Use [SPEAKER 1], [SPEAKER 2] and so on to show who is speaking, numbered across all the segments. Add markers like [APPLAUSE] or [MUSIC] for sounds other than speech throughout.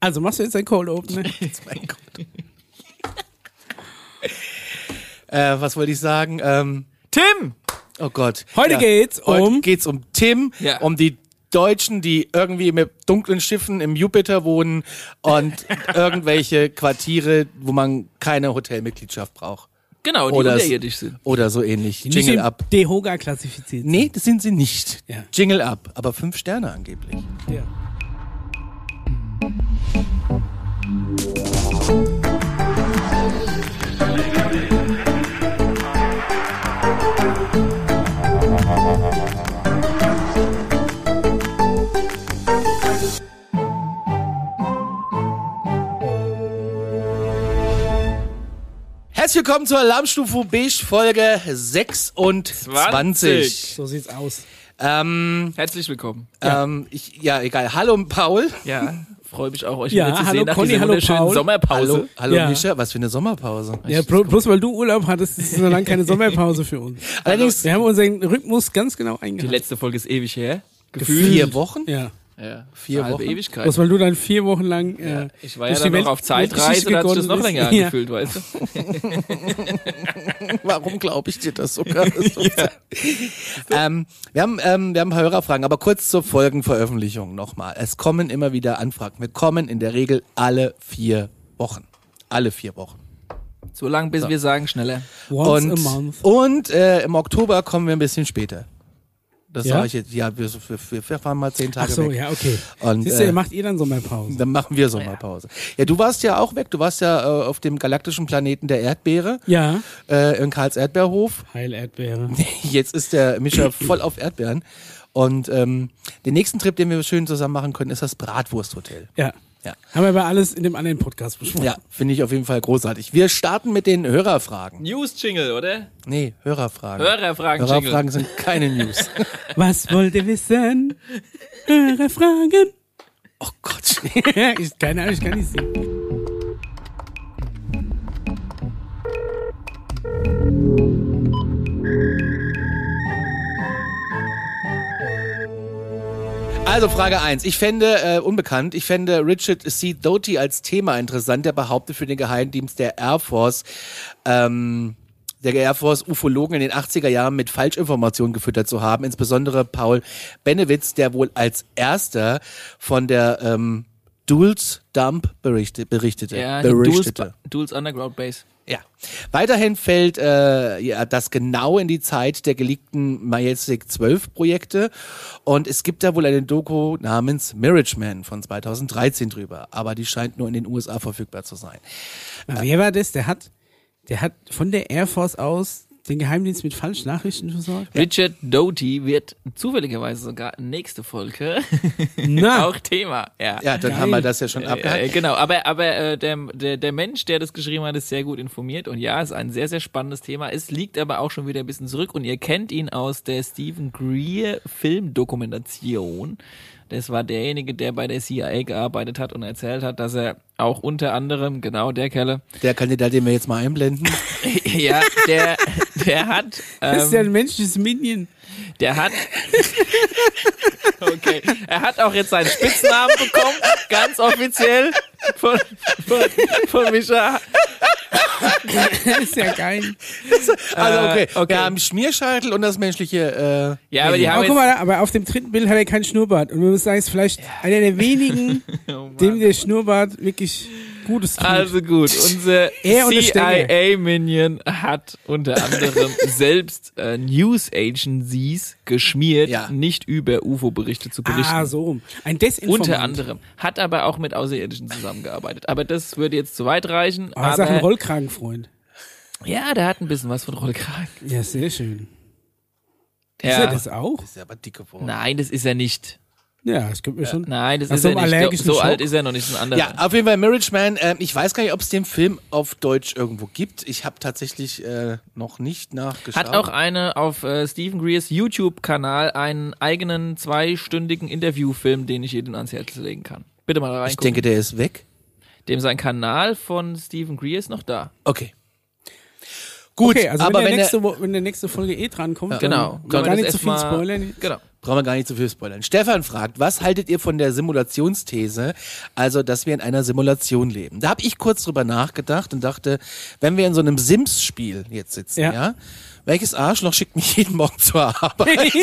[SPEAKER 1] Also machst du jetzt ein Cold Open?
[SPEAKER 2] Mein Gott. äh, was wollte ich sagen? Ähm,
[SPEAKER 3] Tim!
[SPEAKER 2] oh Gott.
[SPEAKER 1] Heute geht's um-
[SPEAKER 2] Heute geht's um Tim,
[SPEAKER 3] Ja.
[SPEAKER 2] um die Deutschen, die irgendwie mit dunklen Schiffen im Jupiter wohnen
[SPEAKER 3] [LAUGHS]
[SPEAKER 2] und irgendwelche Quartiere, wo man keine Hotelmitgliedschaft braucht.
[SPEAKER 3] Genau, die
[SPEAKER 2] Oder,
[SPEAKER 3] unterirdisch sind.
[SPEAKER 2] oder so ähnlich. Jingle up.
[SPEAKER 1] Dehoga klassifiziert.
[SPEAKER 2] Nee, das sind sie nicht.
[SPEAKER 1] Ja.
[SPEAKER 2] Jingle up, aber fünf Sterne angeblich.
[SPEAKER 1] Ja.
[SPEAKER 2] Herzlich willkommen zur Alarmstufe Beige Folge 26.
[SPEAKER 1] So sieht's aus.
[SPEAKER 2] Ähm,
[SPEAKER 3] Herzlich willkommen.
[SPEAKER 2] ähm, ich, ja, egal. Hallo Paul.
[SPEAKER 3] Ja, freue mich auch, euch
[SPEAKER 1] Ja,
[SPEAKER 3] wieder zu
[SPEAKER 1] hallo
[SPEAKER 3] sehen nach
[SPEAKER 1] Conny,
[SPEAKER 3] dieser
[SPEAKER 1] hallo
[SPEAKER 3] wunderschönen
[SPEAKER 1] Paul.
[SPEAKER 3] Sommerpause.
[SPEAKER 2] Hallo, hallo
[SPEAKER 1] Ja.
[SPEAKER 2] Mischa, was für eine Sommerpause.
[SPEAKER 1] Ja, blo bloß weil du Urlaub hattest, ist so lange keine Sommerpause für uns.
[SPEAKER 2] Allerdings
[SPEAKER 1] Wir haben unseren Rhythmus ganz genau
[SPEAKER 3] Die
[SPEAKER 1] eingehalten.
[SPEAKER 3] letzte Folge ist ewig her.
[SPEAKER 2] vier Wochen.
[SPEAKER 1] Ja.
[SPEAKER 3] Ja,
[SPEAKER 2] Vier
[SPEAKER 3] eine halbe
[SPEAKER 2] Wochen.
[SPEAKER 3] Ewigkeit.
[SPEAKER 1] Bloß weil du dann vier Wochen lang. Äh,
[SPEAKER 3] Ich war ja
[SPEAKER 1] durch die
[SPEAKER 3] dann
[SPEAKER 1] Welt-
[SPEAKER 3] noch auf Zeitreise,
[SPEAKER 1] Weltgeschichte
[SPEAKER 3] da hat sich das
[SPEAKER 1] gegonnen bist.
[SPEAKER 3] noch länger
[SPEAKER 1] [LAUGHS] Ja.
[SPEAKER 3] angefühlt, weißt du?
[SPEAKER 2] [LAUGHS] Warum glaube ich dir das sogar?
[SPEAKER 1] [LAUGHS]
[SPEAKER 2] Das ist so- [LAUGHS] ähm, wir haben ähm, wir haben Hörerfragen, aber kurz zur Folgenveröffentlichung nochmal. Es kommen immer wieder Anfragen. Wir kommen in der Regel alle vier Wochen. Alle vier Wochen.
[SPEAKER 3] So lange, bis wir sagen, schneller.
[SPEAKER 1] Once
[SPEAKER 2] und
[SPEAKER 1] a month.
[SPEAKER 2] und äh, im Oktober kommen wir ein bisschen später. Das
[SPEAKER 1] Ja?
[SPEAKER 2] sage ich jetzt. Ja, wir, wir, wir fahren mal zehn
[SPEAKER 1] Ach
[SPEAKER 2] Tage
[SPEAKER 1] so,
[SPEAKER 2] weg.
[SPEAKER 1] ja, okay.
[SPEAKER 2] Und,
[SPEAKER 1] Siehst du,
[SPEAKER 2] äh,
[SPEAKER 1] ihr macht ihr dann Sommerpause.
[SPEAKER 2] Dann machen wir Sommerpause. Ja, du warst ja auch weg. Du warst ja äh, auf dem galaktischen Planeten der Erdbeere
[SPEAKER 1] Ja.
[SPEAKER 2] äh, in Karls Erdbeerhof.
[SPEAKER 1] Heil Erdbeere.
[SPEAKER 2] Jetzt ist der Mischa voll auf Erdbeeren. Und ähm, den nächsten Trip, den wir schön zusammen machen können, ist das Bratwursthotel.
[SPEAKER 1] Ja.
[SPEAKER 2] Ja.
[SPEAKER 1] Haben wir aber alles in dem anderen Podcast besprochen.
[SPEAKER 2] Ja, finde ich auf jeden Fall großartig. Wir starten mit den Hörerfragen.
[SPEAKER 3] News-Jingle, oder?
[SPEAKER 2] Nee, Hörerfragen.
[SPEAKER 3] Hörerfragen-Jingle.
[SPEAKER 2] Hörerfragen sind keine News.
[SPEAKER 1] Was wollt ihr wissen? Höre Fragen.
[SPEAKER 2] oh Gott.
[SPEAKER 1] [LAUGHS] ich, keine Ahnung, ich kann nicht singen.
[SPEAKER 2] Also Frage eins. Ich fände, äh, unbekannt, ich fände Richard C. Doty als Thema interessant, der behauptet für den Geheimdienst der Air Force, ähm, der Air Force Ufologen in den 80er Jahren mit Falschinformationen gefüttert zu haben, insbesondere Paul Benewitz, der wohl als erster von der ähm, Dules Dump berichte, berichtete.
[SPEAKER 3] Ja, die Duels,
[SPEAKER 2] berichtete.
[SPEAKER 3] Duels Underground Base.
[SPEAKER 2] Ja. Weiterhin fällt äh, ja, das genau in die Zeit der geleakten Majestic 12 Projekte und es gibt da wohl eine Doku namens Marriage Man von 2013 drüber, aber die scheint nur in den USA verfügbar zu sein.
[SPEAKER 1] Na, wer war das? Der hat, der hat von der Air Force aus den Geheimdienst mit Falschnachrichten versorgt?
[SPEAKER 3] Richard Doty wird zufälligerweise sogar nächste Folge
[SPEAKER 1] Na,
[SPEAKER 3] [LAUGHS] auch Thema. Ja.
[SPEAKER 2] Ja, dann
[SPEAKER 1] Geil.
[SPEAKER 2] haben wir das ja schon
[SPEAKER 3] Ja,
[SPEAKER 2] abgehakt.
[SPEAKER 3] ja, genau, aber, aber äh, der, der, der Mensch, der das geschrieben hat, ist sehr gut informiert und ja, ist ein sehr, sehr spannendes Thema. Es liegt aber auch schon wieder ein bisschen zurück und ihr kennt ihn aus der Stephen Greer Filmdokumentation. Das war derjenige, der bei der CIA gearbeitet hat und erzählt hat, dass er auch unter anderem, genau
[SPEAKER 1] [LAUGHS]
[SPEAKER 3] der Kerle,
[SPEAKER 2] Der Kandidat, den wir jetzt mal
[SPEAKER 3] [LAUGHS]
[SPEAKER 2] einblenden.
[SPEAKER 3] ja, der, der hat,
[SPEAKER 1] das
[SPEAKER 3] ähm,
[SPEAKER 1] ist ja ein menschliches Minion.
[SPEAKER 3] der hat, okay, er hat auch jetzt seinen Spitznamen bekommen, ganz offiziell von, von, von Mischa.
[SPEAKER 1] Das ist ja geil.
[SPEAKER 2] Also okay,
[SPEAKER 3] Ah, okay.
[SPEAKER 2] wir haben Schmierscheitel und das menschliche äh,
[SPEAKER 3] Ja, [LAUGHS] aber die
[SPEAKER 1] Aber
[SPEAKER 3] haben
[SPEAKER 1] guck
[SPEAKER 3] jetzt,
[SPEAKER 1] mal, da, aber auf dem dritten Bild hat er keinen Schnurrbart. Und wenn du sagst, vielleicht einer der
[SPEAKER 3] [LAUGHS]
[SPEAKER 1] wenigen, dem der Schnurrbart wirklich Gutes tut.
[SPEAKER 3] Oh also gut, unser
[SPEAKER 1] Er und eine Stange.
[SPEAKER 3] CIA-Minion hat unter
[SPEAKER 1] [LAUGHS]
[SPEAKER 3] anderem selbst äh, News Agencies geschmiert,
[SPEAKER 2] Ja.
[SPEAKER 3] nicht über UFO-Berichte zu berichten.
[SPEAKER 1] ah, so rum. Ein Desinformant.
[SPEAKER 3] Unter anderem. Hat aber auch mit Außerirdischen zusammengearbeitet. Aber das würde jetzt zu weit reichen.
[SPEAKER 1] Oh, er ist auch ein
[SPEAKER 3] aber,
[SPEAKER 1] Rollkragenfreund.
[SPEAKER 3] ja, der hat ein bisschen was von Rollkragen.
[SPEAKER 1] Ja, sehr schön. Ist er
[SPEAKER 3] Ja.
[SPEAKER 1] das auch?
[SPEAKER 2] ist ja aber dick geworden.
[SPEAKER 3] Nein, das ist er nicht.
[SPEAKER 1] Ja, das könnte mir schon.
[SPEAKER 3] Nein, das
[SPEAKER 1] Nach
[SPEAKER 3] ist
[SPEAKER 1] so
[SPEAKER 3] er
[SPEAKER 1] einem
[SPEAKER 3] nicht.
[SPEAKER 1] allergischen
[SPEAKER 3] So, so alt
[SPEAKER 1] Schock?
[SPEAKER 3] ist er noch nicht. Ein anderer.
[SPEAKER 2] Ja, auf jeden Fall Marriage Man. Ähm, ich weiß gar nicht, ob es den Film auf Deutsch irgendwo gibt. Ich habe tatsächlich äh, noch nicht nachgeschaut.
[SPEAKER 3] Hat auch eine auf äh, Stephen Greers YouTube-Kanal einen eigenen zweistündigen Interviewfilm, den ich jedem ans Herz legen kann. Bitte mal
[SPEAKER 2] ich
[SPEAKER 3] reingucken.
[SPEAKER 2] denke, der ist weg.
[SPEAKER 3] Dem sein Kanal von Stephen Greer ist noch da.
[SPEAKER 2] Okay. Gut,
[SPEAKER 1] Okay, also
[SPEAKER 2] aber
[SPEAKER 1] wenn, der
[SPEAKER 2] also
[SPEAKER 1] nächste,
[SPEAKER 2] wenn, er,
[SPEAKER 1] Wo- wenn der nächste Folge eh drankommt,
[SPEAKER 3] Genau.
[SPEAKER 1] dann,
[SPEAKER 3] Können wir
[SPEAKER 1] dann gar
[SPEAKER 3] das
[SPEAKER 1] nicht zu
[SPEAKER 3] erst
[SPEAKER 1] viel
[SPEAKER 3] mal-
[SPEAKER 1] spoilern.
[SPEAKER 3] Genau.
[SPEAKER 2] Brauchen wir gar nicht zu viel spoilern. Stefan fragt, was haltet ihr von der Simulationsthese, also dass wir in einer Simulation leben? Da habe ich kurz drüber nachgedacht und dachte, wenn wir in so einem Sims-Spiel jetzt sitzen, ja.
[SPEAKER 1] Ja.
[SPEAKER 2] welches Arschloch schickt mich jeden Morgen [LAUGHS] zur Arbeit?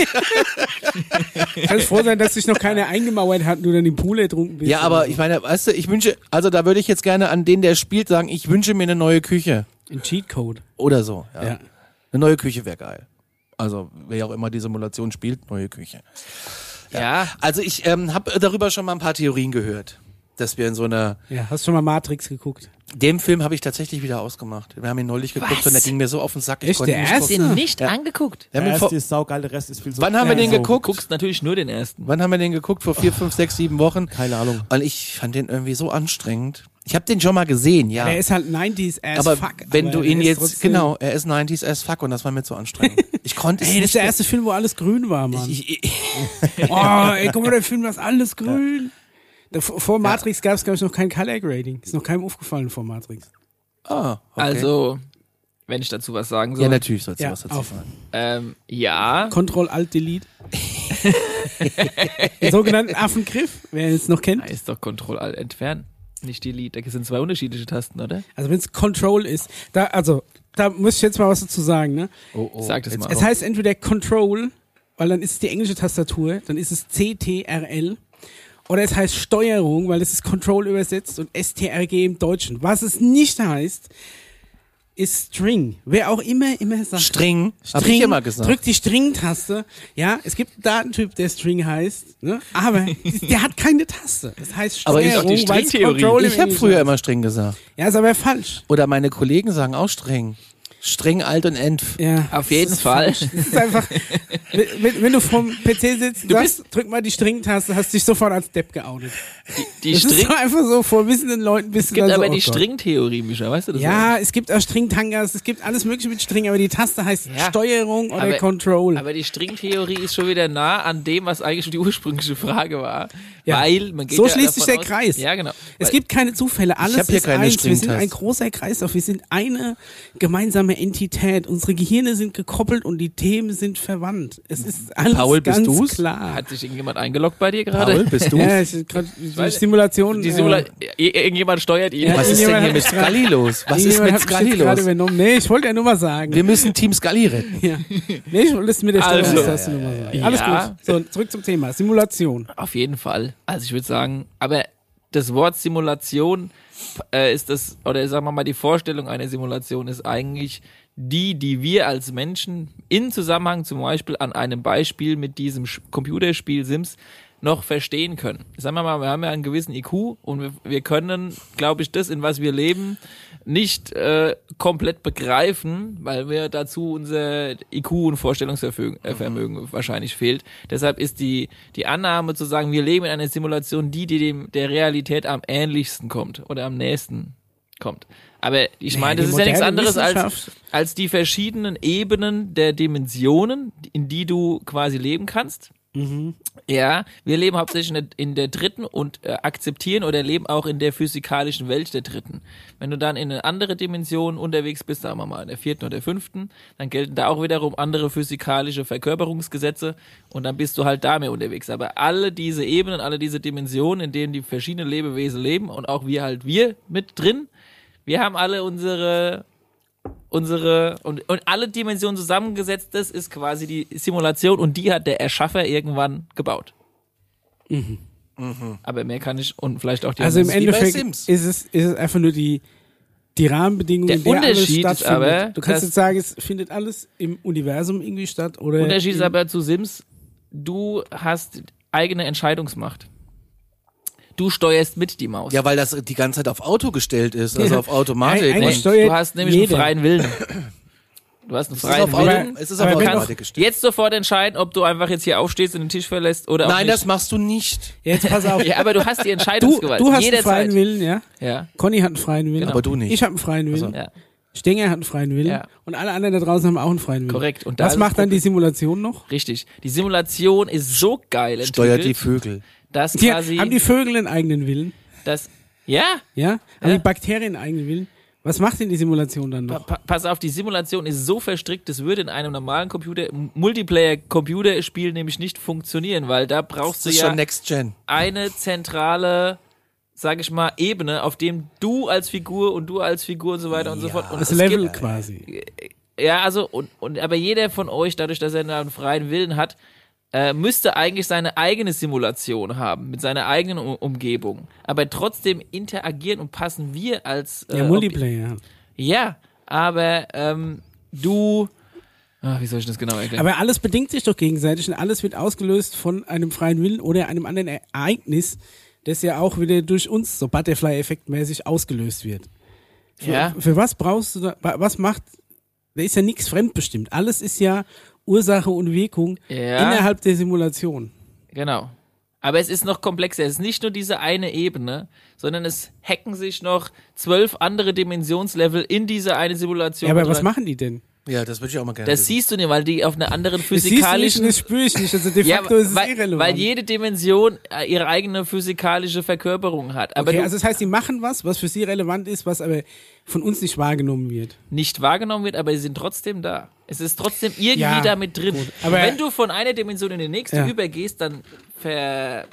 [SPEAKER 1] Kannst froh sein, dass dich noch
[SPEAKER 2] [LAUGHS]
[SPEAKER 1] keiner eingemauert hat und du dann im Pool ertrunken bist.
[SPEAKER 2] ja, aber ich meine, weißt du, ich wünsche, also da würde ich jetzt gerne an den, der spielt, sagen, ich wünsche mir eine neue Küche
[SPEAKER 1] Ein Cheatcode.
[SPEAKER 2] oder so. Ja.
[SPEAKER 1] Ja.
[SPEAKER 2] Eine neue Küche wäre geil. Also wer auch immer die Simulation spielt, neue Küche.
[SPEAKER 3] Ja.
[SPEAKER 2] Also ich ähm, habe darüber schon mal ein paar Theorien gehört, dass wir in so einer.
[SPEAKER 1] Ja, hast schon mal Matrix geguckt?
[SPEAKER 2] Dem Film habe ich tatsächlich wieder ausgemacht. Wir haben ihn neulich geguckt
[SPEAKER 3] Was?
[SPEAKER 2] und der ging mir so auf den Sack. Ich
[SPEAKER 1] Echt,
[SPEAKER 2] konnte
[SPEAKER 1] der
[SPEAKER 2] nicht
[SPEAKER 1] erste?
[SPEAKER 2] gucken.
[SPEAKER 3] Den nicht angeguckt.
[SPEAKER 2] Wir haben
[SPEAKER 4] Der
[SPEAKER 2] ihn vor,
[SPEAKER 4] erste ist saugeil, der Rest ist viel so.
[SPEAKER 2] wann haben wir
[SPEAKER 4] Ja,
[SPEAKER 2] den
[SPEAKER 4] so.
[SPEAKER 2] geguckt?
[SPEAKER 3] Guckst natürlich nur den ersten.
[SPEAKER 2] Wann haben wir den geguckt? Vor vier, fünf, sechs, sieben Wochen.
[SPEAKER 4] Keine Ahnung.
[SPEAKER 2] Und ich fand den irgendwie so anstrengend. Ich habe den schon mal gesehen, ja.
[SPEAKER 1] Der ist halt 90s as
[SPEAKER 2] aber
[SPEAKER 1] fuck.
[SPEAKER 2] wenn
[SPEAKER 1] aber
[SPEAKER 2] du
[SPEAKER 1] der
[SPEAKER 2] ihn
[SPEAKER 1] ist
[SPEAKER 2] jetzt
[SPEAKER 1] trotzdem-
[SPEAKER 2] genau, er ist 90s as fuck und das war mir
[SPEAKER 1] [LAUGHS]
[SPEAKER 2] zu anstrengend. Ich konnte es
[SPEAKER 1] Ey, das ist
[SPEAKER 2] nicht.
[SPEAKER 1] der erste Film, wo alles grün
[SPEAKER 2] [LAUGHS]
[SPEAKER 1] war, Mann.
[SPEAKER 2] ich, ich,
[SPEAKER 1] Oh, ey, guck mal, der Film war alles grün. Da, vor vor Matrix gab es, glaube ich, noch kein Color Grading. Ist noch keinem aufgefallen vor Matrix.
[SPEAKER 2] ah, okay.
[SPEAKER 3] Also, wenn ich dazu was sagen soll.
[SPEAKER 2] ja natürlich sollst du
[SPEAKER 1] Ja,
[SPEAKER 2] was dazu
[SPEAKER 1] auf.
[SPEAKER 2] sagen.
[SPEAKER 3] ähm, ja.
[SPEAKER 1] Control Alt
[SPEAKER 2] [LAUGHS]
[SPEAKER 1] Delete. Den sogenannten Affengriff, wer ihn jetzt noch
[SPEAKER 3] Ah,
[SPEAKER 1] kennt.
[SPEAKER 3] Ist doch Control Alt entfernen. Nicht Delete. Das sind zwei unterschiedliche Tasten, oder?
[SPEAKER 1] Also wenn es Control ist, da also da muss ich jetzt mal was dazu sagen, ne?
[SPEAKER 2] Oh, oh.
[SPEAKER 3] Sag das mal.
[SPEAKER 1] Es heißt entweder Control, weil dann ist es die englische Tastatur, dann ist es CTRL. Oder es heißt Steuerung, weil es ist Control übersetzt und STRG im Deutschen. Was es nicht heißt, ist String. Wer auch immer, immer sagt.
[SPEAKER 2] String, hab ich immer gesagt.
[SPEAKER 1] Drückt die String-Taste. Ja, es gibt einen Datentyp, der String heißt, ne?
[SPEAKER 2] [LAUGHS]
[SPEAKER 1] aber der hat keine Taste. Das heißt
[SPEAKER 2] Aber
[SPEAKER 1] Steuerung,
[SPEAKER 2] ich-
[SPEAKER 3] die
[SPEAKER 1] weil's
[SPEAKER 3] Stringtheorie.
[SPEAKER 1] Control im
[SPEAKER 2] Ich habe
[SPEAKER 1] Englischen
[SPEAKER 2] früher
[SPEAKER 1] heißt.
[SPEAKER 2] immer String gesagt.
[SPEAKER 1] Ja, ist aber falsch.
[SPEAKER 2] Oder meine Kollegen sagen auch String. String, alt und entf.
[SPEAKER 1] Ja.
[SPEAKER 3] Auf jeden Fall.
[SPEAKER 1] Das ist einfach, wenn, wenn du vom PC sitzt, und sagst, drück mal die Stringtaste, hast dich sofort als Depp geoutet.
[SPEAKER 3] Die
[SPEAKER 1] Das ist
[SPEAKER 3] String.
[SPEAKER 1] doch einfach so, vor wissenden Leuten bist
[SPEAKER 3] Es
[SPEAKER 1] du
[SPEAKER 3] gibt
[SPEAKER 1] dann
[SPEAKER 3] aber
[SPEAKER 1] so, oh
[SPEAKER 3] die
[SPEAKER 1] Gott.
[SPEAKER 3] Stringtheorie, Mischa, weißt du das?
[SPEAKER 1] Ja, es gibt auch Stringtangas, es gibt alles mögliche mit String, aber die Taste heißt
[SPEAKER 3] Ja.
[SPEAKER 1] Steuerung oder
[SPEAKER 3] Aber-
[SPEAKER 1] Control.
[SPEAKER 3] Aber die Stringtheorie ist schon wieder nah an dem, was eigentlich schon die ursprüngliche Frage war.
[SPEAKER 1] Ja.
[SPEAKER 3] Weil man geht
[SPEAKER 1] So
[SPEAKER 3] ja
[SPEAKER 1] schließt sich
[SPEAKER 3] davon
[SPEAKER 1] der Kreis.
[SPEAKER 3] Aus, ja, genau.
[SPEAKER 1] es
[SPEAKER 3] Weil-
[SPEAKER 1] gibt keine Zufälle, alles
[SPEAKER 2] hab hier
[SPEAKER 1] ist
[SPEAKER 2] keine
[SPEAKER 1] eins. Wir sind
[SPEAKER 2] Stringtaste.
[SPEAKER 1] ein großer Kreislauf, wir sind eine gemeinsame Entität. Unsere Gehirne sind gekoppelt und die Themen sind verwandt. Es ist alles
[SPEAKER 2] Paul, bist
[SPEAKER 1] ganz
[SPEAKER 2] du's?
[SPEAKER 1] klar.
[SPEAKER 3] Hat sich irgendjemand eingeloggt bei dir gerade?
[SPEAKER 2] Paul, bist du?
[SPEAKER 1] ja, ich, grad, die
[SPEAKER 3] weiß-
[SPEAKER 1] Simulation.
[SPEAKER 3] Die
[SPEAKER 1] äh,
[SPEAKER 3] Simula Ir- Irgendjemand steuert ihn.
[SPEAKER 1] Ja.
[SPEAKER 2] Was ist denn
[SPEAKER 1] Irgendjemand
[SPEAKER 2] hier mit
[SPEAKER 1] hat mich
[SPEAKER 2] Scully los? Was ist
[SPEAKER 1] Irgendjemand hat
[SPEAKER 2] mit
[SPEAKER 1] mich
[SPEAKER 2] Scully
[SPEAKER 1] jetzt gerade
[SPEAKER 2] los?
[SPEAKER 1] Übernommen. Nee, ich wollte ja nur mal sagen.
[SPEAKER 2] Wir müssen Team Scully retten.
[SPEAKER 1] ja. Nee, ich wollte es mit der
[SPEAKER 3] Also.
[SPEAKER 1] Steuerungstaste nur mal sagen. Alles
[SPEAKER 3] Ja.
[SPEAKER 1] gut. So, zurück zum Thema. Simulation.
[SPEAKER 3] Auf jeden Fall. Also ich würde sagen, aber das Wort Simulation äh, ist das, oder sagen wir mal, die Vorstellung einer Simulation ist eigentlich die, die wir als Menschen in Zusammenhang zum Beispiel an einem Beispiel mit diesem Sch- Computerspiel Sims noch verstehen können. Sagen wir mal, wir haben ja einen gewissen IQ und wir, wir können, glaube ich, das, in was wir leben, nicht äh, komplett begreifen, weil mir dazu unser IQ und Vorstellungsvermögen äh, Vermögen wahrscheinlich fehlt. Deshalb ist die, die Annahme zu sagen, wir leben in einer Simulation, die, die dem der Realität am ähnlichsten kommt oder am nächsten kommt. Aber ich
[SPEAKER 1] die
[SPEAKER 3] meine, das ist ja nichts
[SPEAKER 1] moderne
[SPEAKER 3] anderes als,
[SPEAKER 1] Wissenschaft-
[SPEAKER 3] als die verschiedenen Ebenen der Dimensionen, in die du quasi leben kannst. Ja, wir leben hauptsächlich in der, in der dritten und äh, akzeptieren oder leben auch in der physikalischen Welt der dritten. Wenn du dann in eine andere Dimension unterwegs bist, sagen wir mal in der vierten oder fünften, dann gelten da auch wiederum andere physikalische Verkörperungsgesetze und dann bist du halt da mehr unterwegs. Aber alle diese Ebenen, alle diese Dimensionen, in denen die verschiedenen Lebewesen leben und auch wir halt wir mit drin, wir haben alle unsere unsere und, und alle Dimensionen zusammengesetzt, das ist quasi die Simulation und die hat der Erschaffer irgendwann gebaut. Aber mehr kann ich und vielleicht auch die
[SPEAKER 1] Also im
[SPEAKER 3] anderen-
[SPEAKER 2] wie bei
[SPEAKER 1] Endeffekt
[SPEAKER 2] Sims.
[SPEAKER 1] ist es, ist es einfach nur die, die
[SPEAKER 3] Der
[SPEAKER 1] Rahmenbedingungen, in der
[SPEAKER 3] Unterschied ist
[SPEAKER 1] alles stattfindet.
[SPEAKER 3] aber,
[SPEAKER 1] du kannst
[SPEAKER 3] dass-
[SPEAKER 1] jetzt sagen, es findet alles im Universum irgendwie statt oder.
[SPEAKER 3] Unterschied ist
[SPEAKER 1] im-
[SPEAKER 3] aber zu Sims, du hast eigene Entscheidungsmacht. Du steuerst mit die Maus.
[SPEAKER 2] Ja, weil das die ganze Zeit auf Auto gestellt ist, also auf Automatik.
[SPEAKER 1] Ein-
[SPEAKER 3] Nee,
[SPEAKER 1] eigentlich
[SPEAKER 2] Und
[SPEAKER 1] steuert
[SPEAKER 3] du hast nämlich
[SPEAKER 1] jeder.
[SPEAKER 3] einen freien Willen. Du hast einen
[SPEAKER 2] es ist auf
[SPEAKER 3] freien Willen.
[SPEAKER 2] Auto- es ist auf
[SPEAKER 1] Aber wenn
[SPEAKER 2] Automatik
[SPEAKER 3] kannst
[SPEAKER 2] gestellt.
[SPEAKER 3] jetzt sofort entscheiden, ob du einfach jetzt hier aufstehst und den Tisch verlässt oder auch
[SPEAKER 2] Nein,
[SPEAKER 3] nicht.
[SPEAKER 2] das machst du nicht.
[SPEAKER 1] Ja, jetzt pass
[SPEAKER 3] [LAUGHS]
[SPEAKER 1] auf.
[SPEAKER 3] ja, aber du hast die
[SPEAKER 1] du,
[SPEAKER 3] Entscheidungsgewalt.
[SPEAKER 1] du hast einen
[SPEAKER 3] jederzeit. Genau.
[SPEAKER 1] freien Willen, ja.
[SPEAKER 3] Ja.
[SPEAKER 1] Conny hat einen freien Willen.
[SPEAKER 2] Aber du nicht.
[SPEAKER 1] Ich habe einen freien Willen.
[SPEAKER 3] Also, ja.
[SPEAKER 1] Stenger hat einen freien Willen.
[SPEAKER 3] Ja.
[SPEAKER 1] Und alle anderen da draußen haben auch einen freien Willen.
[SPEAKER 3] Korrekt. Und da ist
[SPEAKER 1] Was
[SPEAKER 3] das
[SPEAKER 1] macht dann die Simulation noch?
[SPEAKER 3] Richtig. Die Simulation ist so geil entwickelt,
[SPEAKER 2] Steuert die Vögel.
[SPEAKER 3] dass
[SPEAKER 1] Die,
[SPEAKER 3] quasi
[SPEAKER 1] haben die Vögel einen eigenen Willen?
[SPEAKER 3] das ja
[SPEAKER 1] Ja? Haben
[SPEAKER 3] Ja.
[SPEAKER 1] die Bakterien einen eigenen Willen? Was macht denn die Simulation dann
[SPEAKER 3] Pa
[SPEAKER 1] noch?
[SPEAKER 3] pa pass auf, die Simulation ist so verstrickt, das würde in einem normalen Computer, im Multiplayer-Computerspiel nämlich nicht funktionieren, weil da brauchst
[SPEAKER 2] Das
[SPEAKER 3] du
[SPEAKER 2] ist
[SPEAKER 3] ja
[SPEAKER 2] schon Next Gen.
[SPEAKER 3] eine zentrale, sag ich mal, Ebene, auf dem du als Figur und du als Figur und so weiter und so
[SPEAKER 2] Ja.
[SPEAKER 3] fort. Und
[SPEAKER 1] Das
[SPEAKER 3] es
[SPEAKER 1] Level
[SPEAKER 3] Gibt,
[SPEAKER 1] quasi.
[SPEAKER 3] ja, also, und, und aber jeder von euch, dadurch, dass er einen freien Willen hat, äh, müsste eigentlich seine eigene Simulation haben, mit seiner eigenen um Umgebung. Aber trotzdem interagieren und passen wir als äh,
[SPEAKER 1] Ja,
[SPEAKER 3] Ob-
[SPEAKER 1] Multiplayer.
[SPEAKER 3] ja, aber ähm, du. Ach, wie soll ich das genau erklären?
[SPEAKER 1] Aber alles bedingt sich doch gegenseitig und alles wird ausgelöst von einem freien Willen oder einem anderen Ereignis, das ja auch wieder durch uns so Butterfly-Effekt-mäßig ausgelöst wird. Für,
[SPEAKER 3] ja,
[SPEAKER 1] für was brauchst du da, wa- was macht, da ist ja nichts fremdbestimmt. Alles ist ja Ursache und Wirkung
[SPEAKER 3] Ja.
[SPEAKER 1] innerhalb der Simulation.
[SPEAKER 3] genau. Aber es ist noch komplexer. Es ist nicht nur diese eine Ebene, sondern es hacken sich noch zwölf andere Dimensionslevel in diese eine Simulation.
[SPEAKER 1] Ja, aber was
[SPEAKER 3] rein.
[SPEAKER 1] machen die denn?
[SPEAKER 2] Ja, das würde ich auch mal gerne.
[SPEAKER 3] Das
[SPEAKER 2] wissen.
[SPEAKER 3] siehst du nicht, weil die auf einer anderen
[SPEAKER 1] Das siehst du nicht und
[SPEAKER 3] physikalischen.
[SPEAKER 1] das spüre ich nicht. Also de
[SPEAKER 3] ja,
[SPEAKER 1] facto ist es
[SPEAKER 3] weil,
[SPEAKER 1] irrelevant.
[SPEAKER 3] weil jede Dimension äh, ihre eigene physikalische Verkörperung hat. Aber
[SPEAKER 1] okay,
[SPEAKER 3] du,
[SPEAKER 1] also das heißt, die machen was, was für sie relevant ist, was aber von uns nicht wahrgenommen wird.
[SPEAKER 3] nicht wahrgenommen wird, aber sie sind trotzdem da. Es ist trotzdem irgendwie
[SPEAKER 1] Ja,
[SPEAKER 3] da mit drin.
[SPEAKER 1] gut, aber-
[SPEAKER 3] wenn du von einer Dimension in die nächste
[SPEAKER 1] Ja.
[SPEAKER 3] übergehst, dann ver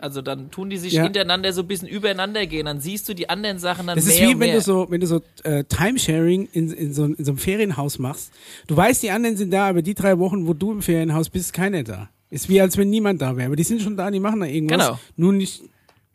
[SPEAKER 3] also dann tun die sich
[SPEAKER 1] Ja.
[SPEAKER 3] hintereinander so ein bisschen übereinander gehen, dann siehst du die anderen Sachen dann
[SPEAKER 1] Das
[SPEAKER 3] mehr
[SPEAKER 1] ist wie
[SPEAKER 3] und
[SPEAKER 1] wenn
[SPEAKER 3] mehr.
[SPEAKER 1] du so, wenn du so äh, Timesharing in, in, so, in so einem Ferienhaus machst. Du weißt, die anderen sind da, aber die drei Wochen, wo du im Ferienhaus bist, ist keiner da. Ist wie als wenn niemand da wäre. Aber die sind schon da, die machen da irgendwas.
[SPEAKER 3] Genau.
[SPEAKER 1] Nur nicht,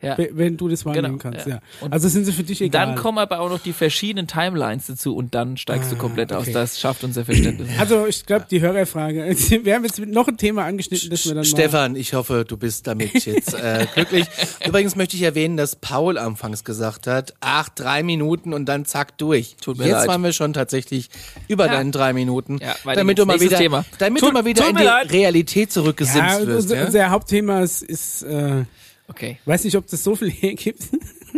[SPEAKER 3] ja.
[SPEAKER 1] we- wenn du das wahrnehmen
[SPEAKER 3] Genau,
[SPEAKER 1] kannst.
[SPEAKER 3] ja.
[SPEAKER 1] Ja.
[SPEAKER 3] Und
[SPEAKER 1] Also sind sie für dich egal.
[SPEAKER 3] Dann kommen aber auch noch die verschiedenen Timelines dazu und dann steigst du
[SPEAKER 1] Ah,
[SPEAKER 3] komplett aus.
[SPEAKER 1] okay.
[SPEAKER 3] Das schafft unser Verständnis.
[SPEAKER 1] also ich glaube, die Hörerfrage. [LAUGHS] Wir haben jetzt mit noch ein Thema angeschnitten, das wir dann mal...
[SPEAKER 2] Stefan, ich hoffe, du
[SPEAKER 1] [LAUGHS]
[SPEAKER 2] bist damit jetzt äh, glücklich. Übrigens möchte ich erwähnen, dass Paul anfangs gesagt hat, ach, drei Minuten und dann zack durch.
[SPEAKER 3] Tut mir
[SPEAKER 2] jetzt
[SPEAKER 3] leid.
[SPEAKER 2] waren wir schon tatsächlich über
[SPEAKER 3] Ja.
[SPEAKER 2] deinen drei Minuten.
[SPEAKER 3] Ja, weiter
[SPEAKER 2] damit
[SPEAKER 3] geht's.
[SPEAKER 2] du mal
[SPEAKER 3] Nächstes
[SPEAKER 2] wieder,
[SPEAKER 3] Thema.
[SPEAKER 2] Damit
[SPEAKER 3] Tut-
[SPEAKER 2] du mal wieder
[SPEAKER 3] tut
[SPEAKER 2] in
[SPEAKER 3] mir
[SPEAKER 2] die
[SPEAKER 3] leid.
[SPEAKER 2] Realität zurückgesimst
[SPEAKER 1] Ja,
[SPEAKER 2] wirst. ne?
[SPEAKER 1] unser,
[SPEAKER 2] Ja?
[SPEAKER 1] unser Hauptthema ist, ist äh,
[SPEAKER 3] Okay.
[SPEAKER 1] weiß nicht, ob das so viel [LAUGHS] hergibt.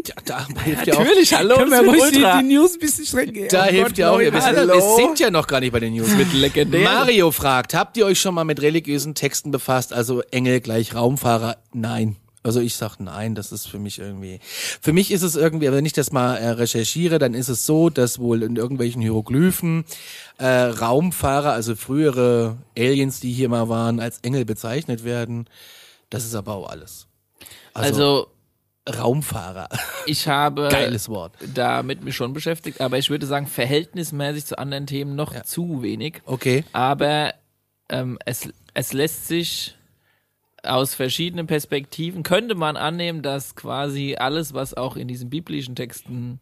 [SPEAKER 2] Ja, da hilft ja auch,
[SPEAKER 3] Natürlich, hallo,
[SPEAKER 1] Können wir
[SPEAKER 3] das
[SPEAKER 1] ruhig
[SPEAKER 3] sind Ultra.
[SPEAKER 1] die, die News ein bisschen strecken?
[SPEAKER 2] da
[SPEAKER 1] Oh
[SPEAKER 2] hilft
[SPEAKER 1] Gott,
[SPEAKER 2] ja auch. Wir,
[SPEAKER 1] Leute.
[SPEAKER 2] wissen, wir sind ja noch gar nicht bei den News.
[SPEAKER 3] Mit legendären.
[SPEAKER 2] Mario fragt, habt ihr euch schon mal mit religiösen Texten befasst? Also Engel gleich Raumfahrer? Nein. Also ich sag nein, das ist für mich irgendwie. Für mich ist es irgendwie, wenn ich das mal äh, recherchiere, dann ist es so, dass wohl in irgendwelchen Hieroglyphen äh, Raumfahrer, also frühere Aliens, die hier mal waren, als Engel bezeichnet werden. Das ist aber auch alles.
[SPEAKER 3] Also,
[SPEAKER 2] Raumfahrer, [LAUGHS]
[SPEAKER 3] ich habe
[SPEAKER 2] geiles Wort.
[SPEAKER 3] damit mich schon beschäftigt, aber ich würde sagen, verhältnismäßig zu anderen Themen noch zu wenig.
[SPEAKER 2] Okay.
[SPEAKER 3] Aber ähm, es, es lässt sich aus verschiedenen Perspektiven, könnte man annehmen, dass quasi alles, was auch in diesen biblischen Texten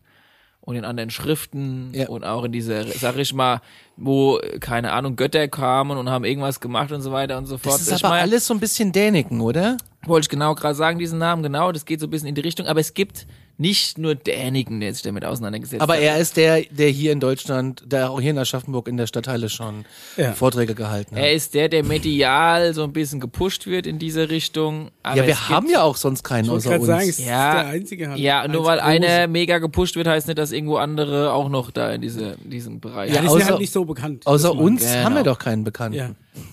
[SPEAKER 3] und in anderen Schriften
[SPEAKER 2] Ja.
[SPEAKER 3] und auch in dieser, sag ich mal, wo, keine Ahnung, Götter kamen und haben irgendwas gemacht und so weiter und so fort.
[SPEAKER 2] Das ist
[SPEAKER 3] ich
[SPEAKER 2] aber
[SPEAKER 3] mein-
[SPEAKER 2] alles so ein bisschen Däniken, oder?
[SPEAKER 3] wollte ich genau gerade sagen, diesen Namen, genau, das geht so ein bisschen in die Richtung, aber es gibt nicht nur derjenigen, der sich damit auseinandergesetzt
[SPEAKER 2] Aber
[SPEAKER 3] hat.
[SPEAKER 2] er ist der, der hier in Deutschland, der auch hier in Aschaffenburg in der Stadthalle schon
[SPEAKER 1] Ja.
[SPEAKER 2] Vorträge gehalten hat.
[SPEAKER 3] Er ist der, der medial so ein bisschen gepusht wird in diese Richtung. Aber
[SPEAKER 2] ja,
[SPEAKER 3] es
[SPEAKER 2] wir haben
[SPEAKER 3] gibt,
[SPEAKER 2] ja auch sonst keinen
[SPEAKER 1] Ich wollte
[SPEAKER 2] außer
[SPEAKER 1] gerade
[SPEAKER 2] uns.
[SPEAKER 1] sagen, es
[SPEAKER 3] Ja,
[SPEAKER 1] ist der einzige Hand.
[SPEAKER 3] ja, nur weil
[SPEAKER 1] als große.
[SPEAKER 3] einer mega gepusht wird, heißt nicht, dass irgendwo andere auch noch da in diese, diesem Bereich
[SPEAKER 1] Ja,
[SPEAKER 2] Ja,
[SPEAKER 1] die sind
[SPEAKER 2] außer-
[SPEAKER 1] halt nicht so bekannt.
[SPEAKER 2] außer
[SPEAKER 1] muss man-
[SPEAKER 2] uns
[SPEAKER 3] Genau.
[SPEAKER 2] haben wir doch keinen Bekannten.
[SPEAKER 1] Ja.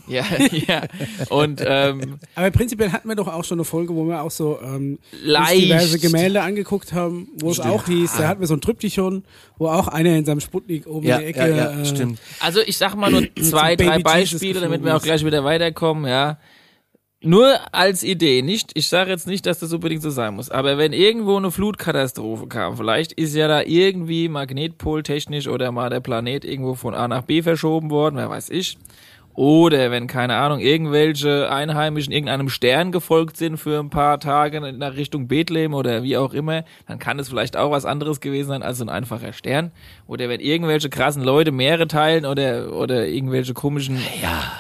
[SPEAKER 3] Ja, [LAUGHS] ja. Und ähm,
[SPEAKER 1] Aber prinzipiell hatten wir doch auch schon eine Folge, wo wir auch so ähm, uns
[SPEAKER 3] Leicht.
[SPEAKER 1] diverse Gemälde angeguckt haben, wo es auch hieß, da hatten wir so ein Triptychon, wo auch einer in seinem Sputnik oben
[SPEAKER 2] Ja,
[SPEAKER 1] in der
[SPEAKER 2] ja,
[SPEAKER 1] Ecke.
[SPEAKER 2] ja,
[SPEAKER 1] äh,
[SPEAKER 2] stimmt.
[SPEAKER 3] Also ich sag mal nur zwei,
[SPEAKER 1] Baby
[SPEAKER 3] drei
[SPEAKER 1] Jesus
[SPEAKER 3] Beispiele, damit wir
[SPEAKER 1] geflogen
[SPEAKER 3] auch gleich wieder weiterkommen, ja. Nur als Idee, nicht, ich sage jetzt nicht, dass das unbedingt so sein muss, aber wenn irgendwo eine Flutkatastrophe kam, vielleicht ist ja da irgendwie magnetpoltechnisch oder mal der Planet irgendwo von A nach B verschoben worden, wer weiß ich. Oder wenn, keine Ahnung, irgendwelche Einheimischen irgendeinem Stern gefolgt sind für ein paar Tage nach Richtung Bethlehem oder wie auch immer, dann kann es vielleicht auch was anderes gewesen sein als so ein einfacher Stern. Oder wenn irgendwelche krassen Leute Meere teilen oder, oder irgendwelche komischen. Ja.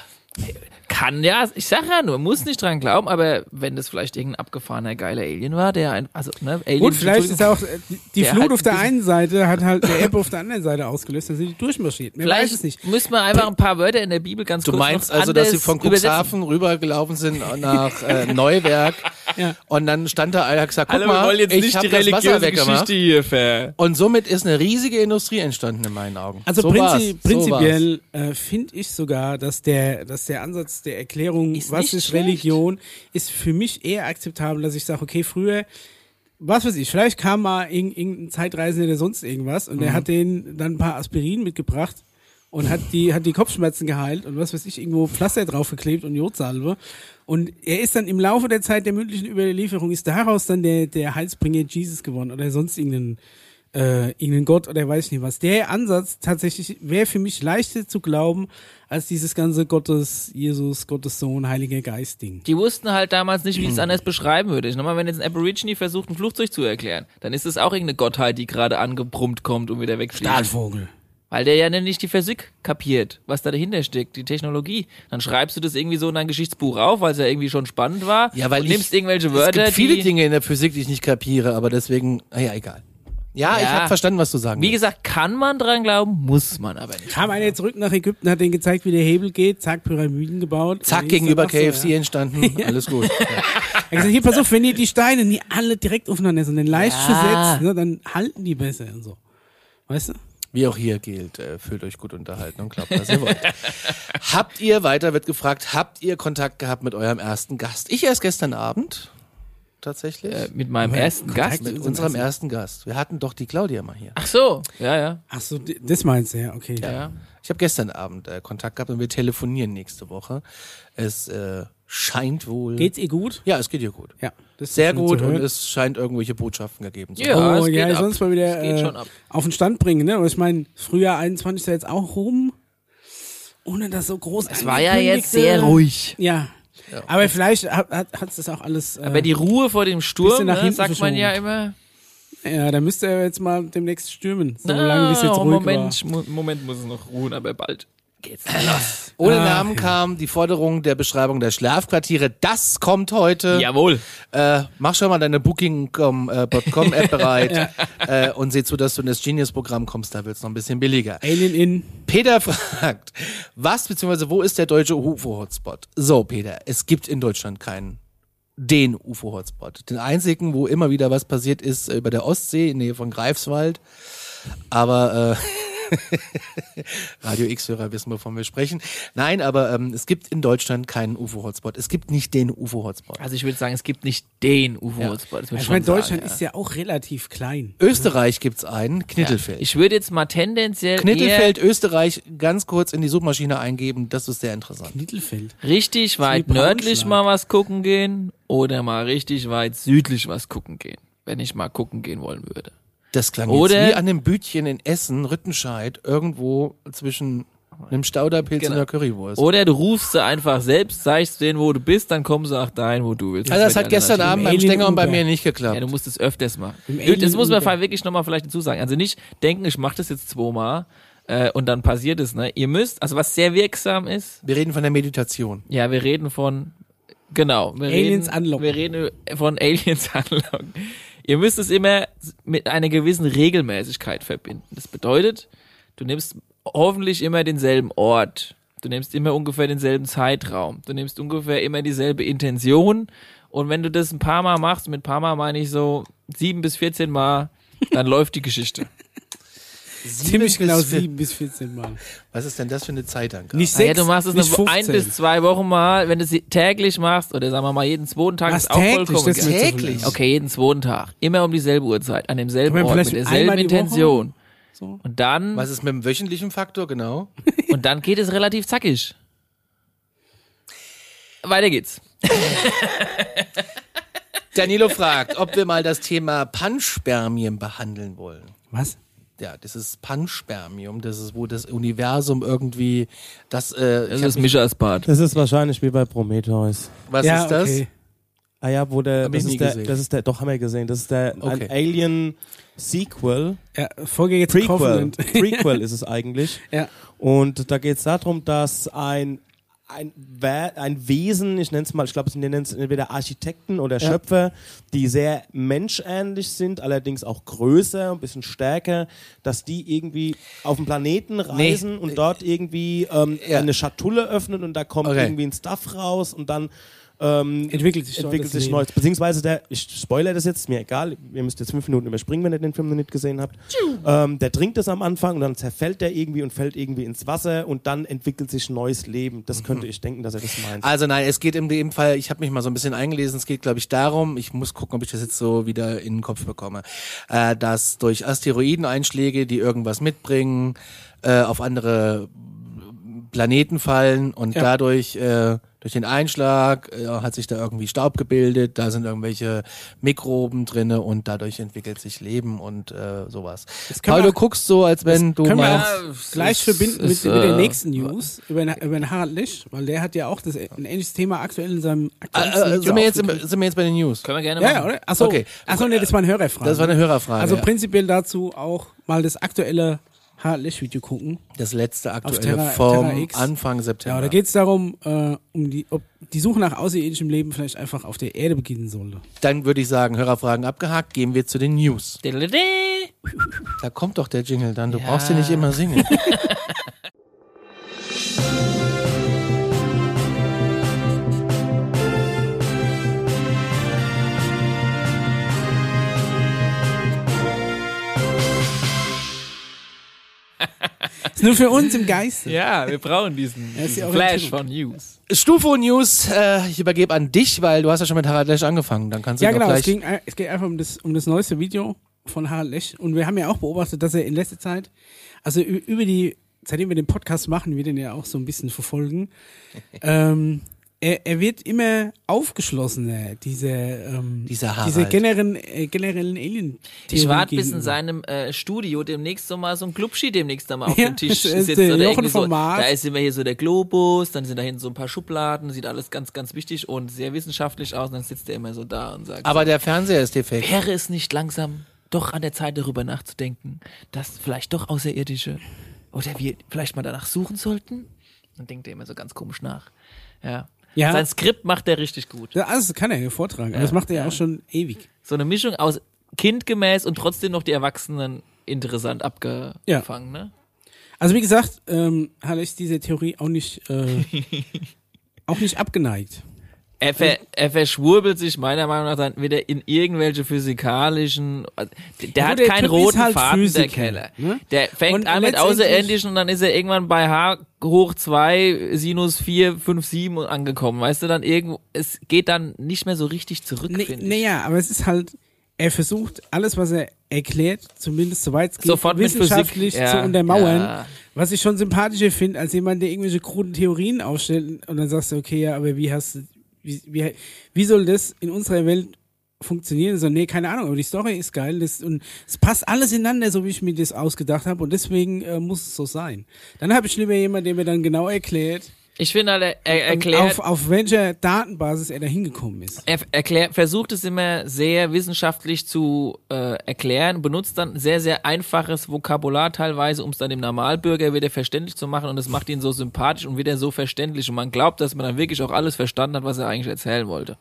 [SPEAKER 3] Kann ja, ich sag ja nur, muss nicht dran glauben, aber wenn das vielleicht irgendein abgefahrener geiler Alien war, der ein, also, ne, Alien.
[SPEAKER 1] Gut, vielleicht ist auch äh, die- die
[SPEAKER 3] Der
[SPEAKER 1] Flut
[SPEAKER 3] hat
[SPEAKER 1] auf der
[SPEAKER 3] ein
[SPEAKER 1] einen Seite hat halt eine Ebbe auf der anderen Seite ausgelöst, dann sind die durchmarschiert. Man
[SPEAKER 3] vielleicht
[SPEAKER 1] weiß es nicht.
[SPEAKER 3] müssen wir einfach ein paar Wörter in der Bibel ganz
[SPEAKER 2] Du
[SPEAKER 3] kurz
[SPEAKER 2] meinst
[SPEAKER 3] noch
[SPEAKER 2] also, dass sie
[SPEAKER 3] anders
[SPEAKER 2] von
[SPEAKER 3] übersetzen.
[SPEAKER 2] Cuxhaven rübergelaufen sind nach
[SPEAKER 1] [LAUGHS]
[SPEAKER 2] äh, Neuwerk
[SPEAKER 1] Ja.
[SPEAKER 2] und dann stand da einer und hat gesagt, guck
[SPEAKER 3] Hallo, wir
[SPEAKER 2] mal,
[SPEAKER 3] wollen jetzt
[SPEAKER 2] ich
[SPEAKER 3] nicht
[SPEAKER 2] habe
[SPEAKER 3] die
[SPEAKER 2] das Wasser
[SPEAKER 3] religiöse
[SPEAKER 2] weggemacht.
[SPEAKER 3] Geschichte hier ver.
[SPEAKER 2] Und somit ist eine riesige Industrie entstanden in meinen Augen.
[SPEAKER 1] Also
[SPEAKER 2] so
[SPEAKER 1] prinzi
[SPEAKER 2] war's, So war's.
[SPEAKER 1] prinzipiell äh, finde ich sogar, dass der, dass der Ansatz der Erklärung,
[SPEAKER 3] Ist
[SPEAKER 1] was
[SPEAKER 3] nicht
[SPEAKER 1] ist
[SPEAKER 3] schlecht.
[SPEAKER 1] Religion, ist für mich eher akzeptabel, dass ich sage, okay, früher was weiß ich, vielleicht kam mal irg- irgendein Zeitreisender oder sonst irgendwas und der
[SPEAKER 2] Mhm.
[SPEAKER 1] hat denen dann ein paar Aspirin mitgebracht und hat die, hat die Kopfschmerzen geheilt und was weiß ich, irgendwo Pflaster draufgeklebt und Jodsalbe. Und er ist dann im Laufe der Zeit der mündlichen Überlieferung, ist daraus dann der, der Heilsbringer Jesus geworden oder sonst irgendein, äh, irgendein Gott oder weiß ich nicht was. Der Ansatz tatsächlich wäre für mich leichter zu glauben als dieses ganze Gottes, Jesus, Gottes Sohn, Heiliger Geist Ding.
[SPEAKER 3] Die wussten halt damals nicht, wie ich es
[SPEAKER 2] Hm.
[SPEAKER 3] anders beschreiben würde. Ich nochmal, wenn jetzt ein Aborigine versucht, ein Flugzeug zu erklären, dann ist es auch irgendeine Gottheit, die gerade angebrummt kommt und wieder wegfliegt.
[SPEAKER 1] Stahlvogel.
[SPEAKER 3] Weil der ja ne, nicht die Physik kapiert, was da dahinter steckt, die Technologie. Dann schreibst du das irgendwie so in dein Geschichtsbuch auf, weil es ja irgendwie schon spannend war.
[SPEAKER 2] Ja, weil
[SPEAKER 3] und
[SPEAKER 2] ich-
[SPEAKER 3] nimmst irgendwelche Wörter,
[SPEAKER 2] es gibt viele
[SPEAKER 3] die,
[SPEAKER 2] Dinge in der Physik, die ich nicht kapiere, aber deswegen, naja, egal. Ja, ich
[SPEAKER 3] Ja.
[SPEAKER 2] habe verstanden, was du sagen
[SPEAKER 3] Wie
[SPEAKER 2] willst.
[SPEAKER 3] gesagt, kann man dran glauben, muss man aber nicht.
[SPEAKER 1] Kam einer zurück nach Ägypten, hat denen gezeigt, wie der Hebel geht, zack, Pyramiden gebaut.
[SPEAKER 2] Zack,
[SPEAKER 1] Und
[SPEAKER 2] gegenüber
[SPEAKER 1] dann machst
[SPEAKER 2] KFC
[SPEAKER 1] du, ja.
[SPEAKER 3] [LAUGHS]
[SPEAKER 2] entstanden, alles gut.
[SPEAKER 1] Er hat gesagt, hier, pass auf, wenn ihr die Steine nie alle direkt aufeinander sind, dann leicht
[SPEAKER 3] Ja.
[SPEAKER 1] versetzt, ne, dann halten die besser und so. Weißt du?
[SPEAKER 2] Wie auch hier gilt, äh, fühlt euch gut unterhalten und glaubt, was ihr wollt. habt ihr, weiter wird gefragt, habt ihr Kontakt gehabt mit eurem ersten Gast? Ich erst gestern Abend, tatsächlich.
[SPEAKER 3] Äh,
[SPEAKER 2] äh,
[SPEAKER 3] Mit meinem ersten Gast.
[SPEAKER 2] mit unserem ersten Gast. Wir hatten doch die Claudia mal hier.
[SPEAKER 3] Ach so, ja, ja.
[SPEAKER 1] Ach so, d- das meinst du ja, okay.
[SPEAKER 3] ja.
[SPEAKER 2] Ich habe gestern Abend äh, Kontakt gehabt und wir telefonieren nächste Woche. Es äh, scheint wohl.
[SPEAKER 1] Geht's ihr gut?
[SPEAKER 2] Ja, es geht ihr gut.
[SPEAKER 1] Ja. Das ist
[SPEAKER 2] Sehr
[SPEAKER 1] schön
[SPEAKER 2] gut
[SPEAKER 1] zu
[SPEAKER 2] und
[SPEAKER 1] hören.
[SPEAKER 2] es scheint irgendwelche Botschaften gegeben zu
[SPEAKER 3] Ja.
[SPEAKER 2] haben.
[SPEAKER 1] oh,
[SPEAKER 3] es
[SPEAKER 1] ja,
[SPEAKER 3] geht
[SPEAKER 1] ich
[SPEAKER 3] ab.
[SPEAKER 1] sonst mal
[SPEAKER 3] Es
[SPEAKER 1] wieder
[SPEAKER 3] geht
[SPEAKER 1] äh,
[SPEAKER 3] schon ab.
[SPEAKER 1] auf den Stand bringen, ne? Aber ich meine, Frühjahr 21 ist ja jetzt auch rum, ohne dass so groß
[SPEAKER 3] Es war ja jetzt
[SPEAKER 1] angekündigte-
[SPEAKER 3] sehr ruhig.
[SPEAKER 1] Ja. Aber vielleicht hat es das auch alles. Äh,
[SPEAKER 3] Aber die Ruhe vor dem Sturm,
[SPEAKER 1] Bisschen nach
[SPEAKER 3] ne,
[SPEAKER 1] hinten
[SPEAKER 3] sagt man ja
[SPEAKER 1] verschoben.
[SPEAKER 3] immer.
[SPEAKER 1] Ja, da müsste er jetzt mal demnächst stürmen. So
[SPEAKER 3] Na,
[SPEAKER 1] lange, bis jetzt ruhig
[SPEAKER 3] Ah, Moment, mu- Moment muss es noch ruhen, aber bald geht's los.
[SPEAKER 2] Ohne
[SPEAKER 1] Ah,
[SPEAKER 2] Namen kam die Forderung der Beschreibung der Schlafquartiere. Das kommt heute.
[SPEAKER 3] Jawohl.
[SPEAKER 2] Äh, mach schon mal deine
[SPEAKER 1] [LAUGHS]
[SPEAKER 2] äh, Booking.com-App bereit äh, und seh zu, dass du in das Genius-Programm kommst. Da wird's noch ein bisschen billiger.
[SPEAKER 1] war. Alien in.
[SPEAKER 2] Peter [LAUGHS] fragt, was bzw. wo ist der deutsche UFO-Hotspot? So, Peter, es gibt in Deutschland keinen den UFO-Hotspot. Den einzigen, wo immer wieder was passiert ist, äh, über der Ostsee in Nähe von Greifswald. Aber äh, [LAUGHS] Radio X-Hörer wissen, wovon wir sprechen. Nein, aber ähm, es gibt in Deutschland keinen UFO-Hotspot. Es gibt nicht den UFO-Hotspot.
[SPEAKER 3] Also ich würde sagen, es gibt nicht den UFO-Hotspot. das würd
[SPEAKER 1] Also Ich
[SPEAKER 3] schon
[SPEAKER 1] meine,
[SPEAKER 3] sagen,
[SPEAKER 1] Deutschland
[SPEAKER 3] ja.
[SPEAKER 1] ist ja auch relativ klein.
[SPEAKER 2] Österreich gibt's einen, Knittelfeld.
[SPEAKER 3] Ich würde jetzt mal tendenziell
[SPEAKER 2] Knittelfeld, Österreich, ganz kurz in die Suchmaschine eingeben, das ist sehr interessant.
[SPEAKER 1] Mittelfeld.
[SPEAKER 3] eher richtig weit
[SPEAKER 1] wie
[SPEAKER 3] nördlich
[SPEAKER 1] Braunschlag.
[SPEAKER 3] mal was gucken gehen oder mal richtig weit südlich was gucken gehen, wenn ich mal gucken gehen wollen würde.
[SPEAKER 2] Das klang
[SPEAKER 3] Oder-
[SPEAKER 2] jetzt wie an einem Bütchen in Essen, Rüttenscheid, irgendwo zwischen einem Stauderpilz
[SPEAKER 3] Genau.
[SPEAKER 2] und einer Currywurst.
[SPEAKER 3] Oder du rufst sie einfach selbst, zeigst denen, wo du bist, dann kommen sie auch dahin, wo du willst.
[SPEAKER 2] also das
[SPEAKER 3] wird
[SPEAKER 2] hat
[SPEAKER 3] ja
[SPEAKER 2] gestern
[SPEAKER 3] natürlich-
[SPEAKER 2] Abend beim
[SPEAKER 1] Alien
[SPEAKER 2] Stenger und bei
[SPEAKER 1] Uber.
[SPEAKER 2] mir nicht geklappt.
[SPEAKER 3] Ja, du musst es öfters machen.
[SPEAKER 1] Im
[SPEAKER 3] Gut, Das muss man
[SPEAKER 1] Alien-Uber.
[SPEAKER 3] wirklich nochmal vielleicht dazu sagen. Also nicht denken, ich mache das jetzt zweimal äh, und dann passiert es. Ne? Ihr müsst, also was sehr wirksam ist,
[SPEAKER 2] wir reden von der Meditation.
[SPEAKER 3] ja, wir reden von, genau. Wir
[SPEAKER 1] Aliens
[SPEAKER 3] reden,
[SPEAKER 1] anlocken.
[SPEAKER 3] Wir reden von Aliens [LAUGHS] anlocken. Ihr müsst es immer mit einer gewissen Regelmäßigkeit verbinden. Das bedeutet, du nimmst hoffentlich immer denselben Ort. Du nimmst immer ungefähr denselben Zeitraum. Du nimmst ungefähr immer dieselbe Intention. Und wenn du das ein paar Mal machst, mit ein paar Mal meine ich so sieben bis 14 Mal, dann [LAUGHS] läuft die Geschichte.
[SPEAKER 1] Ziemlich genau
[SPEAKER 2] bis vier-
[SPEAKER 1] sieben bis 14 Mal.
[SPEAKER 2] Was ist denn das für eine Zeitangabe?
[SPEAKER 1] Nicht
[SPEAKER 3] Ah
[SPEAKER 1] sechs,
[SPEAKER 3] ja, du machst es
[SPEAKER 1] nicht
[SPEAKER 3] noch
[SPEAKER 1] 15.
[SPEAKER 3] ein bis zwei Wochen mal, wenn du es täglich machst, oder sagen wir mal jeden zweiten Tag,
[SPEAKER 1] Was
[SPEAKER 3] ist auch
[SPEAKER 1] täglich,
[SPEAKER 3] vollkommen
[SPEAKER 1] das
[SPEAKER 3] geil.
[SPEAKER 1] ist mir zu
[SPEAKER 2] Täglich?
[SPEAKER 1] viel.
[SPEAKER 3] Okay, jeden zweiten Tag. Immer um dieselbe Uhrzeit, an demselben
[SPEAKER 1] Kann man
[SPEAKER 3] Ort, mit
[SPEAKER 1] vielleicht
[SPEAKER 3] derselben
[SPEAKER 1] einmal die Woche?
[SPEAKER 3] Intention.
[SPEAKER 1] So.
[SPEAKER 3] Und dann,
[SPEAKER 2] Was ist mit dem wöchentlichen Faktor, genau?
[SPEAKER 3] und dann geht es relativ zackig. Weiter geht's.
[SPEAKER 2] Danilo fragt, ob wir mal das Thema Panspermien behandeln wollen.
[SPEAKER 1] Was?
[SPEAKER 2] Ja, das ist Panspermium, das ist, wo das Universum irgendwie, das, äh,
[SPEAKER 3] Das
[SPEAKER 2] ich hab
[SPEAKER 3] ist
[SPEAKER 2] mich-
[SPEAKER 3] Mischas Bad.
[SPEAKER 4] Das ist wahrscheinlich wie bei Prometheus.
[SPEAKER 2] was
[SPEAKER 1] ja,
[SPEAKER 2] ist das?
[SPEAKER 1] okay.
[SPEAKER 4] Ah ja, wo der,
[SPEAKER 2] Hab
[SPEAKER 4] das
[SPEAKER 2] ich nie
[SPEAKER 4] ist der,
[SPEAKER 2] gesehen.
[SPEAKER 4] das ist der, doch haben wir gesehen, das ist der
[SPEAKER 2] Okay.
[SPEAKER 4] ein Alien Sequel,
[SPEAKER 1] Ja, Vorgänger zu
[SPEAKER 4] Prequel,
[SPEAKER 1] Covenant.
[SPEAKER 4] [LAUGHS] Prequel ist es eigentlich.
[SPEAKER 1] [LAUGHS] Ja.
[SPEAKER 4] Und da geht es darum, dass ein ein, We- ein Wesen, ich nenne es mal, ich glaube, sie nennen es entweder Architekten oder Schöpfer, die sehr menschähnlich sind, allerdings auch größer, ein bisschen stärker, dass die irgendwie auf den Planeten reisen und dort irgendwie ähm,
[SPEAKER 2] Ja.
[SPEAKER 4] eine Schatulle öffnen und da kommt
[SPEAKER 2] Okay.
[SPEAKER 4] irgendwie ein Stuff raus und dann ähm,
[SPEAKER 1] Entwickelt sich,
[SPEAKER 4] entwickelt
[SPEAKER 1] das
[SPEAKER 4] sich
[SPEAKER 1] Leben.
[SPEAKER 4] Neues. Beziehungsweise der, ich spoiler das jetzt, mir egal, ihr müsst jetzt fünf Minuten überspringen, wenn ihr den Film noch nicht gesehen habt. Ähm, der trinkt das am Anfang und dann zerfällt der irgendwie und fällt irgendwie ins Wasser und dann entwickelt sich neues Leben. Das könnte ich denken, dass er das meint.
[SPEAKER 2] Mhm. Also nein, es geht in dem Fall, ich habe mich mal so ein bisschen eingelesen, es geht glaube ich darum, ich muss gucken, ob ich das jetzt so wieder in den Kopf bekomme, äh, dass durch Asteroideneinschläge, die irgendwas mitbringen, äh, auf andere Planeten fallen und
[SPEAKER 1] Ja.
[SPEAKER 2] dadurch äh, durch den Einschlag äh, hat sich da irgendwie Staub gebildet, da sind irgendwelche Mikroben drinne und dadurch entwickelt sich Leben und äh, sowas.
[SPEAKER 1] können
[SPEAKER 2] Paul,
[SPEAKER 1] wir-
[SPEAKER 2] du guckst so, als wenn du
[SPEAKER 1] Können wir
[SPEAKER 2] meinst,
[SPEAKER 1] auch äh, gleich verbinden mit,
[SPEAKER 3] ist,
[SPEAKER 1] mit
[SPEAKER 3] äh,
[SPEAKER 1] der nächsten News über, den- über den Harald Lesch, weil der hat ja auch das, ein ähnliches Thema aktuell in seinem
[SPEAKER 2] äh,
[SPEAKER 1] aktuellen
[SPEAKER 2] äh,
[SPEAKER 1] Video
[SPEAKER 2] sind, wir jetzt, im-
[SPEAKER 1] aufgegriffen.
[SPEAKER 2] sind wir jetzt bei den News?
[SPEAKER 3] Können wir gerne
[SPEAKER 1] Ja,
[SPEAKER 3] machen.
[SPEAKER 1] oder? Achso,
[SPEAKER 2] Okay.
[SPEAKER 1] Achso nee, das war eine Hörerfrage.
[SPEAKER 2] Das war eine Hörerfrage.
[SPEAKER 1] Also
[SPEAKER 2] ja.
[SPEAKER 1] prinzipiell dazu auch mal das aktuelle Harald Lesch-Video gucken.
[SPEAKER 2] Das letzte aktuelle
[SPEAKER 1] Terra-
[SPEAKER 2] vom
[SPEAKER 1] Terra X.
[SPEAKER 2] Anfang September.
[SPEAKER 1] Ja, da geht es darum, äh, um die, ob die Suche nach außerirdischem Leben vielleicht einfach auf der Erde beginnen sollte.
[SPEAKER 2] Dann würde ich sagen, Hörerfragen abgehakt, gehen wir zu den News.
[SPEAKER 3] Diddle-dee.
[SPEAKER 2] Da kommt doch der Jingle dann, du
[SPEAKER 3] Ja.
[SPEAKER 2] brauchst den nicht immer singen.
[SPEAKER 1] Ist nur für uns im Geiste.
[SPEAKER 3] Ja, wir brauchen diesen,
[SPEAKER 1] ist die
[SPEAKER 3] diesen Flash
[SPEAKER 1] Orientierung.
[SPEAKER 3] von News.
[SPEAKER 2] [LAUGHS] Stufo News, äh, ich übergebe an dich, weil du hast ja schon mit Harald Lesch angefangen. Dann kannst du
[SPEAKER 1] Ja,
[SPEAKER 2] doch
[SPEAKER 1] genau. Es,
[SPEAKER 2] gleich.
[SPEAKER 1] ging, ein- es geht einfach um das, um das neueste Video von Harald Lech. Und wir haben ja auch beobachtet, dass er in letzter Zeit, also ü- über die, seitdem wir den Podcast machen, wir den ja auch so ein bisschen verfolgen, ähm, er, er wird immer aufgeschlossener, diese, ähm,
[SPEAKER 2] Dieser
[SPEAKER 1] diese
[SPEAKER 2] Harald.
[SPEAKER 1] generellen, äh, generellen alien
[SPEAKER 3] Ich warte bis in seinem äh, Studio demnächst so mal so ein Clubschi demnächst da mal auf
[SPEAKER 1] Ja,
[SPEAKER 3] dem Tisch
[SPEAKER 1] das ist
[SPEAKER 3] sitzt.
[SPEAKER 1] der
[SPEAKER 3] oder
[SPEAKER 1] Jochen
[SPEAKER 3] irgendwie so,
[SPEAKER 1] vom Mars.
[SPEAKER 3] da ist immer hier so der Globus, dann sind da hinten so ein paar Schubladen, sieht alles ganz, ganz wichtig und sehr wissenschaftlich aus. Und dann sitzt er immer so da und sagt,
[SPEAKER 2] Aber der Fernseher ist defekt.
[SPEAKER 3] wäre es nicht langsam doch an der Zeit darüber nachzudenken, dass vielleicht doch Außerirdische oder wir vielleicht mal danach suchen sollten? Dann denkt er immer so ganz komisch nach. Ja.
[SPEAKER 1] Ja.
[SPEAKER 3] Sein Skript macht er richtig gut.
[SPEAKER 1] Ja, alles kann er ja vortragen. aber das macht er ja auch schon ewig.
[SPEAKER 3] so eine Mischung aus kindgemäß und trotzdem noch die Erwachsenen interessant
[SPEAKER 1] Ja.
[SPEAKER 3] abgefangen, ne?
[SPEAKER 1] Also wie gesagt, ähm, Harald Lech ist dieser Theorie auch nicht, äh, auch nicht abgeneigt.
[SPEAKER 3] Er, ver, er verschwurbelt sich meiner Meinung nach dann wieder in irgendwelche physikalischen. Der
[SPEAKER 1] Ja,
[SPEAKER 3] hat
[SPEAKER 1] der
[SPEAKER 3] keinen
[SPEAKER 1] Typ
[SPEAKER 3] roten
[SPEAKER 1] ist halt
[SPEAKER 3] Faden, der
[SPEAKER 1] Physiker,
[SPEAKER 3] Keller.
[SPEAKER 1] ne?
[SPEAKER 3] Der fängt
[SPEAKER 1] Und
[SPEAKER 3] an mit
[SPEAKER 1] letztendlich-
[SPEAKER 3] Außerirdischen und dann ist er irgendwann bei H hoch 2, Sinus 4, 5, 7 angekommen. Weißt du, dann irgendwo, es geht dann nicht mehr so richtig zurück,
[SPEAKER 1] Nee,
[SPEAKER 3] finde ich.
[SPEAKER 1] naja, aber es ist halt, er versucht alles, was er erklärt, zumindest soweit es geht,
[SPEAKER 3] Sofort mit
[SPEAKER 1] wissenschaftlich
[SPEAKER 3] Physik, ja,
[SPEAKER 1] zu untermauern.
[SPEAKER 3] ja.
[SPEAKER 1] Was ich schon sympathischer finde, als jemand, der irgendwelche kruden Theorien aufstellt und dann sagst du, okay, ja, aber wie hast du, wie, wie, wie soll das in unserer Welt funktionieren? So, nee, keine Ahnung, aber die Story ist geil das, und es passt alles ineinander, so wie ich mir das ausgedacht habe und deswegen äh, muss es so sein. Dann habe ich lieber jemanden, der mir dann genau erklärt, ähm,
[SPEAKER 3] Ich finde halt, er, er
[SPEAKER 1] auf,
[SPEAKER 3] erklärt,
[SPEAKER 1] auf welcher Datenbasis er da hingekommen ist.
[SPEAKER 3] er erklär, versucht es immer sehr wissenschaftlich zu äh, erklären, benutzt dann sehr, sehr einfaches Vokabular teilweise, um es dann dem Normalbürger wieder verständlich zu machen und das macht ihn so sympathisch und wieder so verständlich und man glaubt, dass man dann wirklich auch alles verstanden hat, was er eigentlich erzählen wollte.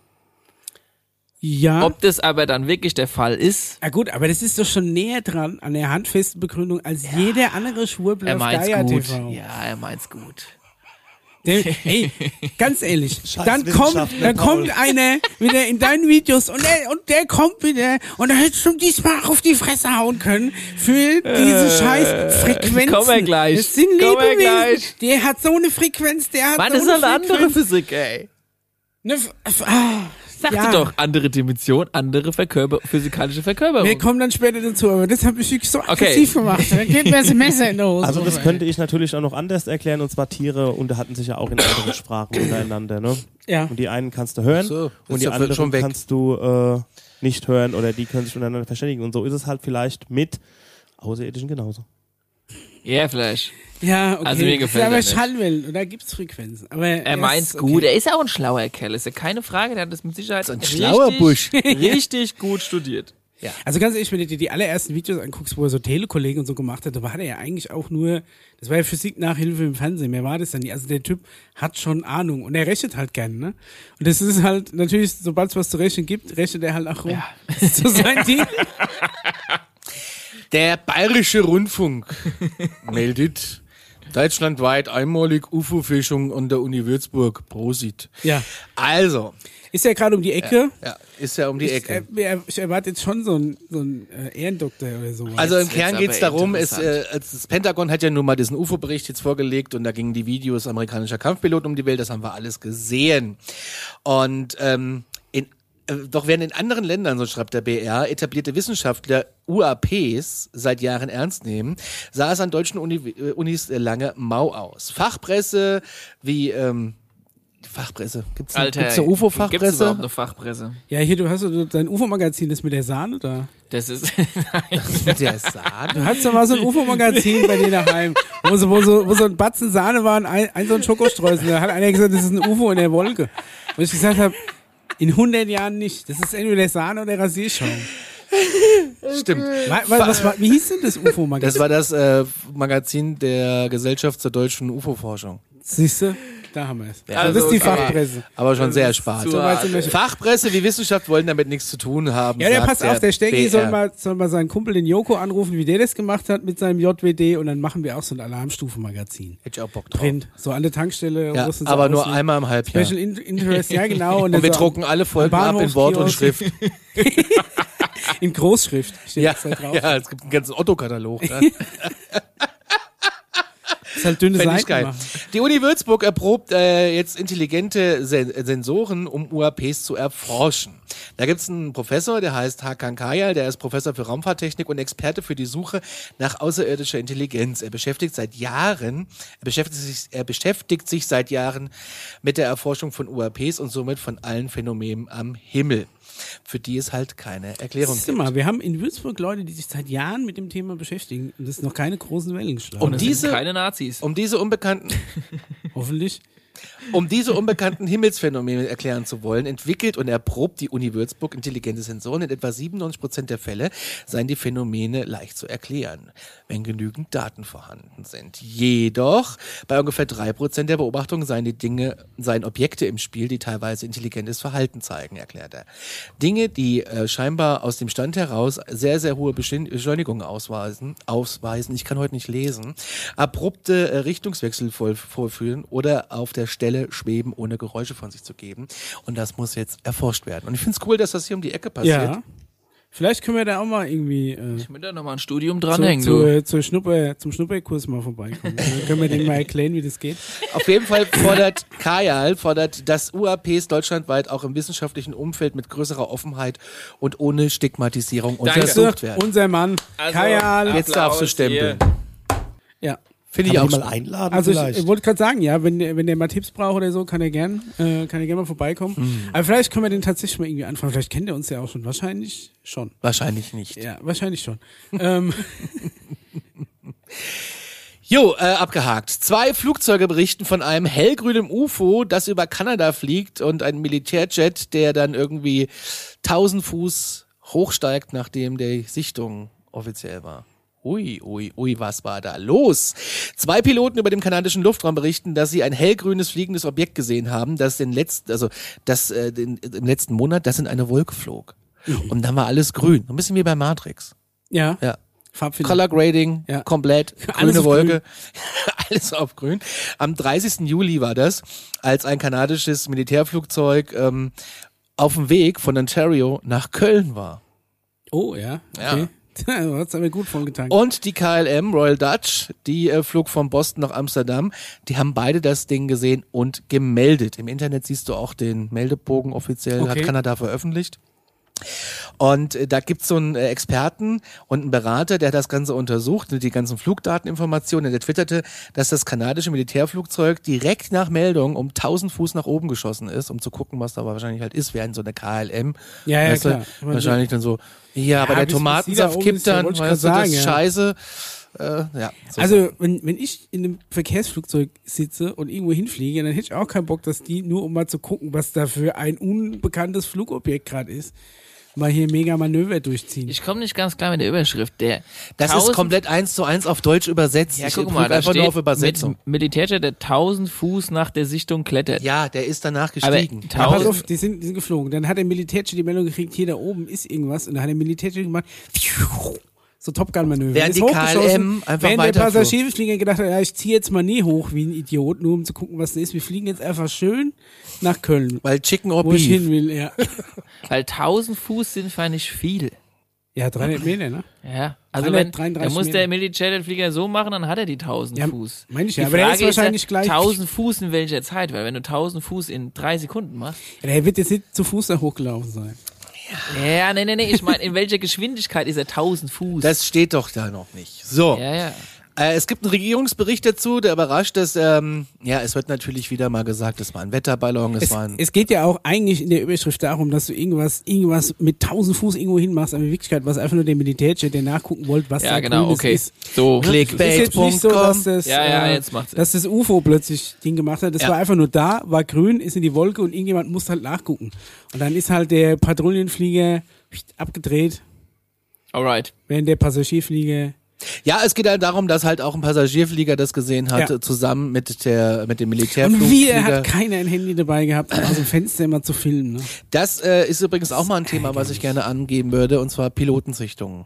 [SPEAKER 1] Ja.
[SPEAKER 3] Ob das aber dann wirklich der Fall ist,
[SPEAKER 1] Ja gut, aber das ist doch schon näher dran an der handfesten Begründung als jeder andere Schwurbel
[SPEAKER 3] er
[SPEAKER 1] auf
[SPEAKER 3] meint's
[SPEAKER 1] Gaia
[SPEAKER 3] gut.
[SPEAKER 1] TV.
[SPEAKER 3] Ja, er meint's gut. [LAUGHS]
[SPEAKER 1] Der, ey, ganz ehrlich,
[SPEAKER 4] Scheiß
[SPEAKER 1] dann kommt,
[SPEAKER 4] Wissenschaftler,
[SPEAKER 1] dann
[SPEAKER 4] Paul.
[SPEAKER 1] kommt einer wieder in deinen Videos und der, und der kommt wieder und dann hättest du diesmal auf die Fresse hauen können für diese scheiß Frequenzen.
[SPEAKER 3] Äh, komm mal gleich,
[SPEAKER 1] Das sind
[SPEAKER 3] komm mal
[SPEAKER 1] Lebewesen.
[SPEAKER 3] gleich.
[SPEAKER 1] Der hat so eine Frequenz, der hat
[SPEAKER 3] Mann,
[SPEAKER 1] so
[SPEAKER 3] das ist
[SPEAKER 1] eine
[SPEAKER 3] eine andere
[SPEAKER 1] Frequenz.
[SPEAKER 3] Physik, ey.
[SPEAKER 1] Eine F- F- ah,
[SPEAKER 3] Sagte
[SPEAKER 1] ja.
[SPEAKER 3] doch, andere Dimension, andere Verkörper physikalische Verkörperung.
[SPEAKER 1] Wir kommen dann später dazu, aber das hat mich wirklich so aggressiv gemacht. Dann geht mir das Messer in die Hose.
[SPEAKER 4] Also das könnte ich natürlich auch noch anders erklären und zwar Tiere unterhalten sich ja auch in
[SPEAKER 2] [COUGHS]
[SPEAKER 4] anderen Sprachen untereinander, ne?
[SPEAKER 1] ja.
[SPEAKER 4] Und die einen kannst du hören
[SPEAKER 2] So, ist
[SPEAKER 4] und die
[SPEAKER 2] ja
[SPEAKER 4] anderen
[SPEAKER 2] schon weg.
[SPEAKER 4] kannst du äh, nicht hören oder die können sich untereinander verständigen und so ist es halt vielleicht mit Außerirdischen genauso.
[SPEAKER 3] Ja, Flash.
[SPEAKER 1] Ja, okay.
[SPEAKER 3] Also mir gefällt
[SPEAKER 1] das
[SPEAKER 3] er
[SPEAKER 1] ist
[SPEAKER 3] nicht.
[SPEAKER 1] aber Schallwellen und da gibt's Frequenzen. Aber
[SPEAKER 3] Er meint's gut. Er ist ja auch ein schlauer Kerl, ist ja keine Frage. Der hat das mit Sicherheit
[SPEAKER 2] ein schlauer
[SPEAKER 3] [LAUGHS]
[SPEAKER 2] Bursch.
[SPEAKER 3] richtig gut studiert.
[SPEAKER 1] Also ganz ehrlich, wenn du dir die allerersten Videos anguckst, wo er so Telekollegen und so gemacht hat, da war der ja eigentlich auch nur, das war ja Physik-Nachhilfe im Fernsehen, mehr war das dann nicht. Also der Typ hat schon Ahnung und er rechnet halt gerne, ne? Und das ist halt natürlich, sobald es was zu rechnen gibt, rechnet er halt auch rum. Das ist [LAUGHS] so sein
[SPEAKER 3] [LAUGHS]
[SPEAKER 1] Ding.
[SPEAKER 2] [LAUGHS] Der Bayerische Rundfunk meldet, Deutschlandweit einmalig UFO-Fischung an der Uni Würzburg. Prosit.
[SPEAKER 1] Ja.
[SPEAKER 2] Also,
[SPEAKER 1] Ist ja gerade um die Ecke.
[SPEAKER 2] ja, ist ja um die
[SPEAKER 1] Ich,
[SPEAKER 2] Ecke.
[SPEAKER 1] äh, er- ich erwarte jetzt schon so einen so einen, äh, Ehrendoktor oder sowas.
[SPEAKER 2] Also im
[SPEAKER 3] wird's
[SPEAKER 2] Kern
[SPEAKER 3] aber
[SPEAKER 2] geht es darum, es, äh,
[SPEAKER 3] interessant.
[SPEAKER 2] das Pentagon hat ja nun mal diesen UFO-Bericht jetzt vorgelegt und da gingen die Videos amerikanischer Kampfpiloten um die Welt, das haben wir alles gesehen. Und ähm, in, äh, doch werden in anderen Ländern, so schreibt der BR, etablierte Wissenschaftler UAPs seit Jahren ernst nehmen, sah es an deutschen Uni, äh, Unis äh, lange mau aus. Fachpresse wie... Ähm, Fachpresse. Gibt's eine,
[SPEAKER 3] Alter,
[SPEAKER 2] gibt's eine
[SPEAKER 3] Gibt's überhaupt
[SPEAKER 2] UFO-Fachpresse?
[SPEAKER 3] eine Fachpresse?
[SPEAKER 1] ja, hier, du hast so dein UFO-Magazin, das mit der Sahne da.
[SPEAKER 3] Das ist, [LAUGHS]
[SPEAKER 2] Der Sahne?
[SPEAKER 1] [LAUGHS] Du hattest doch mal so ein UFO-Magazin bei dir daheim, wo so, wo, so, wo so ein Batzen Sahne war und ein, ein so ein Schokostreusel. Da hat einer gesagt, das ist ein UFO in der Wolke. Und ich gesagt habe, in 100 Jahren nicht. Das ist entweder Sahne oder Rasierschaum.
[SPEAKER 2] Stimmt.
[SPEAKER 1] Was, was, war- wie hieß denn das
[SPEAKER 2] Das
[SPEAKER 1] UFO-Magazin?
[SPEAKER 2] war das äh, Magazin der Gesellschaft zur deutschen UFO-Forschung.
[SPEAKER 1] Siehste, da haben wir es.
[SPEAKER 3] also,
[SPEAKER 1] das ist die
[SPEAKER 3] okay.
[SPEAKER 1] Fachpresse.
[SPEAKER 2] Aber schon sehr spart.
[SPEAKER 3] zu hart.
[SPEAKER 2] Fachpresse wie Wissenschaft wollen damit nichts zu tun haben.
[SPEAKER 1] Ja, der
[SPEAKER 2] sagt
[SPEAKER 1] passt auf, der Stecki
[SPEAKER 2] BR.
[SPEAKER 1] soll mal, soll mal seinen Kumpel den Joko anrufen, wie der das gemacht hat mit seinem JWD und dann machen wir auch so ein Alarmstufenmagazin.
[SPEAKER 2] Hätte ich auch Bock drauf.
[SPEAKER 1] Print, so alle Tankstelle.
[SPEAKER 2] Ja,
[SPEAKER 1] russen sie
[SPEAKER 2] aber nur
[SPEAKER 1] aus.
[SPEAKER 2] einmal im Halbjahr.
[SPEAKER 1] Special in Interest, ja genau. Und,
[SPEAKER 2] Und wir
[SPEAKER 1] dann so
[SPEAKER 2] drucken alle Folgen
[SPEAKER 1] am
[SPEAKER 2] ab in Wort und
[SPEAKER 1] Bahnhofskiosk. [LAUGHS]
[SPEAKER 2] Schrift.
[SPEAKER 1] In Großschrift steht
[SPEAKER 2] Ja,
[SPEAKER 1] das da drauf.
[SPEAKER 2] ja, es gibt einen ganzen
[SPEAKER 1] [LAUGHS]
[SPEAKER 2] Otto-Katalog. Ne?
[SPEAKER 1] Ist halt dünne
[SPEAKER 2] Fänd
[SPEAKER 1] Seiten
[SPEAKER 2] ich geil.
[SPEAKER 1] machen.
[SPEAKER 2] Die Uni Würzburg erprobt äh, jetzt intelligente Sen äh, Sensoren, um UAPs zu erforschen. Da gibt's einen Professor, der heißt Hakan Kayal, der ist Professor für Raumfahrttechnik und Experte für die Suche nach außerirdischer Intelligenz. Er beschäftigt seit Jahren, er beschäftigt sich, er beschäftigt sich seit Jahren mit der Erforschung von UAPs und somit von allen Phänomenen am Himmel, für die es halt keine Erklärung
[SPEAKER 1] Siehst du
[SPEAKER 2] gibt.
[SPEAKER 1] mal, wir haben in Würzburg Leute, die sich seit Jahren mit dem Thema beschäftigen und das noch keine großen Wellen geschlagen.
[SPEAKER 2] Um
[SPEAKER 1] hat.
[SPEAKER 3] das sind
[SPEAKER 2] diese-
[SPEAKER 3] keine Nazis.
[SPEAKER 2] Um diese unbekannten
[SPEAKER 1] Hoffentlich.
[SPEAKER 2] Um diese unbekannten Himmelsphänomene erklären zu wollen, entwickelt und erprobt die Uni Würzburg intelligente Sensoren. In etwa 97 Prozent der Fälle seien die Phänomene leicht zu erklären, wenn genügend Daten vorhanden sind. Jedoch bei ungefähr drei Prozent der Beobachtungen seien die Dinge, seien Objekte im Spiel, die teilweise intelligentes Verhalten zeigen, erklärt er. Dinge, die äh, scheinbar aus dem Stand heraus sehr, sehr hohe Beschin- Beschleunigungen ausweisen, ausweisen. Ich kann heute nicht lesen. Abrupte äh, Richtungswechsel voll, vollführen oder auf der Stelle schweben, ohne Geräusche von sich zu geben. Und das muss jetzt erforscht werden. Und ich finde es cool, dass das hier um die Ecke passiert.
[SPEAKER 1] Ja. Vielleicht können wir da auch mal irgendwie äh,
[SPEAKER 3] Ich würde da nochmal ein Studium
[SPEAKER 1] zu,
[SPEAKER 3] dranhängen,
[SPEAKER 1] zu,
[SPEAKER 3] du.
[SPEAKER 1] äh, zur Schnupper, zum Schnupperkurs mal vorbeikommen. Dann können wir denen mal erklären, wie das geht.
[SPEAKER 2] Auf jeden Fall fordert Kajal, fordert, dass UAPs deutschlandweit auch im wissenschaftlichen Umfeld mit größerer Offenheit und ohne Stigmatisierung
[SPEAKER 3] Danke.
[SPEAKER 2] untersucht werden.
[SPEAKER 1] Unser Mann,
[SPEAKER 3] Also,
[SPEAKER 1] Kajal.
[SPEAKER 2] Jetzt darfst du
[SPEAKER 3] Applaus
[SPEAKER 2] stempeln.
[SPEAKER 1] Ja.
[SPEAKER 2] Finde
[SPEAKER 4] Kann
[SPEAKER 2] ich
[SPEAKER 4] man
[SPEAKER 2] auch
[SPEAKER 4] die mal
[SPEAKER 2] spannend.
[SPEAKER 4] einladen
[SPEAKER 1] Also ich,
[SPEAKER 4] vielleicht?
[SPEAKER 1] ich wollte gerade sagen, ja, wenn, der- wenn der mal Tipps braucht oder so, kann er gern, äh, kann er gerne mal vorbeikommen.
[SPEAKER 4] Hm.
[SPEAKER 1] Aber vielleicht können wir den tatsächlich mal irgendwie anfragen. Vielleicht kennt er uns ja auch schon. Wahrscheinlich schon.
[SPEAKER 2] Wahrscheinlich nicht.
[SPEAKER 1] Ja, wahrscheinlich
[SPEAKER 4] [LAUGHS]
[SPEAKER 1] schon. ähm,
[SPEAKER 2] Jo, äh, abgehakt. Zwei Flugzeuge berichten von einem hellgrünen UFO, das über Kanada fliegt und ein Militärjet, der dann irgendwie 1000 Fuß hochsteigt, nachdem die Sichtung offiziell war. Ui, ui, ui, was war da los? Zwei Piloten über dem kanadischen Luftraum berichten, dass sie ein hellgrünes fliegendes Objekt gesehen haben, das den letzten, also das äh, den, im letzten Monat, das in eine Wolke flog. Und dann war alles grün. Ein bisschen wie bei Matrix.
[SPEAKER 1] ja,
[SPEAKER 2] Ja.
[SPEAKER 1] Farbfilm.
[SPEAKER 2] Color Grading,
[SPEAKER 1] Ja.
[SPEAKER 2] komplett,
[SPEAKER 1] [LAUGHS] Alles
[SPEAKER 2] grüne
[SPEAKER 1] auf
[SPEAKER 2] Wolke, [LAUGHS] alles auf grün. Am 30. Juli war das, als ein kanadisches Militärflugzeug ähm, auf dem Weg von Ontario nach Köln war.
[SPEAKER 1] Oh, ja. Okay. [LAUGHS] Ja. du hast aber gut von
[SPEAKER 4] Oh,
[SPEAKER 1] getankt.
[SPEAKER 2] Und die KLM Royal Dutch, die äh, flog von Boston nach Amsterdam, die haben beide das Ding gesehen und gemeldet. Im Internet siehst du auch den Meldebogen offiziell, hat
[SPEAKER 1] Okay.
[SPEAKER 2] Kanada veröffentlicht. Und äh, da gibt's so einen äh, Experten und einen Berater, der hat das Ganze untersucht, die ganzen Flugdateninformationen. Der twitterte, dass das kanadische Militärflugzeug direkt nach Meldung um 1000 Fuß nach oben geschossen ist, um zu gucken, was da wahrscheinlich halt ist, während so eine KLM.
[SPEAKER 1] Ja, ja,
[SPEAKER 2] weißt du,
[SPEAKER 1] klar.
[SPEAKER 2] Wahrscheinlich dann so, ja, aber
[SPEAKER 1] bis- bis
[SPEAKER 2] der
[SPEAKER 1] die da
[SPEAKER 2] Tomatensaft
[SPEAKER 1] oben
[SPEAKER 2] kippt
[SPEAKER 1] ist, da
[SPEAKER 2] dann,
[SPEAKER 1] wollte ich
[SPEAKER 2] weißt du,
[SPEAKER 1] grad
[SPEAKER 2] das
[SPEAKER 1] sagen,
[SPEAKER 2] ist
[SPEAKER 1] ja.
[SPEAKER 2] scheiße. Äh, ja, so.
[SPEAKER 1] Also, wenn, wenn ich in einem Verkehrsflugzeug sitze und irgendwo hinfliege, dann hätte ich auch keinen Bock, dass die nur, um mal zu gucken, was da für ein unbekanntes Flugobjekt gerade ist, mal hier mega Manöver durchziehen.
[SPEAKER 3] Ich komme nicht ganz klar mit der Überschrift. Der
[SPEAKER 2] das
[SPEAKER 3] 1000
[SPEAKER 2] ist komplett eins zu eins auf Deutsch übersetzt.
[SPEAKER 3] Ja,
[SPEAKER 2] ich
[SPEAKER 3] guck
[SPEAKER 2] guck
[SPEAKER 3] mal, da
[SPEAKER 2] einfach
[SPEAKER 3] steht
[SPEAKER 2] nur auf Übersetzung.
[SPEAKER 3] Mit Militärjet, der 1000 Fuß nach der Sichtung klettert.
[SPEAKER 2] Ja, der ist danach
[SPEAKER 3] aber
[SPEAKER 2] gestiegen.
[SPEAKER 3] 1000,
[SPEAKER 1] Ja, pass auf, die sind, die sind geflogen. Dann hat der Militärchen die Meldung gekriegt, hier da oben ist irgendwas. Und dann hat der Militärchen gemacht, So Top Gun-Manöver.
[SPEAKER 2] Während
[SPEAKER 1] Ist
[SPEAKER 2] die
[SPEAKER 1] hochgeschossen,
[SPEAKER 2] KLM einfach
[SPEAKER 1] Während der
[SPEAKER 2] weiterflog.
[SPEAKER 1] Passagierflieger gedacht hat, ja, ich ziehe jetzt mal nie hoch wie ein Idiot, nur um zu gucken, was da ist. Wir fliegen jetzt einfach schön nach Köln,
[SPEAKER 2] Weil Chicken or
[SPEAKER 1] wo ich
[SPEAKER 2] Beef.
[SPEAKER 1] hin will. Ja, [LAUGHS]
[SPEAKER 3] Weil 1000 Fuß sind für nicht viel.
[SPEAKER 1] ja 300 Meter, ne?
[SPEAKER 3] Ja, also wenn,
[SPEAKER 1] 333
[SPEAKER 3] dann muss
[SPEAKER 1] Meter.
[SPEAKER 3] der Militärflieger so machen, dann hat er die 1000
[SPEAKER 1] Ja,
[SPEAKER 3] Fuß.
[SPEAKER 1] meine ich
[SPEAKER 3] die
[SPEAKER 1] ja, aber der ist wahrscheinlich gleich-
[SPEAKER 3] 1000 Fuß in welcher Zeit, weil wenn du 1000 Fuß in drei Sekunden machst.
[SPEAKER 1] Ja, der wird jetzt nicht zu Fuß da hochgelaufen sein.
[SPEAKER 3] Ja, nee, nee, nee, ich meine, in welcher Geschwindigkeit ist er 1000 Fuß?
[SPEAKER 2] Das steht doch da noch nicht. So.
[SPEAKER 3] ja, ja.
[SPEAKER 2] Äh, es gibt einen Regierungsbericht dazu, der überrascht, dass, ähm, ja, es wird natürlich wieder mal gesagt, es war ein Wetterballon, es,
[SPEAKER 1] Es,
[SPEAKER 2] war ein.
[SPEAKER 1] es geht ja auch eigentlich in der Überschrift darum, dass du irgendwas, irgendwas mit 1000 Fuß irgendwo hinmachst, aber in Wirklichkeit war es einfach nur der Militärjet, der nachgucken wollte, was
[SPEAKER 3] Ja,
[SPEAKER 1] da
[SPEAKER 3] genau,
[SPEAKER 1] Grünes
[SPEAKER 3] okay.
[SPEAKER 1] ist.
[SPEAKER 3] So.
[SPEAKER 1] Es ist jetzt nicht so, dass das,
[SPEAKER 3] Ja, ja,
[SPEAKER 1] äh,
[SPEAKER 3] jetzt macht's Sinn.
[SPEAKER 1] dass das UFO plötzlich Ding gemacht hat. Das
[SPEAKER 2] Ja.
[SPEAKER 1] war einfach nur da, war grün, ist in die Wolke und irgendjemand musste halt nachgucken. Und dann ist halt der Patrouillenflieger abgedreht,
[SPEAKER 3] Alright.
[SPEAKER 1] während der Passagierflieger.
[SPEAKER 2] Ja, es geht halt darum, dass halt auch ein Passagierflieger das gesehen hat,
[SPEAKER 1] Ja.
[SPEAKER 2] äh, zusammen mit der, mit dem
[SPEAKER 1] Und wieder
[SPEAKER 2] Militärflugflieger.
[SPEAKER 1] hat keiner ein Handy dabei gehabt, um aus dem Fenster immer zu filmen. Ne?
[SPEAKER 2] Das äh, ist übrigens auch mal ein Thema, was ich gerne angeben würde, und zwar Pilotensichtungen.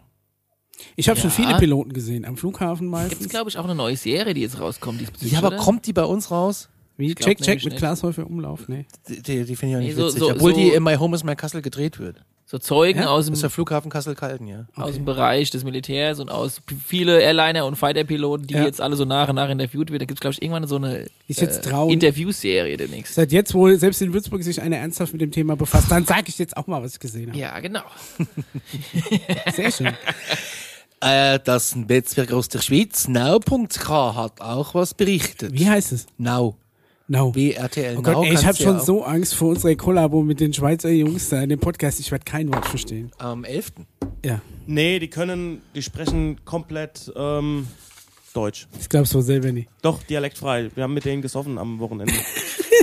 [SPEAKER 1] Ich habe schon
[SPEAKER 3] Ja.
[SPEAKER 1] viele Piloten gesehen, am Flughafen meistens.
[SPEAKER 3] Gibt's, glaube ich, auch eine neue Serie, die jetzt rauskommt diesbezüglich,
[SPEAKER 2] Ja, aber
[SPEAKER 3] oder?
[SPEAKER 2] kommt die bei uns raus?
[SPEAKER 1] Wie
[SPEAKER 3] glaub
[SPEAKER 1] Check, Check
[SPEAKER 3] nämlich
[SPEAKER 1] mit
[SPEAKER 3] nicht.
[SPEAKER 1] Klaas Häufer Umlauf, ne?
[SPEAKER 2] Die, die, die finde ich auch nicht
[SPEAKER 3] Nee, so-
[SPEAKER 2] witzig,
[SPEAKER 3] so-
[SPEAKER 2] obwohl
[SPEAKER 3] so-
[SPEAKER 2] die in My Home is My Castle gedreht wird.
[SPEAKER 3] So Zeugen
[SPEAKER 1] Ja?
[SPEAKER 3] aus, dem,
[SPEAKER 2] Das ist der Flughafen Kassel-Calden, ja.
[SPEAKER 3] aus dem Bereich des Militärs und aus p- viele Airliner und Fighter-Piloten, die
[SPEAKER 1] Ja.
[SPEAKER 3] jetzt alle so nach und nach interviewt werden. Da gibt's, glaube ich, irgendwann so eine äh,
[SPEAKER 1] Ist jetzt traurig.
[SPEAKER 3] Interviewserie demnächst.
[SPEAKER 1] Seit jetzt wohl, selbst in Würzburg sich einer ernsthaft mit dem Thema befasst, dann sage ich jetzt auch mal, was ich gesehen habe.
[SPEAKER 3] Ja, genau.
[SPEAKER 1] Sehr schön.
[SPEAKER 2] Äh, das Netzwerk aus der Schweiz, now.k, hat auch was berichtet.
[SPEAKER 1] Wie heißt es?
[SPEAKER 2] Now.
[SPEAKER 1] No.
[SPEAKER 2] BRTL
[SPEAKER 1] Oh
[SPEAKER 2] Now.
[SPEAKER 1] Gott, ey, ich habe
[SPEAKER 2] kannst du
[SPEAKER 1] schon
[SPEAKER 2] ja
[SPEAKER 1] so Angst vor unserer Kollabo mit den Schweizer Jungs da in dem Podcast. Ich werde kein Wort verstehen.
[SPEAKER 2] auch Am 11.
[SPEAKER 1] Ja,
[SPEAKER 4] Nee, die können, die sprechen komplett ähm, Deutsch.
[SPEAKER 1] ich glaube es wohl selber nicht.
[SPEAKER 4] Doch, dialektfrei. Wir haben mit denen gesoffen
[SPEAKER 1] [LAUGHS]
[SPEAKER 4] am Wochenende.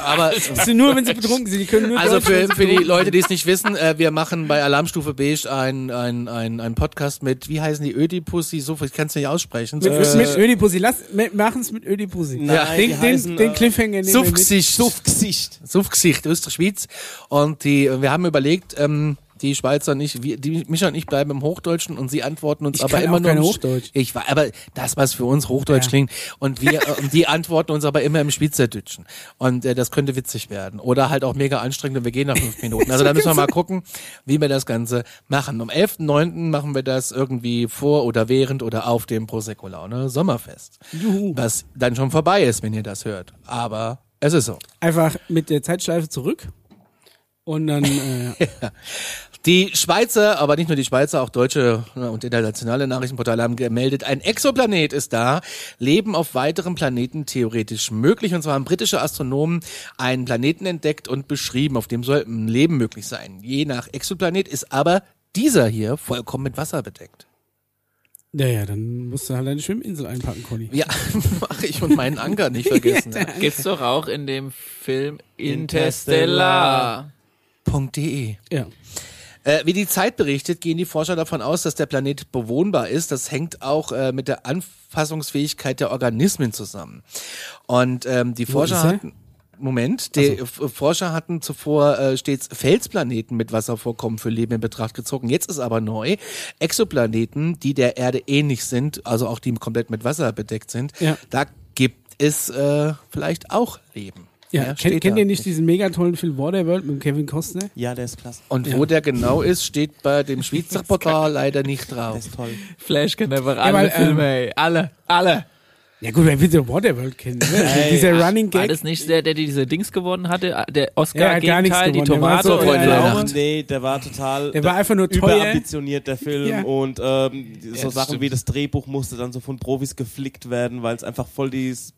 [SPEAKER 2] Aber [LAUGHS]
[SPEAKER 1] Das sind nur, wenn sie betrunken sind. Die können nur
[SPEAKER 2] also
[SPEAKER 1] Deutsch, wenn
[SPEAKER 2] für,
[SPEAKER 1] sie
[SPEAKER 2] für die
[SPEAKER 1] betrunken
[SPEAKER 2] Leute, die es nicht wissen, äh, wir machen bei Alarmstufe Beige einen ein, ein, ein Podcast mit, wie heißen die, Ödipus, die so, ich kann es nicht aussprechen. Äh,
[SPEAKER 1] sind. Mit, mit Ödipussi. Lass, mit, machen's mit Ödipussi.
[SPEAKER 4] Nein,
[SPEAKER 2] Ja.
[SPEAKER 1] Den,
[SPEAKER 4] die
[SPEAKER 1] den,
[SPEAKER 4] heißen,
[SPEAKER 1] den
[SPEAKER 4] äh,
[SPEAKER 1] Cliffhanger nehmen wir mit.
[SPEAKER 2] Suffgesicht.
[SPEAKER 4] Suffgesicht.
[SPEAKER 2] Suffgesicht, Österreich-Schweiz. Und die, wir haben überlegt, ähm, die Schweizer nicht, wir, die Micha und ich bleiben im Hochdeutschen und sie antworten uns
[SPEAKER 1] Ich
[SPEAKER 2] aber
[SPEAKER 1] kann
[SPEAKER 2] immer
[SPEAKER 1] auch
[SPEAKER 2] nur im
[SPEAKER 1] kein
[SPEAKER 2] Sch-
[SPEAKER 1] Hochdeutsch.
[SPEAKER 2] Ich war, aber das, was für uns Hochdeutsch
[SPEAKER 1] Ja.
[SPEAKER 2] klingt, und wir, äh, und die antworten uns aber immer im Schweizerdeutschen. Und äh, das könnte witzig werden oder halt auch mega anstrengend. Und wir gehen nach fünf Minuten. Also da müssen wir mal gucken, wie wir das Ganze machen. Am 11.9. machen wir das irgendwie vor oder während oder auf dem Prosecco Laune Sommerfest,
[SPEAKER 1] Juhu.
[SPEAKER 2] was dann schon vorbei ist, wenn ihr das hört. Aber es ist so.
[SPEAKER 1] Einfach mit der Zeitschleife zurück. Und
[SPEAKER 4] [LAUGHS]
[SPEAKER 1] dann, äh,
[SPEAKER 2] Die Schweizer, aber nicht nur die Schweizer, auch deutsche ne, und internationale Nachrichtenportale haben gemeldet, ein Exoplanet ist da, Leben auf weiteren Planeten theoretisch möglich. Und zwar haben britische Astronomen einen Planeten entdeckt und beschrieben, auf dem soll ein Leben möglich sein. Je nach Exoplanet ist aber dieser hier vollkommen mit Wasser bedeckt.
[SPEAKER 1] naja, dann musst du halt eine Schwimminsel einpacken, Conny.
[SPEAKER 2] Ja, [LAUGHS] mache ich und meinen Anker nicht vergessen. ja.
[SPEAKER 3] Gibt's doch auch in dem Film
[SPEAKER 4] Interstellar.
[SPEAKER 3] Interstellar.
[SPEAKER 2] .de
[SPEAKER 1] Ja.
[SPEAKER 2] Äh, wie die Zeit berichtet, gehen die Forscher davon aus, dass der Planet bewohnbar ist. Das hängt auch äh, mit der Anpassungsfähigkeit der Organismen zusammen. Und ähm, die Forscher
[SPEAKER 1] ist er? Also
[SPEAKER 2] hatten. Moment, die F- Forscher hatten zuvor äh, stets Felsplaneten mit Wasservorkommen für Leben in Betracht gezogen. Jetzt ist aber neu Exoplaneten, die der Erde ähnlich sind, also auch die komplett mit Wasser bedeckt sind.
[SPEAKER 1] Ja.
[SPEAKER 2] Da gibt es äh, vielleicht auch Leben.
[SPEAKER 1] Ja,
[SPEAKER 2] Ja,
[SPEAKER 1] kennt,
[SPEAKER 2] steht
[SPEAKER 1] kennt
[SPEAKER 2] da.
[SPEAKER 1] ihr nicht diesen mega tollen Film Waterworld mit Kevin Costner?
[SPEAKER 4] Ja, der ist klasse.
[SPEAKER 2] Und wo der genau ist, steht bei
[SPEAKER 1] [LAUGHS]
[SPEAKER 2] dem Schweizer Portal leider nicht drauf.
[SPEAKER 4] Der ist toll.
[SPEAKER 3] Flash kennt einfach
[SPEAKER 1] Ja,
[SPEAKER 3] alle
[SPEAKER 1] weil, ähm,
[SPEAKER 3] Filme, ey. Alle, alle.
[SPEAKER 1] Ja gut, wer will denn Waterworld kennen? Ne? Dieser Running
[SPEAKER 3] War
[SPEAKER 1] Gag.
[SPEAKER 3] das nicht der, der diese Dings gewonnen hatte?
[SPEAKER 1] Ja,
[SPEAKER 3] äh, Der
[SPEAKER 1] er hat gar
[SPEAKER 3] Oscar-Gegenteil,
[SPEAKER 1] nichts
[SPEAKER 3] die
[SPEAKER 1] gewonnen. Der war
[SPEAKER 3] Tomate
[SPEAKER 1] so-
[SPEAKER 3] und
[SPEAKER 1] Freunde der
[SPEAKER 3] Lauch?
[SPEAKER 1] Nacht.
[SPEAKER 4] Nee, der war total.
[SPEAKER 1] Der war einfach nur teuer.
[SPEAKER 4] Überambitioniert, der Film.
[SPEAKER 1] Ja.
[SPEAKER 4] Und ähm, so
[SPEAKER 3] das
[SPEAKER 4] Sachen
[SPEAKER 3] stimmt.
[SPEAKER 4] wie das Drehbuch musste dann so von Profis geflickt werden, weil es einfach voll die S-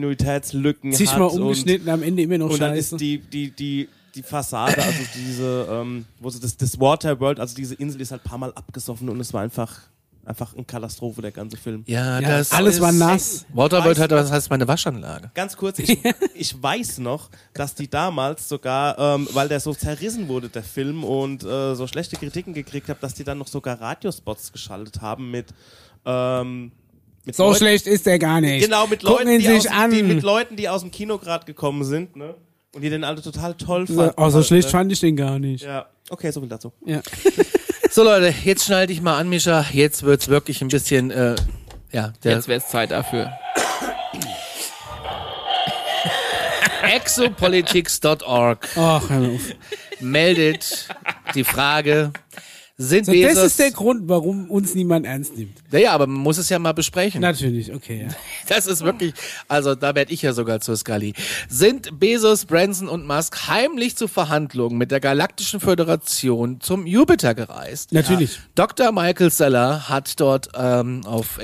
[SPEAKER 4] Kontinuitätslücken
[SPEAKER 1] Sich
[SPEAKER 4] hat.
[SPEAKER 1] mal
[SPEAKER 4] und
[SPEAKER 1] umgeschnitten, am Ende immer noch
[SPEAKER 4] Und dann
[SPEAKER 1] scheiße.
[SPEAKER 4] ist die, die, die, die Fassade, also diese, ähm, wo sie das, das Waterworld, also diese Insel ist halt ein paar Mal abgesoffen und es war einfach, einfach eine Katastrophe, der ganze Film.
[SPEAKER 2] Ja,
[SPEAKER 1] Ja,
[SPEAKER 2] das
[SPEAKER 1] alles war nass.
[SPEAKER 2] Waterworld
[SPEAKER 4] Weiß-
[SPEAKER 2] hat das heißt meine Waschanlage.
[SPEAKER 4] Ganz
[SPEAKER 1] [LAUGHS]
[SPEAKER 4] kurz, ich, ich weiß noch, dass die damals sogar, ähm, weil der so zerrissen wurde, der Film, und äh, so schlechte Kritiken gekriegt hat, dass die dann noch sogar Radiospots geschaltet haben mit, ähm, mit
[SPEAKER 1] So
[SPEAKER 4] Leuten-
[SPEAKER 1] schlecht ist der gar nicht.
[SPEAKER 4] Genau, mit
[SPEAKER 1] Gucken ihn
[SPEAKER 4] Leuten, die
[SPEAKER 1] sich
[SPEAKER 4] aus,
[SPEAKER 1] an.
[SPEAKER 4] Die, mit Leuten, die aus dem Kino gerade gekommen sind, ne? Und die den alle total toll
[SPEAKER 1] so,
[SPEAKER 4] fanden.
[SPEAKER 1] oh, so
[SPEAKER 4] halt,
[SPEAKER 1] schlecht
[SPEAKER 4] ne?
[SPEAKER 1] fand ich den gar nicht. Ja.
[SPEAKER 4] Ja, okay, so viel dazu.
[SPEAKER 2] So Leute, jetzt schnall dich mal an, Mischa. Jetzt wird's wirklich ein bisschen, äh, ja, der [LAUGHS]
[SPEAKER 3] Jetzt wäre es Zeit dafür.
[SPEAKER 2] exopolitics.org
[SPEAKER 1] Ach, hör mir auf.
[SPEAKER 2] meldet die Frage, sind
[SPEAKER 1] So,
[SPEAKER 2] Bezos...
[SPEAKER 1] das ist der Grund, warum uns niemand ernst nimmt.
[SPEAKER 2] naja, aber man muss es ja mal besprechen.
[SPEAKER 1] Natürlich, okay, ja.
[SPEAKER 2] Das ist wirklich, also da werde ich ja sogar zur Scully. Sind Bezos, Branson und Musk heimlich zu Verhandlungen mit der Galaktischen Föderation zum Jupiter gereist?
[SPEAKER 1] Natürlich.
[SPEAKER 2] Dr. Michael Seller hat dort ähm, auf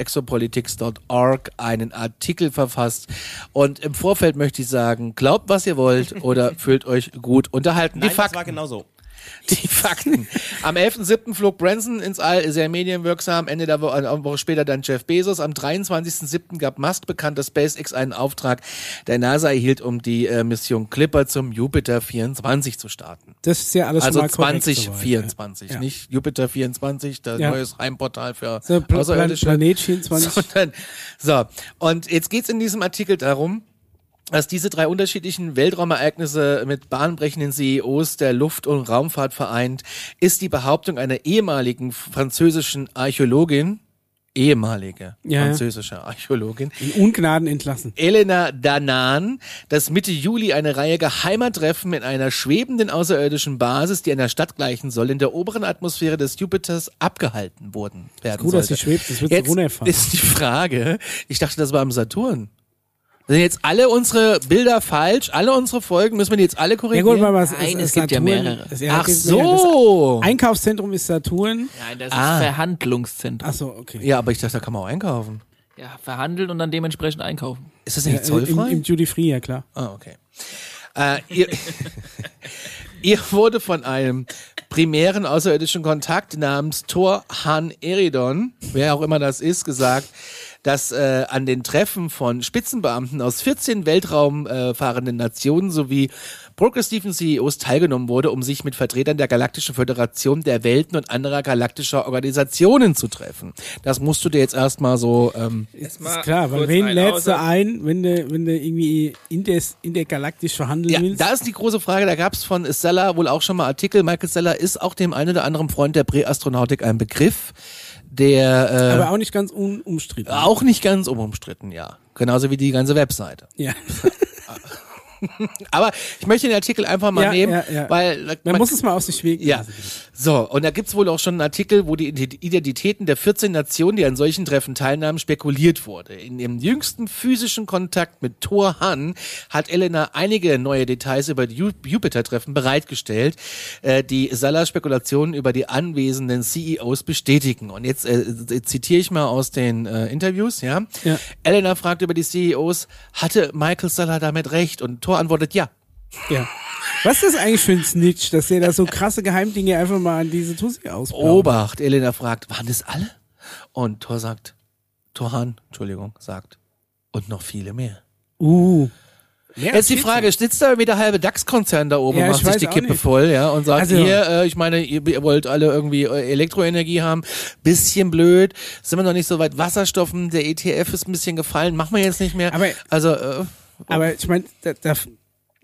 [SPEAKER 2] exopolitics.org einen Artikel verfasst. Und im Vorfeld möchte ich sagen, glaubt, was ihr
[SPEAKER 4] [LAUGHS]
[SPEAKER 2] wollt oder fühlt euch gut unterhalten.
[SPEAKER 4] Nein,
[SPEAKER 2] die
[SPEAKER 4] das
[SPEAKER 2] Fakten.
[SPEAKER 4] war genau so.
[SPEAKER 2] [LAUGHS] Die Fakten. Am 11.07. flog Branson ins All, ist ja medienwirksam. Ende der Woche, eine Woche später dann Jeff Bezos. Am 23.07. gab Musk bekannt, dass SpaceX einen Auftrag der NASA erhielt, um die äh, Mission Clipper zum Jupiter 24 zu starten.
[SPEAKER 1] Das ist ja alles
[SPEAKER 2] Also
[SPEAKER 1] schon mal korrekt soweit,
[SPEAKER 2] 2024,
[SPEAKER 1] Ja.
[SPEAKER 2] nicht Jupiter 24, das
[SPEAKER 1] Ja.
[SPEAKER 2] neues Heimportal für
[SPEAKER 1] Ja. So, Pla Plan
[SPEAKER 2] Außerirdische.
[SPEAKER 1] Planet 24.
[SPEAKER 2] [LAUGHS] Sondern, so, und jetzt geht's in diesem Artikel darum, dass diese drei unterschiedlichen Weltraumereignisse mit bahnbrechenden CEOs der Luft- und Raumfahrt vereint, ist die Behauptung einer ehemaligen französischen Archäologin, ehemalige
[SPEAKER 1] Ja, ja.
[SPEAKER 2] französische Archäologin,
[SPEAKER 1] In Ungnaden entlassen.
[SPEAKER 2] Elena Danan, dass Mitte Juli eine Reihe geheimer Treffen in einer schwebenden außerirdischen Basis, die einer Stadt gleichen soll, in der oberen Atmosphäre des Jupiters abgehalten wurden. Werden
[SPEAKER 1] gut, dass
[SPEAKER 2] sollte.
[SPEAKER 1] sie schwebt, das wird sie
[SPEAKER 2] Jetzt
[SPEAKER 1] runterfahren.
[SPEAKER 2] ist die Frage, ich dachte, das war am Saturn. Sind jetzt alle unsere Bilder falsch? Alle unsere Folgen müssen wir die jetzt alle
[SPEAKER 1] Ja gut,
[SPEAKER 2] korrigieren?
[SPEAKER 1] aber was
[SPEAKER 3] Nein, es gibt ja mehrere.
[SPEAKER 1] das-
[SPEAKER 2] Ach
[SPEAKER 1] das-
[SPEAKER 2] so.
[SPEAKER 1] Das Einkaufszentrum ist Saturn.
[SPEAKER 3] Nein, das
[SPEAKER 2] Ah.
[SPEAKER 3] ist Verhandlungszentrum.
[SPEAKER 1] Ach so, okay.
[SPEAKER 2] Ja, aber ich dachte, da kann man auch einkaufen.
[SPEAKER 3] Ja, verhandeln und dann dementsprechend einkaufen.
[SPEAKER 2] Ist das nicht
[SPEAKER 1] Äh, Im,
[SPEAKER 2] zollfrei?
[SPEAKER 1] im Duty Free, ja klar.
[SPEAKER 2] Ah, okay. Äh, ihr, [LAUGHS] ihr wurde von einem primären außerirdischen Kontakt namens Thor Han Eridon, wer auch immer das ist, gesagt, dass äh, an den Treffen von Spitzenbeamten aus 14 weltraumfahrenden äh, fahrenden Nationen sowie progressiven CEOs E teilgenommen wurde, um sich mit Vertretern der Galaktischen Föderation der Welten und anderer galaktischer Organisationen zu treffen. Das musst du dir jetzt erstmal so... Ähm,
[SPEAKER 1] Ist klar, weil wen lädst du ein, wenn du, wenn du irgendwie indes, intergalaktisch verhandeln
[SPEAKER 2] Ja,
[SPEAKER 1] willst?
[SPEAKER 2] da ist die große Frage, da gab es von Seller wohl auch schon mal Artikel. Michael Seller ist auch dem einen oder anderen Freund der Präastronautik ein Begriff, der
[SPEAKER 1] aber auch nicht ganz unumstritten.
[SPEAKER 2] äh, auch nicht ganz unumstritten, ja. Genauso wie die ganze Webseite.
[SPEAKER 1] Ja.
[SPEAKER 2] Aber ich möchte den Artikel einfach mal
[SPEAKER 1] Ja,
[SPEAKER 2] nehmen,
[SPEAKER 1] ja, ja.
[SPEAKER 2] weil äh,
[SPEAKER 1] Man muss es mal auf sich wegen.
[SPEAKER 2] ja. So, und da gibt's wohl auch schon einen Artikel, wo die Ident- Identitäten der 14 Nationen, die an solchen Treffen teilnahmen, spekuliert wurde. In ihrem jüngsten physischen Kontakt mit Thor Han hat Elena einige neue Details über die Ju- Jupiter-Treffen bereitgestellt, äh, die Salah-Spekulationen über die anwesenden CEOs bestätigen. Und jetzt äh, z- zitiere ich mal aus den äh, Interviews, ja?
[SPEAKER 1] Ja.
[SPEAKER 2] Elena fragt über die CEOs, hatte Michael Salah damit recht? Und Thor antwortet, ja.
[SPEAKER 1] ja. Was ist das eigentlich für ein Snitch, dass der da so krasse Geheimdinge einfach mal an diese Tussi ausbaut?
[SPEAKER 2] Obacht, Elena fragt, waren das alle? Und Thor sagt, Torhan, Entschuldigung, sagt, und noch viele mehr.
[SPEAKER 1] Uh.
[SPEAKER 2] Oh. Jetzt die Frage, sitzt da wieder der halbe DAX-Konzern da oben
[SPEAKER 1] Ja,
[SPEAKER 2] und
[SPEAKER 1] ich
[SPEAKER 2] macht sich
[SPEAKER 1] weiß
[SPEAKER 2] die
[SPEAKER 1] auch
[SPEAKER 2] Kippe
[SPEAKER 1] nicht.
[SPEAKER 2] voll, ja, und sagt,
[SPEAKER 1] Also-
[SPEAKER 2] hier, äh, ich meine, ihr, ihr wollt alle irgendwie äh, Elektroenergie haben, bisschen blöd, sind wir noch nicht so weit, Wasserstoffen, der ETF ist ein bisschen gefallen, machen wir jetzt nicht mehr.
[SPEAKER 1] Aber-
[SPEAKER 2] also, äh,
[SPEAKER 1] Aber ich meine, da, da,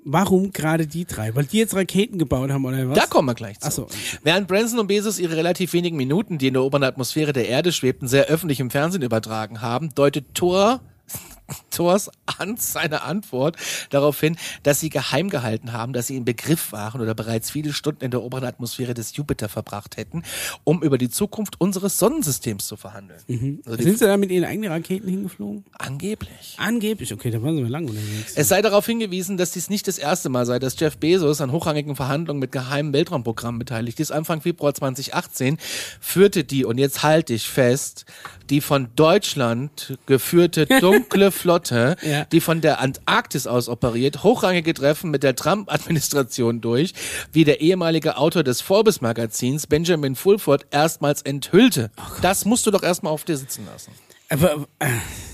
[SPEAKER 1] warum gerade die drei? Weil die jetzt Raketen gebaut haben oder was?
[SPEAKER 2] Da kommen wir gleich zu.
[SPEAKER 1] Ach so.
[SPEAKER 2] Während Branson und Bezos ihre relativ wenigen Minuten, die in der oberen Atmosphäre der Erde schwebten, sehr öffentlich im Fernsehen übertragen haben, deutet Thor [LAUGHS] Thors an seine Antwort darauf hin, dass sie geheim gehalten haben, dass sie im Begriff waren oder bereits viele Stunden in der oberen Atmosphäre des Jupiter verbracht hätten, um über die Zukunft unseres Sonnensystems zu verhandeln. Also die,
[SPEAKER 1] Sind sie da mit ihren eigenen Raketen hingeflogen?
[SPEAKER 2] angeblich.
[SPEAKER 1] Angeblich, okay, da waren sie mal lang unterwegs.
[SPEAKER 2] Es sei darauf hingewiesen, dass dies nicht das erste Mal sei, dass Jeff Bezos an hochrangigen Verhandlungen mit geheimen Weltraumprogrammen beteiligt ist. Anfang Februar 2018 führte die, und jetzt halte ich fest, die von Deutschland geführte dunkle Flotte,
[SPEAKER 1] Ja.
[SPEAKER 2] die von der Antarktis aus operiert, hochrangige Treffen mit der Trump-Administration durch, wie der ehemalige Autor des Forbes-Magazins Benjamin Fulford erstmals enthüllte. das musst du doch erstmal auf dir sitzen lassen.
[SPEAKER 1] Aber äh,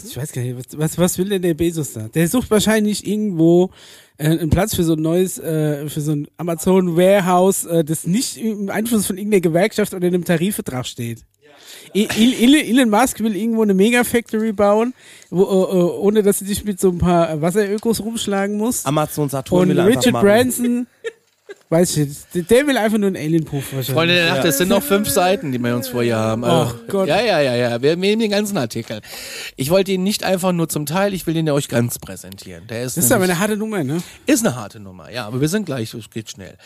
[SPEAKER 1] ich weiß gar nicht, was, was, was will denn der Bezos da? Der sucht wahrscheinlich irgendwo äh, einen Platz für so ein neues, äh, für so ein Amazon Warehouse, äh, das nicht im Einfluss von irgendeiner Gewerkschaft oder einem Tarifvertrag steht. I- I- Elon- Elon Musk will irgendwo eine Mega-Factory bauen, wo, äh, äh, ohne dass du dich mit so ein paar Wasserökos rumschlagen musst.
[SPEAKER 4] Amazon Saturn
[SPEAKER 1] Und
[SPEAKER 4] will einfach
[SPEAKER 1] Richard
[SPEAKER 4] machen.
[SPEAKER 1] Branson Weiß ich nicht. Der will einfach nur einen Alien-Puff wahrscheinlich.
[SPEAKER 2] Freunde der Nacht, es sind noch fünf Seiten, die wir uns vorher haben.
[SPEAKER 1] Ach
[SPEAKER 2] Äh,
[SPEAKER 1] Gott.
[SPEAKER 2] Ja, ja, ja, ja. Wir nehmen den ganzen Artikel. Ich wollte ihn nicht einfach nur zum Teil, ich will ihn ja euch ganz präsentieren. Der ist,
[SPEAKER 1] das ist aber
[SPEAKER 2] nämlich,
[SPEAKER 1] eine harte Nummer, ne?
[SPEAKER 2] ist eine harte Nummer, ja, aber wir sind gleich, es geht schnell.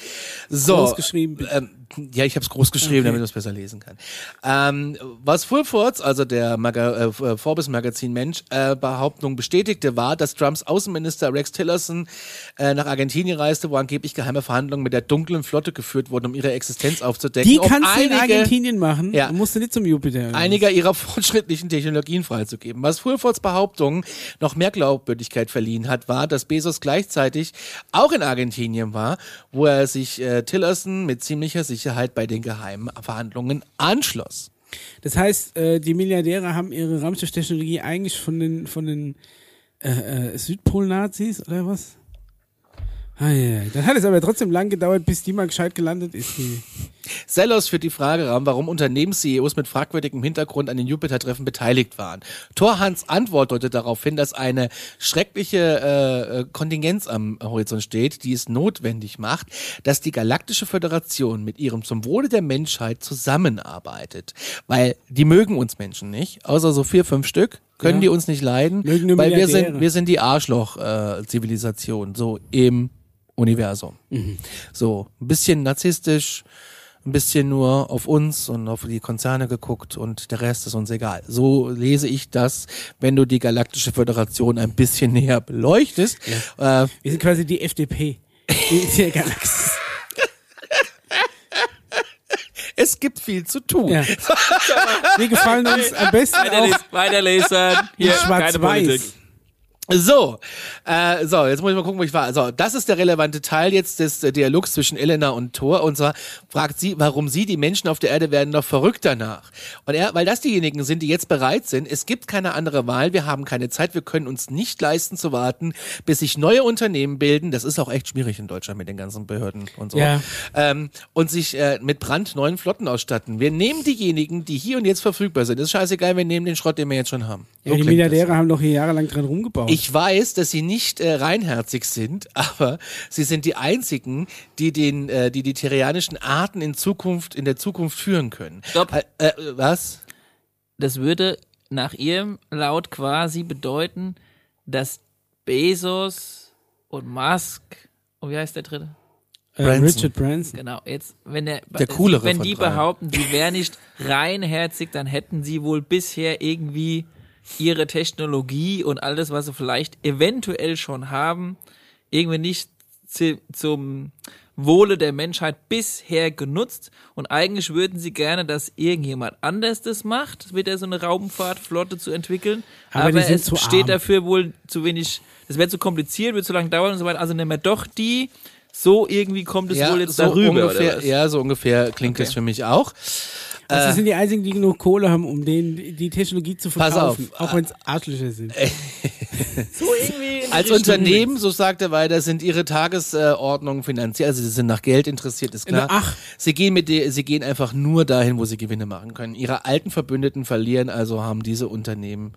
[SPEAKER 2] So.
[SPEAKER 1] Groß geschrieben, bitte.
[SPEAKER 2] Ähm, ja, ich habe es groß geschrieben, damit man es besser lesen kann. Ähm, was Fulfords, also der Maga äh, Forbes Magazin Mensch, äh, Behauptung bestätigte, war, dass Trumps Außenminister Rex Tillerson äh, nach Argentinien reiste, wo angeblich geheime Verhandlungen mit der dunklen Flotte geführt wurden, um ihre Existenz aufzudecken.
[SPEAKER 1] Die
[SPEAKER 2] ob
[SPEAKER 1] kannst du in
[SPEAKER 2] einige-
[SPEAKER 1] Argentinien machen.
[SPEAKER 2] Ja.
[SPEAKER 1] Ja. Musst du nicht zum Jupiter.
[SPEAKER 2] einiger ihrer [LAUGHS] fortschrittlichen Technologien freizugeben. Was Fulfords Behauptungen noch mehr Glaubwürdigkeit verliehen hat, war, dass Bezos gleichzeitig auch in Argentinien war, wo er sich äh, Tillerson mit ziemlicher Sicherheit bei den geheimen Verhandlungen anschloss.
[SPEAKER 1] Das heißt, äh, die Milliardäre haben ihre Raumschiff-Technologie eigentlich von den, von den äh, äh, Südpol-Nazis oder was? Ah, ja. Dann hat es aber trotzdem lang gedauert, bis die mal gescheit gelandet ist. Die.
[SPEAKER 2] Sellos führt die Frage ran, warum Unternehmens-CEOs mit fragwürdigem Hintergrund an den Jupiter-Treffen beteiligt waren. Torhans Antwort deutet darauf hin, dass eine schreckliche äh, äh, Kontingenz am Horizont steht, die es notwendig macht, dass die Galaktische Föderation mit ihrem zum Wohle der Menschheit zusammenarbeitet. Weil die mögen uns Menschen nicht, außer so vier, fünf Stück können
[SPEAKER 1] Ja.
[SPEAKER 2] die uns nicht leiden,
[SPEAKER 1] Mögen nur
[SPEAKER 2] weil wir
[SPEAKER 1] Milliardäre.
[SPEAKER 2] sind, wir sind die Arschloch-Zivilisation, so im Universum. So, ein bisschen narzisstisch, ein bisschen nur auf uns und auf die Konzerne geguckt und der Rest ist uns egal. So lese ich das, wenn du die Galaktische Föderation ein bisschen [LAUGHS] näher beleuchtest. Äh,
[SPEAKER 1] Wir sind quasi die FDP. Die der Galaxis.
[SPEAKER 2] es gibt viel zu tun.
[SPEAKER 1] Ja. Die gefallen uns am besten auch
[SPEAKER 3] Weiterlesen, weiterlesen. Hier, keine Politik.
[SPEAKER 1] schwarz-weiß.
[SPEAKER 2] So, äh, so, jetzt muss ich mal gucken, wo ich war. So, das ist der relevante Teil jetzt des äh, Dialogs zwischen Elena und Thor. Und zwar fragt sie, warum sie, die Menschen auf der Erde, werden noch verrückt danach. Und er, weil das diejenigen sind, die jetzt bereit sind, es gibt keine andere Wahl, wir haben keine Zeit, wir können uns nicht leisten zu warten, bis sich neue Unternehmen bilden. Das ist auch echt schwierig in Deutschland mit den ganzen Behörden und so.
[SPEAKER 1] Ja.
[SPEAKER 2] Ähm, und sich äh, mit brandneuen Flotten ausstatten. Wir nehmen diejenigen, die hier und jetzt verfügbar sind. Ist scheißegal, wir nehmen den Schrott, den wir jetzt schon haben. So
[SPEAKER 1] Ja, die
[SPEAKER 2] klingt das.
[SPEAKER 1] Milliardäre haben doch hier jahrelang dran rumgebaut.
[SPEAKER 2] Ich weiß, dass sie nicht äh, reinherzig sind, [LAUGHS] aber sie sind die einzigen, die den, äh, die die terrianischen Arten in Zukunft in der Zukunft führen können.
[SPEAKER 3] Stopp.
[SPEAKER 2] Äh, äh, was?
[SPEAKER 3] Das würde nach ihrem Laut quasi bedeuten, dass Bezos und Musk und wie heißt der dritte?
[SPEAKER 1] äh,
[SPEAKER 2] Branson.
[SPEAKER 1] Richard Branson.
[SPEAKER 3] Genau, jetzt, wenn der,
[SPEAKER 2] Der coolere
[SPEAKER 3] wenn
[SPEAKER 2] von
[SPEAKER 3] die
[SPEAKER 2] dreien.
[SPEAKER 3] behaupten, die wären nicht reinherzig, dann hätten sie wohl bisher irgendwie ihre Technologie und alles, was sie vielleicht eventuell schon haben, irgendwie nicht zi- zum Wohle der Menschheit bisher genutzt. Und eigentlich würden sie gerne, dass irgendjemand anders das macht, wieder so eine Raumfahrtflotte zu entwickeln.
[SPEAKER 1] Aber
[SPEAKER 3] Aber,
[SPEAKER 1] die sind
[SPEAKER 3] es
[SPEAKER 1] zu
[SPEAKER 3] steht
[SPEAKER 1] arm.
[SPEAKER 3] dafür wohl zu wenig, das wäre zu kompliziert, würde zu lange dauern und so weiter. Also nehmen wir doch die, so irgendwie kommt es wohl jetzt
[SPEAKER 2] so
[SPEAKER 3] darüber.
[SPEAKER 2] ungefähr,
[SPEAKER 3] oder was?
[SPEAKER 2] ja, so ungefähr klingt das für mich auch.
[SPEAKER 1] Also das sind die einzigen, die genug Kohle haben, um denen die- die Technologie zu
[SPEAKER 2] Pass auf. Äh,
[SPEAKER 1] verkaufen. Auch wenn es Arschlöcher sind.
[SPEAKER 3] So irgendwie. in die
[SPEAKER 2] Als
[SPEAKER 3] Richtung.
[SPEAKER 2] Unternehmen, so sagt er weiter, sind ihre Tagesordnungen finanziell, also sie sind nach Geld interessiert, ist klar.
[SPEAKER 1] Na, ach.
[SPEAKER 2] Sie gehen mit der, sie gehen einfach nur dahin, wo sie Gewinne machen können. Ihre alten Verbündeten verlieren, also haben diese Unternehmen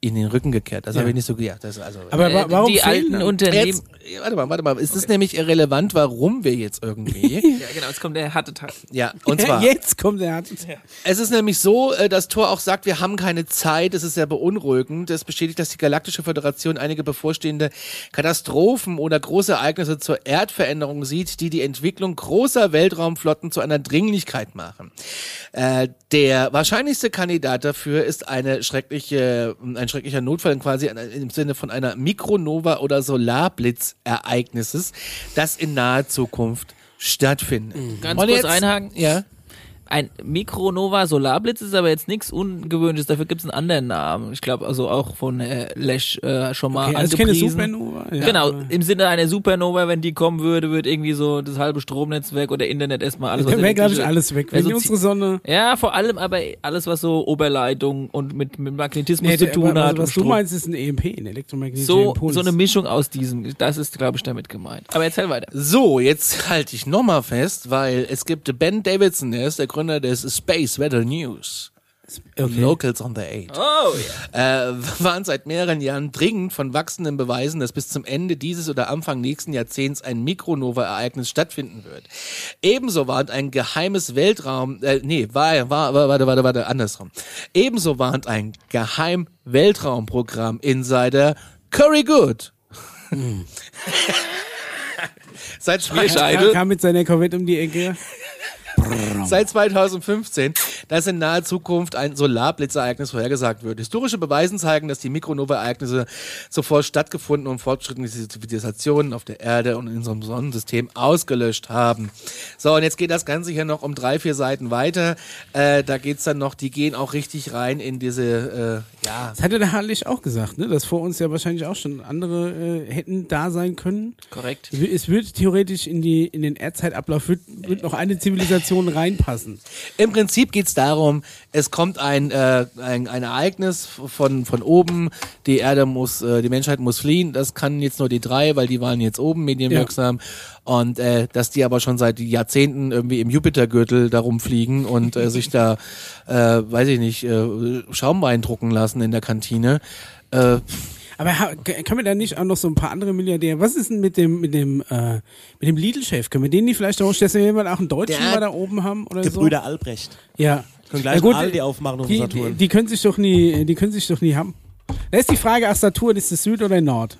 [SPEAKER 2] in den Rücken gekehrt. Das habe ich nicht so gedacht. Das, also,
[SPEAKER 1] Aber wa
[SPEAKER 3] Äh,
[SPEAKER 1] warum
[SPEAKER 3] die
[SPEAKER 1] fehlen
[SPEAKER 3] alten
[SPEAKER 1] dann-
[SPEAKER 3] Unternehmen.
[SPEAKER 2] Jetzt, warte mal, warte mal. Ist es nämlich irrelevant, warum wir jetzt irgendwie?
[SPEAKER 3] [LAUGHS] Ja, genau, jetzt kommt der harte Teil.
[SPEAKER 2] ja, und zwar.
[SPEAKER 1] Jetzt kommt der Harte Teil.
[SPEAKER 2] Es ist nämlich so, äh, dass Thor auch sagt, wir haben keine Zeit, es ist sehr beunruhigend. Das bestätigt, dass die Galaktische Föderation einige bevorstehende Katastrophen oder große Ereignisse zur Erdveränderung sieht, die die Entwicklung großer Weltraumflotten zu einer Dringlichkeit machen. Äh, der wahrscheinlichste Kandidat dafür ist eine schreckliche, ein schrecklicher Notfall quasi an- im Sinne von einer Mikronova oder Solarblitzereignisses, das in naher Zukunft stattfindet.
[SPEAKER 3] Mhm. Ganz
[SPEAKER 2] Und
[SPEAKER 3] kurz
[SPEAKER 2] jetzt-
[SPEAKER 3] einhaken.
[SPEAKER 2] Ja.
[SPEAKER 3] Ein Mikronova Solarblitz ist aber jetzt nichts Ungewöhnliches. Dafür gibt es einen anderen Namen. Ich glaube, also auch von äh, Lesch äh, schon mal
[SPEAKER 1] Okay, also keine
[SPEAKER 3] angepriesen.
[SPEAKER 1] Supernova. Ja.
[SPEAKER 3] Genau, im Sinne einer Supernova, wenn die kommen würde, wird irgendwie so das halbe Stromnetzwerk oder Internet erstmal
[SPEAKER 1] [LAUGHS]
[SPEAKER 3] alles. was
[SPEAKER 1] Dann wäre, glaube ich,
[SPEAKER 3] elektrisch-
[SPEAKER 1] alles weg.
[SPEAKER 3] wär
[SPEAKER 1] Wenn
[SPEAKER 3] so
[SPEAKER 1] unsere Sonne.
[SPEAKER 3] Ja, vor allem aber alles, was so Oberleitung und mit, mit Magnetismus
[SPEAKER 1] Nee,
[SPEAKER 3] zu tun
[SPEAKER 1] aber-
[SPEAKER 3] hat.
[SPEAKER 1] also
[SPEAKER 3] und
[SPEAKER 1] was du
[SPEAKER 3] Strom.
[SPEAKER 1] meinst, ist ein EMP, ein elektromagnetischer
[SPEAKER 3] so,
[SPEAKER 1] Impuls.
[SPEAKER 3] so eine Mischung aus diesem. Das ist, glaube ich, damit gemeint. Aber erzähl weiter.
[SPEAKER 2] So, jetzt halte ich nochmal fest, weil es gibt Ben Davidson, er ist der Gründer des Space Weather News.
[SPEAKER 1] Okay.
[SPEAKER 2] Locals on the Eight.
[SPEAKER 3] Oh,
[SPEAKER 2] äh, [LAUGHS] waren seit mehreren Jahren dringend von wachsenden Beweisen, dass bis zum Ende dieses oder Anfang nächsten Jahrzehnts ein Mikronova-Ereignis stattfinden wird. Ebenso warnt ein geheimes Weltraum, äh, nee, war, war, war, warte, warte, warte, andersrum. Ebenso warnt ein geheim Weltraumprogramm Insider Curry Good. [LAUGHS] Seit
[SPEAKER 3] ja.
[SPEAKER 2] Schwierigkeiten
[SPEAKER 1] Er kam mit seiner Corvette um die Ecke.
[SPEAKER 2] seit 2015, dass in naher Zukunft ein Solarblitzereignis vorhergesagt wird. Historische Beweisen zeigen, dass die Mikronova-Ereignisse zuvor stattgefunden und fortschrittliche Zivilisationen auf der Erde und in unserem Sonnensystem ausgelöscht haben. So, und jetzt geht das Ganze hier noch um drei, vier Seiten weiter. Äh, da geht's dann noch, die gehen auch richtig rein in diese, äh, ja,
[SPEAKER 1] Das hatte der Harlich auch gesagt, ne? dass vor uns ja wahrscheinlich auch schon andere äh, hätten da sein können.
[SPEAKER 3] korrekt.
[SPEAKER 1] Es wü- Es wird theoretisch in, die, in den Erdzeitablauf wird, wird noch eine Zivilisation reinpassen.
[SPEAKER 2] Im Prinzip geht's darum, es kommt ein, äh, ein, ein Ereignis von, von oben, die Erde muss, äh, die Menschheit muss fliehen, das kann jetzt nur die drei, weil die waren jetzt oben medienwirksam und äh, dass die aber schon seit Jahrzehnten irgendwie im Jupitergürtel darum fliegen und äh, sich da, äh, weiß ich nicht, äh, Schaumwein drucken lassen in der Kantine. Äh,
[SPEAKER 1] Aber ha- k- können wir da nicht auch noch so ein paar andere Milliardäre? Was ist denn mit dem mit dem äh, mit dem Lidl-Chef? Können wir den nicht vielleicht auch dass wir jemand auch einen Deutschen
[SPEAKER 2] Der-
[SPEAKER 1] mal da oben haben oder so?
[SPEAKER 4] Gebrüder Albrecht.
[SPEAKER 1] Ja.
[SPEAKER 4] Können gleich
[SPEAKER 1] Ja, gut,
[SPEAKER 4] Aldi aufmachen auf dem
[SPEAKER 1] die, die,
[SPEAKER 4] Saturn.
[SPEAKER 1] die können sich doch nie, die können sich doch nie haben. Da ist die Frage, ach Saturn, ist es Süd oder Nord?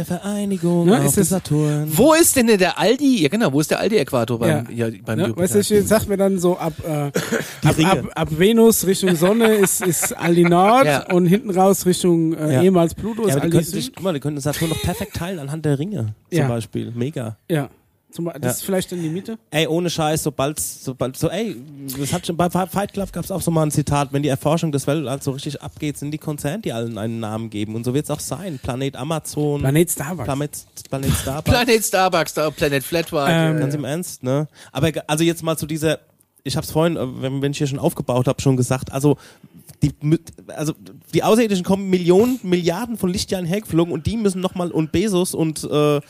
[SPEAKER 4] Wiedervereinigung
[SPEAKER 1] Ne,
[SPEAKER 4] auf
[SPEAKER 1] ist
[SPEAKER 4] dem
[SPEAKER 1] das-
[SPEAKER 4] Saturn.
[SPEAKER 2] wo ist denn der Aldi? Ja genau, wo ist der Aldi-Äquator beim, ja. beim
[SPEAKER 1] ne?
[SPEAKER 2] Jupiter?
[SPEAKER 1] Weißt du, ich sag mir dann so, ab,
[SPEAKER 4] [LAUGHS]
[SPEAKER 1] äh, ab,
[SPEAKER 4] Ringe.
[SPEAKER 1] ab, ab Venus Richtung Sonne ist, ist Aldi Nord
[SPEAKER 2] Ja.
[SPEAKER 1] und hinten raus Richtung äh,
[SPEAKER 4] Ja.
[SPEAKER 1] ehemals Pluto
[SPEAKER 4] Ja,
[SPEAKER 1] ist
[SPEAKER 4] aber die
[SPEAKER 1] Aldi
[SPEAKER 4] könnten sich,
[SPEAKER 1] Süd.
[SPEAKER 4] guck mal, die könnten Saturn noch perfekt teilen anhand der Ringe zum
[SPEAKER 1] Ja.
[SPEAKER 4] Beispiel. Mega.
[SPEAKER 1] Ja. Zum, Beispiel- das ist vielleicht in die Mitte.
[SPEAKER 4] Ey, ohne Scheiß, sobald, sobald, so, ey, das hat schon, bei Fight Club gab's auch so mal ein Zitat, wenn die Erforschung des Weltalls so richtig abgeht, sind die Konzerne, die allen einen Namen geben. Und so wird's auch sein. Planet Amazon, Planet,
[SPEAKER 1] Planet Starbucks.
[SPEAKER 4] Planet Starbucks.
[SPEAKER 2] Planet Starbucks, da- Planet Flatwhite.
[SPEAKER 1] Ähm,
[SPEAKER 4] Ganz im Ernst, ne? Aber ge- also jetzt mal zu dieser, ich hab's vorhin, äh, wenn, wenn ich hier schon aufgebaut habe, schon gesagt, also die, mü- also die Außerirdischen kommen Millionen, Milliarden von Lichtjahren hergeflogen und die müssen nochmal, und Bezos und äh,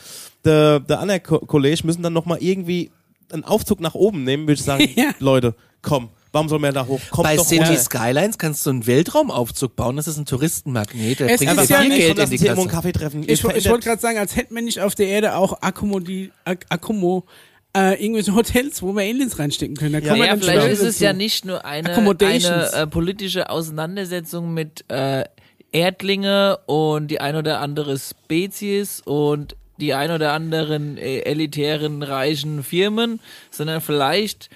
[SPEAKER 4] der, der andere Ko- Kollege müssen dann nochmal irgendwie einen Aufzug nach oben nehmen, würde ich sagen,
[SPEAKER 1] [LAUGHS] Ja.
[SPEAKER 4] Leute, komm, warum soll man da hoch? Kommt
[SPEAKER 2] Bei
[SPEAKER 4] doch
[SPEAKER 2] City
[SPEAKER 4] runter.
[SPEAKER 2] Skylines kannst du einen Weltraumaufzug bauen, das ist ein Touristenmagnet, der
[SPEAKER 1] Es ist
[SPEAKER 2] bringt dir
[SPEAKER 4] Aber
[SPEAKER 1] ja
[SPEAKER 2] viel
[SPEAKER 1] nicht
[SPEAKER 2] Geld in die
[SPEAKER 4] Geld einen
[SPEAKER 2] Kasse.
[SPEAKER 4] Kaffee treffen.
[SPEAKER 1] Ich, wo-
[SPEAKER 4] Ihr
[SPEAKER 1] ich
[SPEAKER 4] verändert-
[SPEAKER 1] wollte gerade sagen, als hätten wir nicht auf der Erde auch Akkumodi, Ak Akkumo, äh, irgendwelche Hotels, wo wir Aliens reinstecken können. Da kommen wir
[SPEAKER 3] Naja,
[SPEAKER 1] dann
[SPEAKER 3] vielleicht
[SPEAKER 1] später
[SPEAKER 3] ist es
[SPEAKER 1] dazu.
[SPEAKER 3] ja nicht nur eine,
[SPEAKER 1] Accommodations.
[SPEAKER 3] eine äh, politische Auseinandersetzung mit äh, Erdlinge und die ein oder andere Spezies und die ein oder anderen äh, elitären reichen Firmen, sondern vielleicht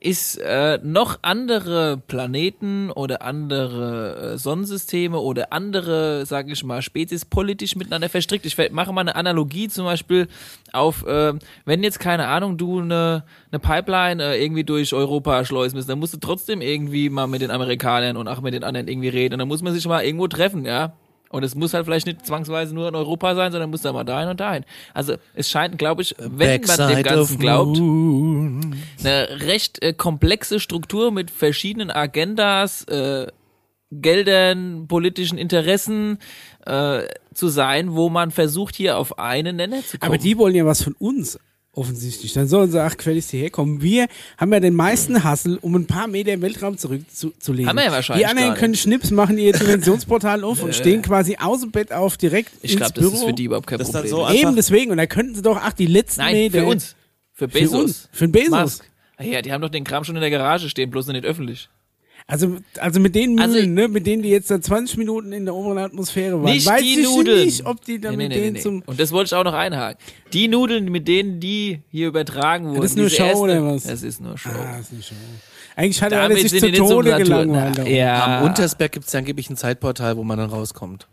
[SPEAKER 3] ist äh, noch andere Planeten oder andere äh, Sonnensysteme oder andere, sage ich mal, Spezies politisch miteinander verstrickt. Ich ver- mache mal eine Analogie zum Beispiel auf, äh, wenn jetzt, keine Ahnung, du eine eine Pipeline äh, irgendwie durch Europa schleusen müsst, dann musst du trotzdem irgendwie mal mit den Amerikanern und auch mit den anderen irgendwie reden. Und dann muss man sich mal irgendwo treffen, ja. Und es muss halt vielleicht nicht zwangsweise nur in Europa sein, sondern muss da mal dahin und dahin. Also es scheint, glaube ich, wenn man dem Ganzen glaubt, eine recht äh, komplexe Struktur mit verschiedenen Agendas, äh, Geldern, politischen Interessen äh, zu sein, wo man versucht, hier auf einen Nenner zu kommen.
[SPEAKER 1] Aber die wollen ja was von uns, offensichtlich. Dann sollen sie, ach, Quellis, hierher kommen. Wir haben ja den meisten Hassel, um ein paar Meter im Weltraum zurückzulegen.
[SPEAKER 3] Haben wir ja wahrscheinlich
[SPEAKER 1] Die anderen
[SPEAKER 3] gar
[SPEAKER 1] können Schnips, machen
[SPEAKER 3] [LAUGHS]
[SPEAKER 1] ihr Dimensionsportal auf und stehen quasi aus dem Bett auf, direkt
[SPEAKER 3] ich
[SPEAKER 1] ins
[SPEAKER 3] glaube, das
[SPEAKER 1] Büro.
[SPEAKER 3] ist für die überhaupt kein
[SPEAKER 4] Das ist dann
[SPEAKER 3] Problem.
[SPEAKER 4] so
[SPEAKER 1] Eben
[SPEAKER 4] einfach-
[SPEAKER 1] deswegen. Und da könnten sie doch, ach, die letzten
[SPEAKER 3] Nein,
[SPEAKER 1] Meter.
[SPEAKER 3] für uns. Für Bezos.
[SPEAKER 1] uns. Für den Bezos.
[SPEAKER 3] Musk. Ah Ja, die haben doch den Kram schon in der Garage stehen, bloß noch nicht öffentlich.
[SPEAKER 1] Also, also mit den Mühlen,
[SPEAKER 3] Also-
[SPEAKER 1] ne, mit denen die jetzt da 20 Minuten in der oberen Atmosphäre waren.
[SPEAKER 3] Nicht
[SPEAKER 1] Weiß
[SPEAKER 3] die
[SPEAKER 1] ich
[SPEAKER 3] Nudeln.
[SPEAKER 1] nicht, ob die da mit denen zum...
[SPEAKER 3] Und das wollte ich auch noch einhaken. Die Nudeln, mit denen die hier übertragen wurden.
[SPEAKER 1] das ist nur
[SPEAKER 3] diese
[SPEAKER 1] Show oder was?
[SPEAKER 3] Das ist nur Show.
[SPEAKER 1] Ah, ist nicht schön. Eigentlich hat er
[SPEAKER 3] Damit
[SPEAKER 1] sich
[SPEAKER 3] sind
[SPEAKER 1] zu
[SPEAKER 3] die nicht zum
[SPEAKER 1] Tode
[SPEAKER 3] Saturn.
[SPEAKER 1] gelangweilt. da oben.
[SPEAKER 3] Ja.
[SPEAKER 2] Am Untersberg gibt's ja angeblich ein Zeitportal, wo man dann rauskommt.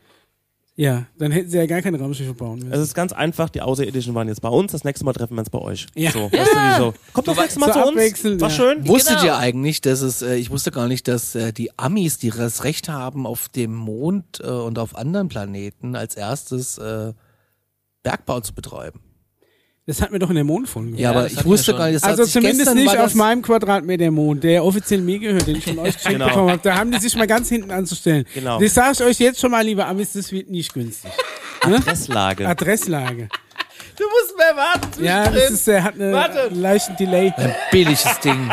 [SPEAKER 1] ja, dann hätten sie ja gar keine Raumschiffe bauen müssen.
[SPEAKER 4] Es ist ganz einfach, die Außerirdischen waren jetzt bei uns, das nächste Mal treffen wir uns bei euch.
[SPEAKER 1] Ja.
[SPEAKER 4] So, weißt du, wie so. Kommt das nächste Mal
[SPEAKER 1] so
[SPEAKER 4] zu
[SPEAKER 1] abwechselnd,
[SPEAKER 4] uns, war
[SPEAKER 1] ja.
[SPEAKER 4] schön.
[SPEAKER 2] Wusstet
[SPEAKER 3] Genau.
[SPEAKER 2] ihr eigentlich, dass es, äh, ich wusste gar nicht, dass äh, die Amis, die das Recht haben, auf dem Mond äh, und auf anderen Planeten als erstes äh, Bergbau zu betreiben.
[SPEAKER 1] Das hatten wir doch in der Mondfolge.
[SPEAKER 2] Ja, aber
[SPEAKER 3] das
[SPEAKER 2] ich
[SPEAKER 3] hatten wir
[SPEAKER 2] wusste
[SPEAKER 3] schon.
[SPEAKER 2] gar nicht, das
[SPEAKER 1] Also
[SPEAKER 2] hat sich
[SPEAKER 1] zumindest
[SPEAKER 2] gestern
[SPEAKER 1] nicht
[SPEAKER 2] war
[SPEAKER 1] auf
[SPEAKER 2] das,
[SPEAKER 1] meinem Quadratmeter Mond, der offiziell mir gehört, den ich
[SPEAKER 2] [LAUGHS]
[SPEAKER 1] von euch geschenkt
[SPEAKER 4] Genau.
[SPEAKER 1] bekommen habe. Da haben die sich mal ganz hinten anzustellen.
[SPEAKER 4] Genau.
[SPEAKER 1] Das sage ich euch jetzt schon mal, liebe Amis, das wird nicht günstig.
[SPEAKER 4] Adresslage.
[SPEAKER 1] Adresslage.
[SPEAKER 3] Du musst mehr warten.
[SPEAKER 1] Ja, das ist, der hat eine
[SPEAKER 3] Warte.
[SPEAKER 1] [LAUGHS] leichten Delay.
[SPEAKER 2] Billiges Ding.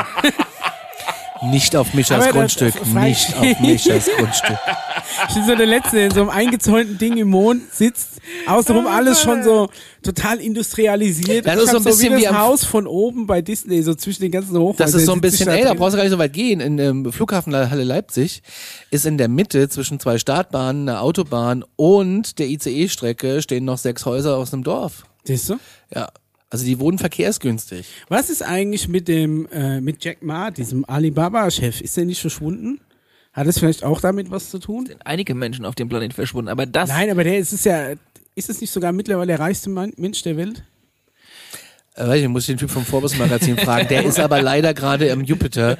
[SPEAKER 2] Nicht auf Mischas
[SPEAKER 1] Aber das-
[SPEAKER 2] Grundstück.
[SPEAKER 1] das- das-
[SPEAKER 2] Nicht
[SPEAKER 1] [LAUGHS]
[SPEAKER 2] auf Mischas Grundstück.
[SPEAKER 1] Ich bin so der Letzte, der in so einem eingezäunten Ding im Mond sitzt. Außenrum alles schon so total industrialisiert.
[SPEAKER 2] Das
[SPEAKER 1] Ich
[SPEAKER 2] ist so
[SPEAKER 1] hab
[SPEAKER 2] ein bisschen
[SPEAKER 1] wie
[SPEAKER 2] wie
[SPEAKER 1] das
[SPEAKER 2] am-
[SPEAKER 1] Haus von oben bei Disney, so zwischen den ganzen Hochhäusern.
[SPEAKER 2] Das ist so ein
[SPEAKER 1] Sitzt sich halt
[SPEAKER 2] bisschen, ey, da
[SPEAKER 1] drin.
[SPEAKER 2] brauchst du gar nicht so weit gehen. In ähm, Flughafenhalle Leipzig ist in der Mitte zwischen zwei Startbahnen, einer Autobahn und der ICE-Strecke stehen noch sechs Häuser aus einem Dorf.
[SPEAKER 1] Siehst du?
[SPEAKER 2] Ja. Also die wohnen verkehrsgünstig.
[SPEAKER 1] Was ist eigentlich mit dem, äh, mit Jack Ma, diesem Alibaba-Chef? Ist der nicht verschwunden? Hat es vielleicht auch damit was zu tun?
[SPEAKER 3] Einige Menschen auf dem Planeten verschwunden, aber das
[SPEAKER 1] Nein, aber der ist es ja, ist es nicht sogar mittlerweile der reichste Mann, Mensch der Welt? Ah,
[SPEAKER 2] Äh, weiß ich, muss ich den Typ
[SPEAKER 1] [LAUGHS]
[SPEAKER 2] vom Forbes-Magazin fragen. Der ist aber leider gerade im Jupiter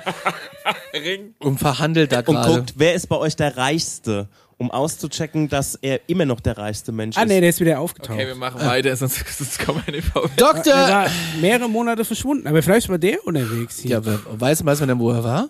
[SPEAKER 2] und verhandelt da
[SPEAKER 4] Und
[SPEAKER 2] gerade.
[SPEAKER 4] guckt, wer ist bei euch der Reichste, um auszuchecken, dass er immer noch der reichste Mensch
[SPEAKER 1] Ah,
[SPEAKER 4] ist.
[SPEAKER 1] nee, der ist wieder aufgetaucht.
[SPEAKER 3] Okay, wir machen weiter, sonst, [LAUGHS] sonst kommen wir nicht vorbei.
[SPEAKER 1] Der
[SPEAKER 2] Doktor!
[SPEAKER 1] war mehrere Monate verschwunden, aber vielleicht war der unterwegs hier.
[SPEAKER 2] Ja, wer- weiß, weiß man denn, wo er war?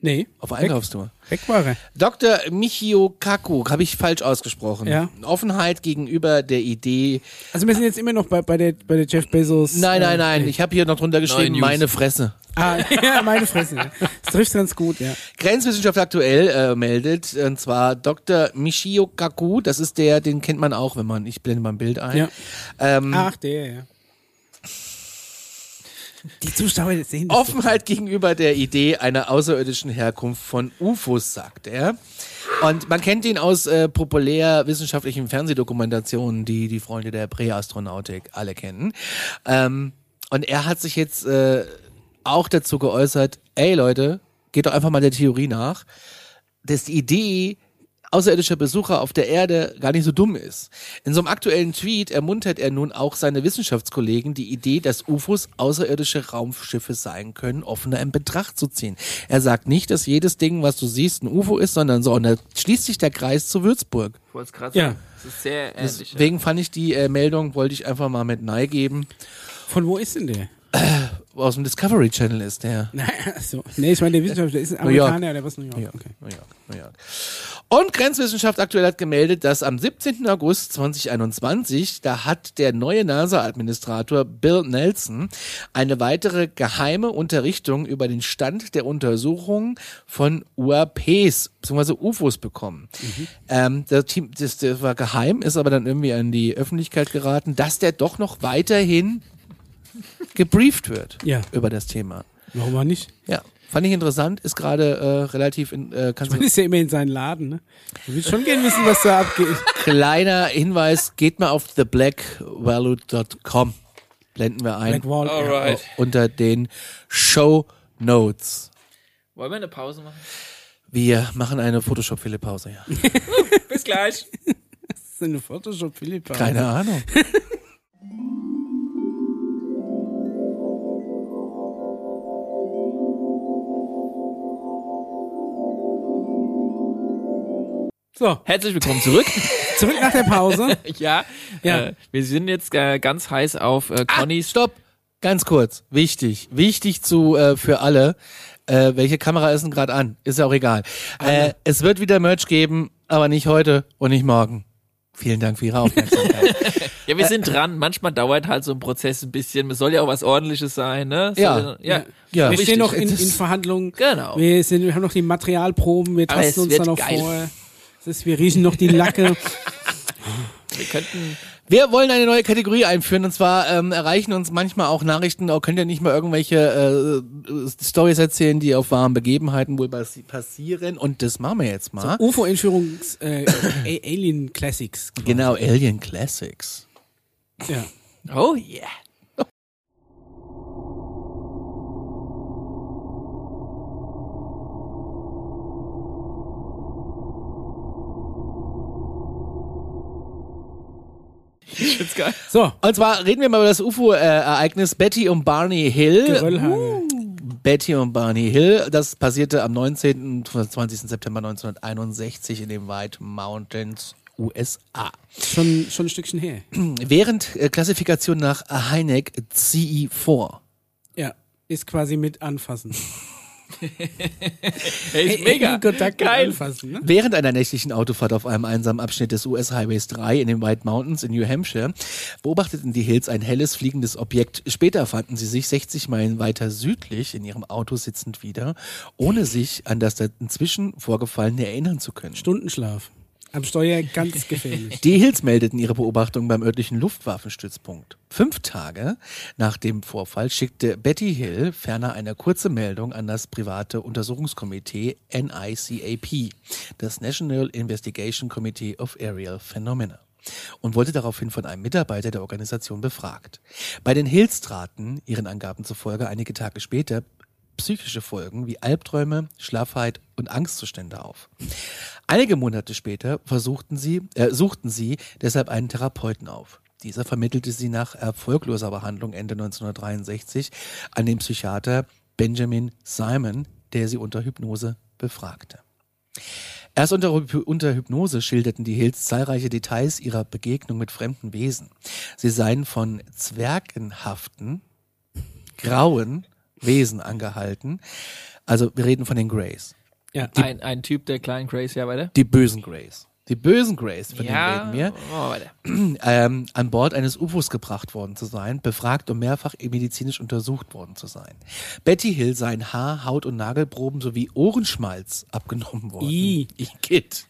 [SPEAKER 1] Nee,
[SPEAKER 2] Auf Einkaufstour.
[SPEAKER 1] weg war er.
[SPEAKER 2] Dr. Michio Kaku, habe ich falsch ausgesprochen.
[SPEAKER 1] Ja.
[SPEAKER 2] Offenheit gegenüber der Idee.
[SPEAKER 1] Also wir sind jetzt immer noch bei, bei, der, bei der Jeff Bezos.
[SPEAKER 2] Nein, nein,
[SPEAKER 1] äh,
[SPEAKER 2] nein, ich habe hier noch drunter geschrieben,
[SPEAKER 3] News.
[SPEAKER 2] meine Fresse.
[SPEAKER 1] Ah, [LAUGHS] ja, meine Fresse. ja. Das trifft ganz gut, ja.
[SPEAKER 2] Grenzwissenschaft aktuell äh, meldet, und zwar Dr. Michio Kaku, das ist der, den kennt man auch, wenn man, ich blende mal ein Bild ein.
[SPEAKER 1] Ja.
[SPEAKER 2] Ähm,
[SPEAKER 1] Ach, der, ja. Die Zuschauer sehen das.
[SPEAKER 2] [LAUGHS] Offenheit gegenüber der Idee einer außerirdischen Herkunft von UFOs, sagt er. Und man kennt ihn aus äh, populär wissenschaftlichen Fernsehdokumentationen, die die Freunde der Präastronautik alle kennen. Ähm, und er hat sich jetzt äh, auch dazu geäußert, ey Leute, geht doch einfach mal der Theorie nach, dass die Idee außerirdischer Besucher auf der Erde gar nicht so dumm ist. In so einem aktuellen Tweet ermuntert er nun auch seine Wissenschaftskollegen, die Idee, dass UFOs außerirdische Raumschiffe sein können, offener in Betracht zu ziehen. Er sagt nicht, dass jedes Ding, was du siehst, ein UFO ist, sondern so. Und da schließt sich der Kreis zu Würzburg.
[SPEAKER 3] Ich wollte es gerade
[SPEAKER 1] Ja.
[SPEAKER 3] sagen. Das ist sehr ähnlich. ja.
[SPEAKER 2] Deswegen fand ich die äh, Meldung, wollte ich einfach mal mit Nei geben.
[SPEAKER 1] Von wo ist denn der?
[SPEAKER 2] Aus dem Discovery Channel ist der.
[SPEAKER 1] Nein, [LAUGHS] so. Nee, ich meine, der Wissenschaftler ist ein
[SPEAKER 3] Oh
[SPEAKER 2] New York.
[SPEAKER 1] Amerikaner oder was? New York. Okay.
[SPEAKER 2] New York, New York. Und Grenzwissenschaft aktuell hat gemeldet, dass am 17. August 2021, da hat der neue NASA-Administrator Bill Nelson eine weitere geheime Unterrichtung über den Stand der Untersuchungen von UAPs bzw. UFOs bekommen.
[SPEAKER 1] Mhm.
[SPEAKER 2] Ähm, das, Team, das, das war geheim, ist aber dann irgendwie an die Öffentlichkeit geraten, dass der doch noch weiterhin gebrieft wird
[SPEAKER 1] Ja.
[SPEAKER 2] über das Thema.
[SPEAKER 1] Warum auch nicht?
[SPEAKER 2] Ja, fand ich interessant, ist gerade äh, relativ in, äh, kannst
[SPEAKER 1] Man
[SPEAKER 2] du,
[SPEAKER 1] ist ja immer in seinen Laden, ne? Ich will schon gerne wissen, was da
[SPEAKER 3] [LAUGHS]
[SPEAKER 1] abgeht.
[SPEAKER 2] kleiner Hinweis, geht mal auf theblackvalue.com. Blenden wir ein
[SPEAKER 1] Black Wall. ja.
[SPEAKER 3] Alright.
[SPEAKER 2] unter den Show Notes.
[SPEAKER 3] Wollen wir eine Pause machen? [LAUGHS]
[SPEAKER 2] Wir machen eine Photoshop Philipp
[SPEAKER 1] [LAUGHS]
[SPEAKER 2] Pause, ja.
[SPEAKER 3] Bis gleich.
[SPEAKER 1] Das ist eine Photoshop Philippa.
[SPEAKER 2] Keine Ahnung.
[SPEAKER 1] So,
[SPEAKER 3] Herzlich willkommen zurück.
[SPEAKER 1] zurück nach der Pause.
[SPEAKER 3] [LAUGHS] ja,
[SPEAKER 1] Ja.
[SPEAKER 3] Äh, wir sind jetzt äh, ganz heiß auf äh,
[SPEAKER 2] Ah,
[SPEAKER 3] Connys.
[SPEAKER 2] stopp. Ganz kurz, wichtig, wichtig zu äh, für alle. Äh, welche Kamera ist denn gerade an? Ist ja auch egal. Äh, es wird wieder Merch geben, aber nicht heute und nicht morgen. Vielen Dank für Ihre Aufmerksamkeit.
[SPEAKER 1] [LAUGHS]
[SPEAKER 3] ja, wir sind dran. Manchmal dauert halt so ein Prozess ein bisschen. Es soll ja auch was Ordentliches sein, ne? Es
[SPEAKER 2] Ja.
[SPEAKER 3] soll [LAUGHS] ja.
[SPEAKER 2] Ja.
[SPEAKER 1] wir
[SPEAKER 2] Richtig.
[SPEAKER 1] stehen noch in, in
[SPEAKER 2] Das-
[SPEAKER 1] Verhandlungen.
[SPEAKER 3] Genau.
[SPEAKER 1] Wir, sind, wir haben noch die Materialproben, wir
[SPEAKER 3] Aber es
[SPEAKER 1] tasten uns
[SPEAKER 3] wird
[SPEAKER 1] da noch
[SPEAKER 3] geil.
[SPEAKER 1] vor. Das ist, wir riechen noch die
[SPEAKER 3] [LAUGHS]
[SPEAKER 1] Lacke.
[SPEAKER 3] Wir könnten
[SPEAKER 2] Wir wollen eine neue Kategorie einführen und zwar ähm, erreichen uns manchmal auch Nachrichten, auch könnt ihr nicht mal irgendwelche äh, Stories erzählen, die auf wahren Begebenheiten wohl passi- passieren und das machen wir jetzt mal.
[SPEAKER 1] UFO-Entführungs äh, A- Alien Classics.
[SPEAKER 2] genau, Alien Classics.
[SPEAKER 1] Ja.
[SPEAKER 3] Oh yeah. Ich find's geil.
[SPEAKER 1] So,
[SPEAKER 2] Und zwar reden wir mal über das UFO-Ereignis äh, Betty und Barney Hill.
[SPEAKER 3] Uh.
[SPEAKER 1] Geröllhagen.
[SPEAKER 2] Betty und Barney Hill, das passierte am 19. und 20. September 1961 in den White Mountains, USA.
[SPEAKER 1] Schon, schon ein Stückchen her.
[SPEAKER 2] Während äh, Klassifikation nach Heineck CE4.
[SPEAKER 1] [LAUGHS] Ja. Ist quasi mit anfassen.
[SPEAKER 3] Hey, ist mega.
[SPEAKER 1] Kontakt
[SPEAKER 3] Geil.
[SPEAKER 1] Anfassen, ne?
[SPEAKER 2] Während einer nächtlichen Autofahrt auf einem einsamen Abschnitt des US Highways 3 in den White Mountains in New Hampshire beobachteten die Hills ein helles fliegendes Objekt. Später fanden sie sich 60 Meilen weiter südlich in ihrem Auto sitzend wieder, ohne sich an das inzwischen vorgefallene erinnern zu können.
[SPEAKER 1] Stundenschlaf. Am Steuer ganz
[SPEAKER 3] [LAUGHS]
[SPEAKER 1] gefährlich.
[SPEAKER 2] [LAUGHS] Die Hills meldeten ihre Beobachtung beim örtlichen Luftwaffenstützpunkt. Fünf Tage nach dem Vorfall schickte Betty Hill ferner eine kurze Meldung an das private Untersuchungskomitee NICAP, das National Investigation Committee of Aerial Phenomena, und wurde daraufhin von einem Mitarbeiter der Organisation befragt. Bei den Hills traten, ihren Angaben zufolge einige Tage später, psychische Folgen wie Albträume, Schlaffheit und Angstzustände auf. Einige Monate später versuchten sie, äh, suchten sie deshalb einen Therapeuten auf. Dieser vermittelte sie nach erfolgloser Behandlung Ende 1963 an den Psychiater Benjamin Simon, der sie unter Hypnose befragte. Erst unter, Hy- unter Hypnose schilderten die Hills zahlreiche Details ihrer Begegnung mit fremden Wesen. Sie seien von zwergenhaften, grauen Wesen angehalten. Also wir reden von den Greys.
[SPEAKER 1] Ja.
[SPEAKER 3] Ein, ein Typ der kleinen Crazy, ja, weiter.
[SPEAKER 2] Die bösen Greys. Die bösen Greys, von
[SPEAKER 3] Ja,
[SPEAKER 2] denen reden
[SPEAKER 3] machen wir weiter.
[SPEAKER 2] wir, [CLEARS THROAT] ähm, an Bord eines UFOs gebracht worden zu sein, befragt und mehrfach medizinisch untersucht worden zu sein. Betty Hill seien Haar-, Haut- und Nagelproben sowie Ohrenschmalz abgenommen worden.
[SPEAKER 1] I.
[SPEAKER 2] Igitt.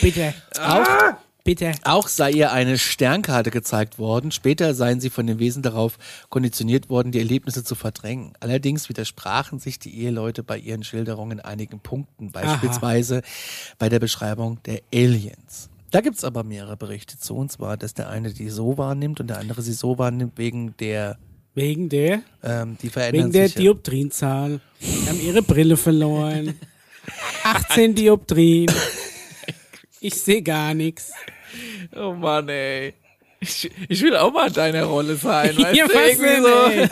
[SPEAKER 1] Bitte.
[SPEAKER 3] Ah.
[SPEAKER 1] Auch? Bitte.
[SPEAKER 2] Auch sei ihr eine Sternkarte gezeigt worden. Später seien sie von dem Wesen darauf konditioniert worden, die Erlebnisse zu verdrängen. Allerdings widersprachen sich die Eheleute bei ihren Schilderungen in einigen Punkten, beispielsweise bei der Beschreibung der Aliens. Da gibt's aber mehrere Berichte zu, und zwar, dass der eine die so wahrnimmt und der andere sie so wahrnimmt, wegen der,
[SPEAKER 1] Wegen der,
[SPEAKER 2] ähm, die verändern
[SPEAKER 1] wegen der
[SPEAKER 2] sich. ja.
[SPEAKER 1] Dioptrienzahl. Die haben ihre Brille
[SPEAKER 3] [LAUGHS]
[SPEAKER 1] verloren. 18 Dioptrien. Ich sehe gar nichts.
[SPEAKER 3] Oh Mann, ey. Ich, ich will auch mal deine Rolle
[SPEAKER 1] [LAUGHS]
[SPEAKER 3] sein, weißt
[SPEAKER 1] Ja,
[SPEAKER 3] du?
[SPEAKER 1] was
[SPEAKER 3] Irgendwie
[SPEAKER 1] denn,
[SPEAKER 3] so.
[SPEAKER 1] ey?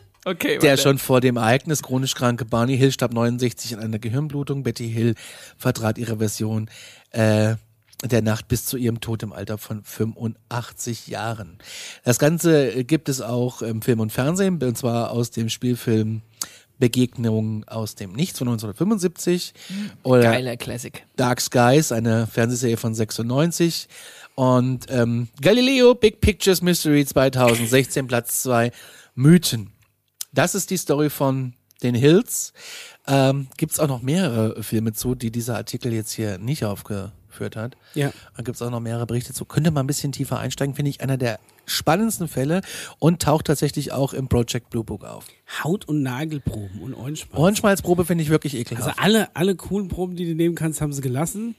[SPEAKER 3] [LAUGHS] Okay,
[SPEAKER 2] Der
[SPEAKER 3] weiter.
[SPEAKER 2] schon vor dem Ereignis chronisch kranke Barney Hill starb 69 an einer Gehirnblutung. Betty Hill vertrat ihre Version äh, der Nacht bis zu ihrem Tod im Alter von 85 Jahren. Das Ganze gibt es auch im Film und Fernsehen, und zwar aus dem Spielfilm Begegnung aus dem Nichts von 1975 oder
[SPEAKER 3] Geiler Classic.
[SPEAKER 2] Dark Skies, eine Fernsehserie von 96 und ähm, Galileo Big Pictures Mystery 2016 Platz 2 Mythen. Das ist die Story von den Hills. Ähm, Gibt es auch noch mehrere Filme zu, die dieser Artikel jetzt hier nicht aufgeführt hat.
[SPEAKER 1] Ja.
[SPEAKER 2] Da gibt es auch noch mehrere Berichte zu. Könnte man ein bisschen tiefer einsteigen, finde ich einer der spannendsten Fälle und taucht tatsächlich auch im Project Blue Book auf.
[SPEAKER 1] Haut- und Nagelproben und
[SPEAKER 3] Oh.
[SPEAKER 1] Ohrenschmalz.
[SPEAKER 2] Ohrenschmalzprobe finde ich wirklich ekelhaft.
[SPEAKER 1] Also alle, alle coolen Proben, die du nehmen kannst, haben sie gelassen.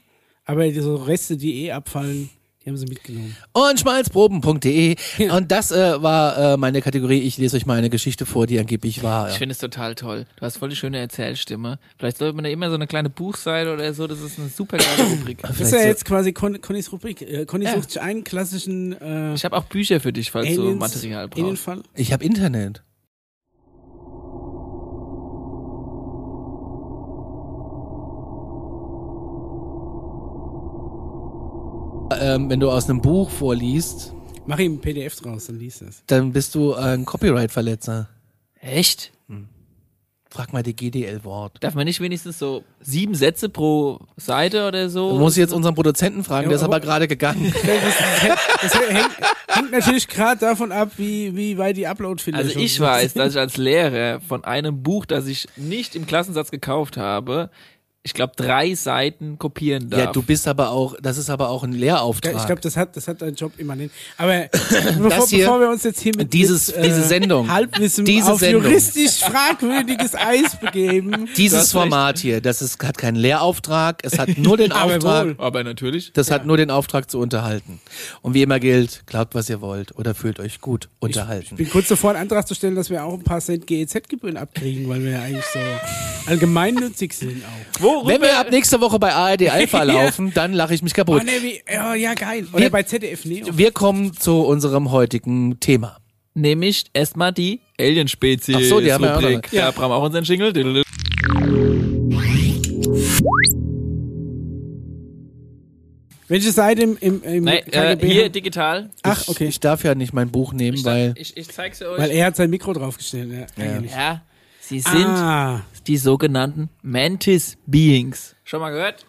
[SPEAKER 1] Aber die so Reste, die eh abfallen, die haben sie mitgenommen.
[SPEAKER 2] und schmalzproben.de.
[SPEAKER 1] Ja.
[SPEAKER 2] Und das äh, war äh, meine Kategorie. Ich lese euch mal eine Geschichte vor, die angeblich war.
[SPEAKER 3] Ich finde es total toll. Du hast voll die schöne Erzählstimme. Vielleicht sollte man da immer so eine kleine Buchseite oder so. Das ist eine super
[SPEAKER 2] [CLEARS THROAT]
[SPEAKER 3] geile Rubrik.
[SPEAKER 1] Das ist ja
[SPEAKER 2] so-
[SPEAKER 1] jetzt quasi Con Connys Rubrik. Äh, Conny
[SPEAKER 3] Ja.
[SPEAKER 1] sucht sich einen klassischen äh,
[SPEAKER 3] Ich habe auch Bücher für dich,
[SPEAKER 2] halt
[SPEAKER 3] falls du
[SPEAKER 1] Aliens,
[SPEAKER 3] Material brauchst.
[SPEAKER 1] Alienfall.
[SPEAKER 2] Ich habe Internet. Ähm, wenn du aus einem Buch vorliest,
[SPEAKER 1] Mach ihm ein PDF draus, dann liest das.
[SPEAKER 2] dann bist du ein Copyright-Verletzer.
[SPEAKER 3] Echt?
[SPEAKER 2] Frag mal die GDL-Wort.
[SPEAKER 3] Darf man nicht wenigstens so sieben Sätze pro Seite oder so?
[SPEAKER 2] Du musst jetzt unseren Produzenten fragen, der ist aber gerade gegangen.
[SPEAKER 1] Es hängt, hängt natürlich gerade davon ab, wie, wie weit die Upload-Filme
[SPEAKER 3] Also
[SPEAKER 1] schon
[SPEAKER 3] ich
[SPEAKER 1] sind.
[SPEAKER 3] weiß, dass ich als Lehrer von einem Buch, das ich nicht im Klassensatz gekauft habe, ich glaube drei Seiten kopieren darf.
[SPEAKER 2] Ja, du bist aber auch, das ist aber auch ein Lehrauftrag.
[SPEAKER 1] Ich glaube, das hat, das hat dein Job immanent.
[SPEAKER 2] [COUGHS]
[SPEAKER 1] Aber bevor,
[SPEAKER 2] hier-
[SPEAKER 1] bevor wir uns jetzt hier mit
[SPEAKER 2] Dieses-
[SPEAKER 1] mit, äh,
[SPEAKER 2] diese Sendung.
[SPEAKER 1] Halbwissen
[SPEAKER 2] Diese
[SPEAKER 1] auf
[SPEAKER 2] Sendung.
[SPEAKER 1] juristisch
[SPEAKER 2] [LAUGHS]
[SPEAKER 1] fragwürdiges Eis begeben,
[SPEAKER 3] Du hast
[SPEAKER 2] Dieses
[SPEAKER 3] recht.
[SPEAKER 2] Format hier, das ist, hat keinen Lehrauftrag, es hat nur den
[SPEAKER 1] Aber
[SPEAKER 2] Auftrag,
[SPEAKER 1] wohl.
[SPEAKER 3] aber natürlich.
[SPEAKER 2] das hat nur den Auftrag zu unterhalten. Und wie immer gilt, glaubt, was ihr wollt oder fühlt euch gut unterhalten.
[SPEAKER 1] bin kurz davor, einen Antrag zu stellen, dass wir auch ein paar Cent GEZ-Gebühren abkriegen, weil wir ja eigentlich so allgemeinnützig sind auch.
[SPEAKER 2] Wenn wir ab nächster Woche bei ARD Alpha laufen, dann lache ich mich
[SPEAKER 1] Oh,
[SPEAKER 2] kaputt.
[SPEAKER 1] nee, wie, oh, ja, geil. Oder
[SPEAKER 2] Wir-
[SPEAKER 1] bei ZDF Neo.
[SPEAKER 2] Wir kommen zu unserem heutigen Thema.
[SPEAKER 3] Nämlich erstmal die Alienspezies.
[SPEAKER 2] Ach so, die haben wir auch noch.
[SPEAKER 3] Rubrik.
[SPEAKER 1] Ja.
[SPEAKER 3] Da brauchen wir auch unseren Jingle. Diddle.
[SPEAKER 1] Welche Seite im, im, im
[SPEAKER 3] Nee, äh,
[SPEAKER 1] KGB?
[SPEAKER 3] hier digital.
[SPEAKER 1] Ach,
[SPEAKER 2] Ich-
[SPEAKER 1] okay.
[SPEAKER 2] Ich darf ja nicht mein Buch nehmen, weil
[SPEAKER 3] Ich, ich zeig's euch.
[SPEAKER 1] Weil er hat sein Mikro draufgestellt. Ja,
[SPEAKER 2] Ja.
[SPEAKER 1] eigentlich.
[SPEAKER 3] ja, Sie sind
[SPEAKER 1] Ah,
[SPEAKER 3] die sogenannten Mantis Beings. Schon mal gehört?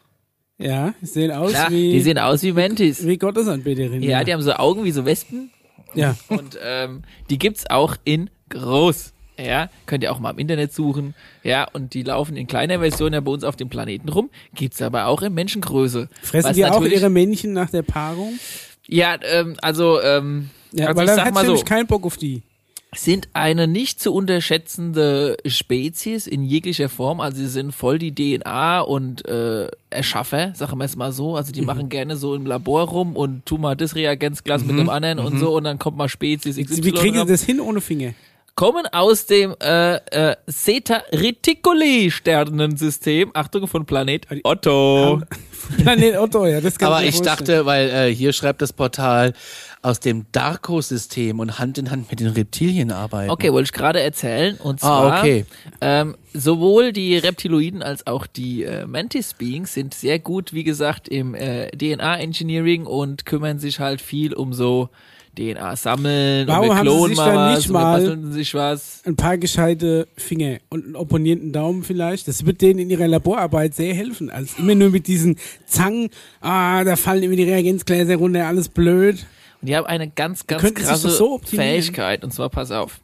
[SPEAKER 1] ja, die sehen aus
[SPEAKER 3] Klar,
[SPEAKER 1] wie,
[SPEAKER 3] die sehen aus wie Mantis.
[SPEAKER 1] wie Gottesanbeterin.
[SPEAKER 3] Ja, die haben so Augen wie so Wespen
[SPEAKER 1] ja.
[SPEAKER 3] und ähm, die gibt's auch in groß. Ja, könnt ihr auch mal im Internet suchen. Ja, und die laufen in kleiner Version ja bei uns auf dem Planeten rum, gibt's aber auch in Menschengröße.
[SPEAKER 1] Fressen
[SPEAKER 3] Was
[SPEAKER 1] die auch
[SPEAKER 3] natürlich-
[SPEAKER 1] ihre Männchen nach der Paarung?
[SPEAKER 3] Ja, ähm, also, ähm,
[SPEAKER 1] Ja,
[SPEAKER 3] also
[SPEAKER 1] weil
[SPEAKER 3] ich
[SPEAKER 1] dann
[SPEAKER 3] sag
[SPEAKER 1] hat's
[SPEAKER 3] mal so,
[SPEAKER 1] nämlich keinen Bock auf die.
[SPEAKER 3] sind eine nicht zu unterschätzende Spezies in jeglicher Form. Also sie sind voll die DNA und äh, Erschaffer, sagen wir es mal so. Also die
[SPEAKER 1] Mhm.
[SPEAKER 3] machen gerne so im Labor rum und tun mal das Reagenzglas mit dem anderen und so und dann kommt mal Spezies XY.
[SPEAKER 1] Wie kriegen Mhm. sie
[SPEAKER 3] ran.
[SPEAKER 1] das hin ohne Finger? [LAUGHS]
[SPEAKER 3] Kommen aus dem äh, äh, Zeta Reticuli Sternensystem. Achtung, von Planet
[SPEAKER 1] Äh,
[SPEAKER 3] Otto.
[SPEAKER 1] Planet Otto, ja, das kann
[SPEAKER 2] Aber
[SPEAKER 1] mir
[SPEAKER 2] ich
[SPEAKER 1] vorstellen.
[SPEAKER 2] dachte, weil äh, hier schreibt das Portal aus dem Darko-System und Hand in Hand mit den Reptilien arbeiten.
[SPEAKER 3] Okay, wollte ich gerade erzählen. Und zwar,
[SPEAKER 2] Ah, okay.
[SPEAKER 3] ähm, sowohl die Reptiloiden als auch die äh, Mantis-Beings sind sehr gut, wie gesagt, im äh, DNA-Engineering und kümmern sich halt viel um so DNA-Sammeln und
[SPEAKER 1] Warum
[SPEAKER 3] wir
[SPEAKER 1] haben sie
[SPEAKER 3] klonen
[SPEAKER 1] sich
[SPEAKER 3] mal
[SPEAKER 1] dann
[SPEAKER 3] was
[SPEAKER 1] nicht
[SPEAKER 3] und wir
[SPEAKER 1] mal-
[SPEAKER 3] basteln sich was.
[SPEAKER 1] ein paar gescheite Finger und einen opponierenden Daumen vielleicht. Das wird denen in ihrer Laborarbeit sehr helfen. Als immer nur mit diesen Zangen, ah, da fallen immer die Reagenzgläser runter, alles blöd.
[SPEAKER 3] Und die haben eine ganz, ganz
[SPEAKER 1] könnten sich
[SPEAKER 3] krasse
[SPEAKER 1] doch so optimieren.
[SPEAKER 3] Fähigkeit. Und zwar, pass auf.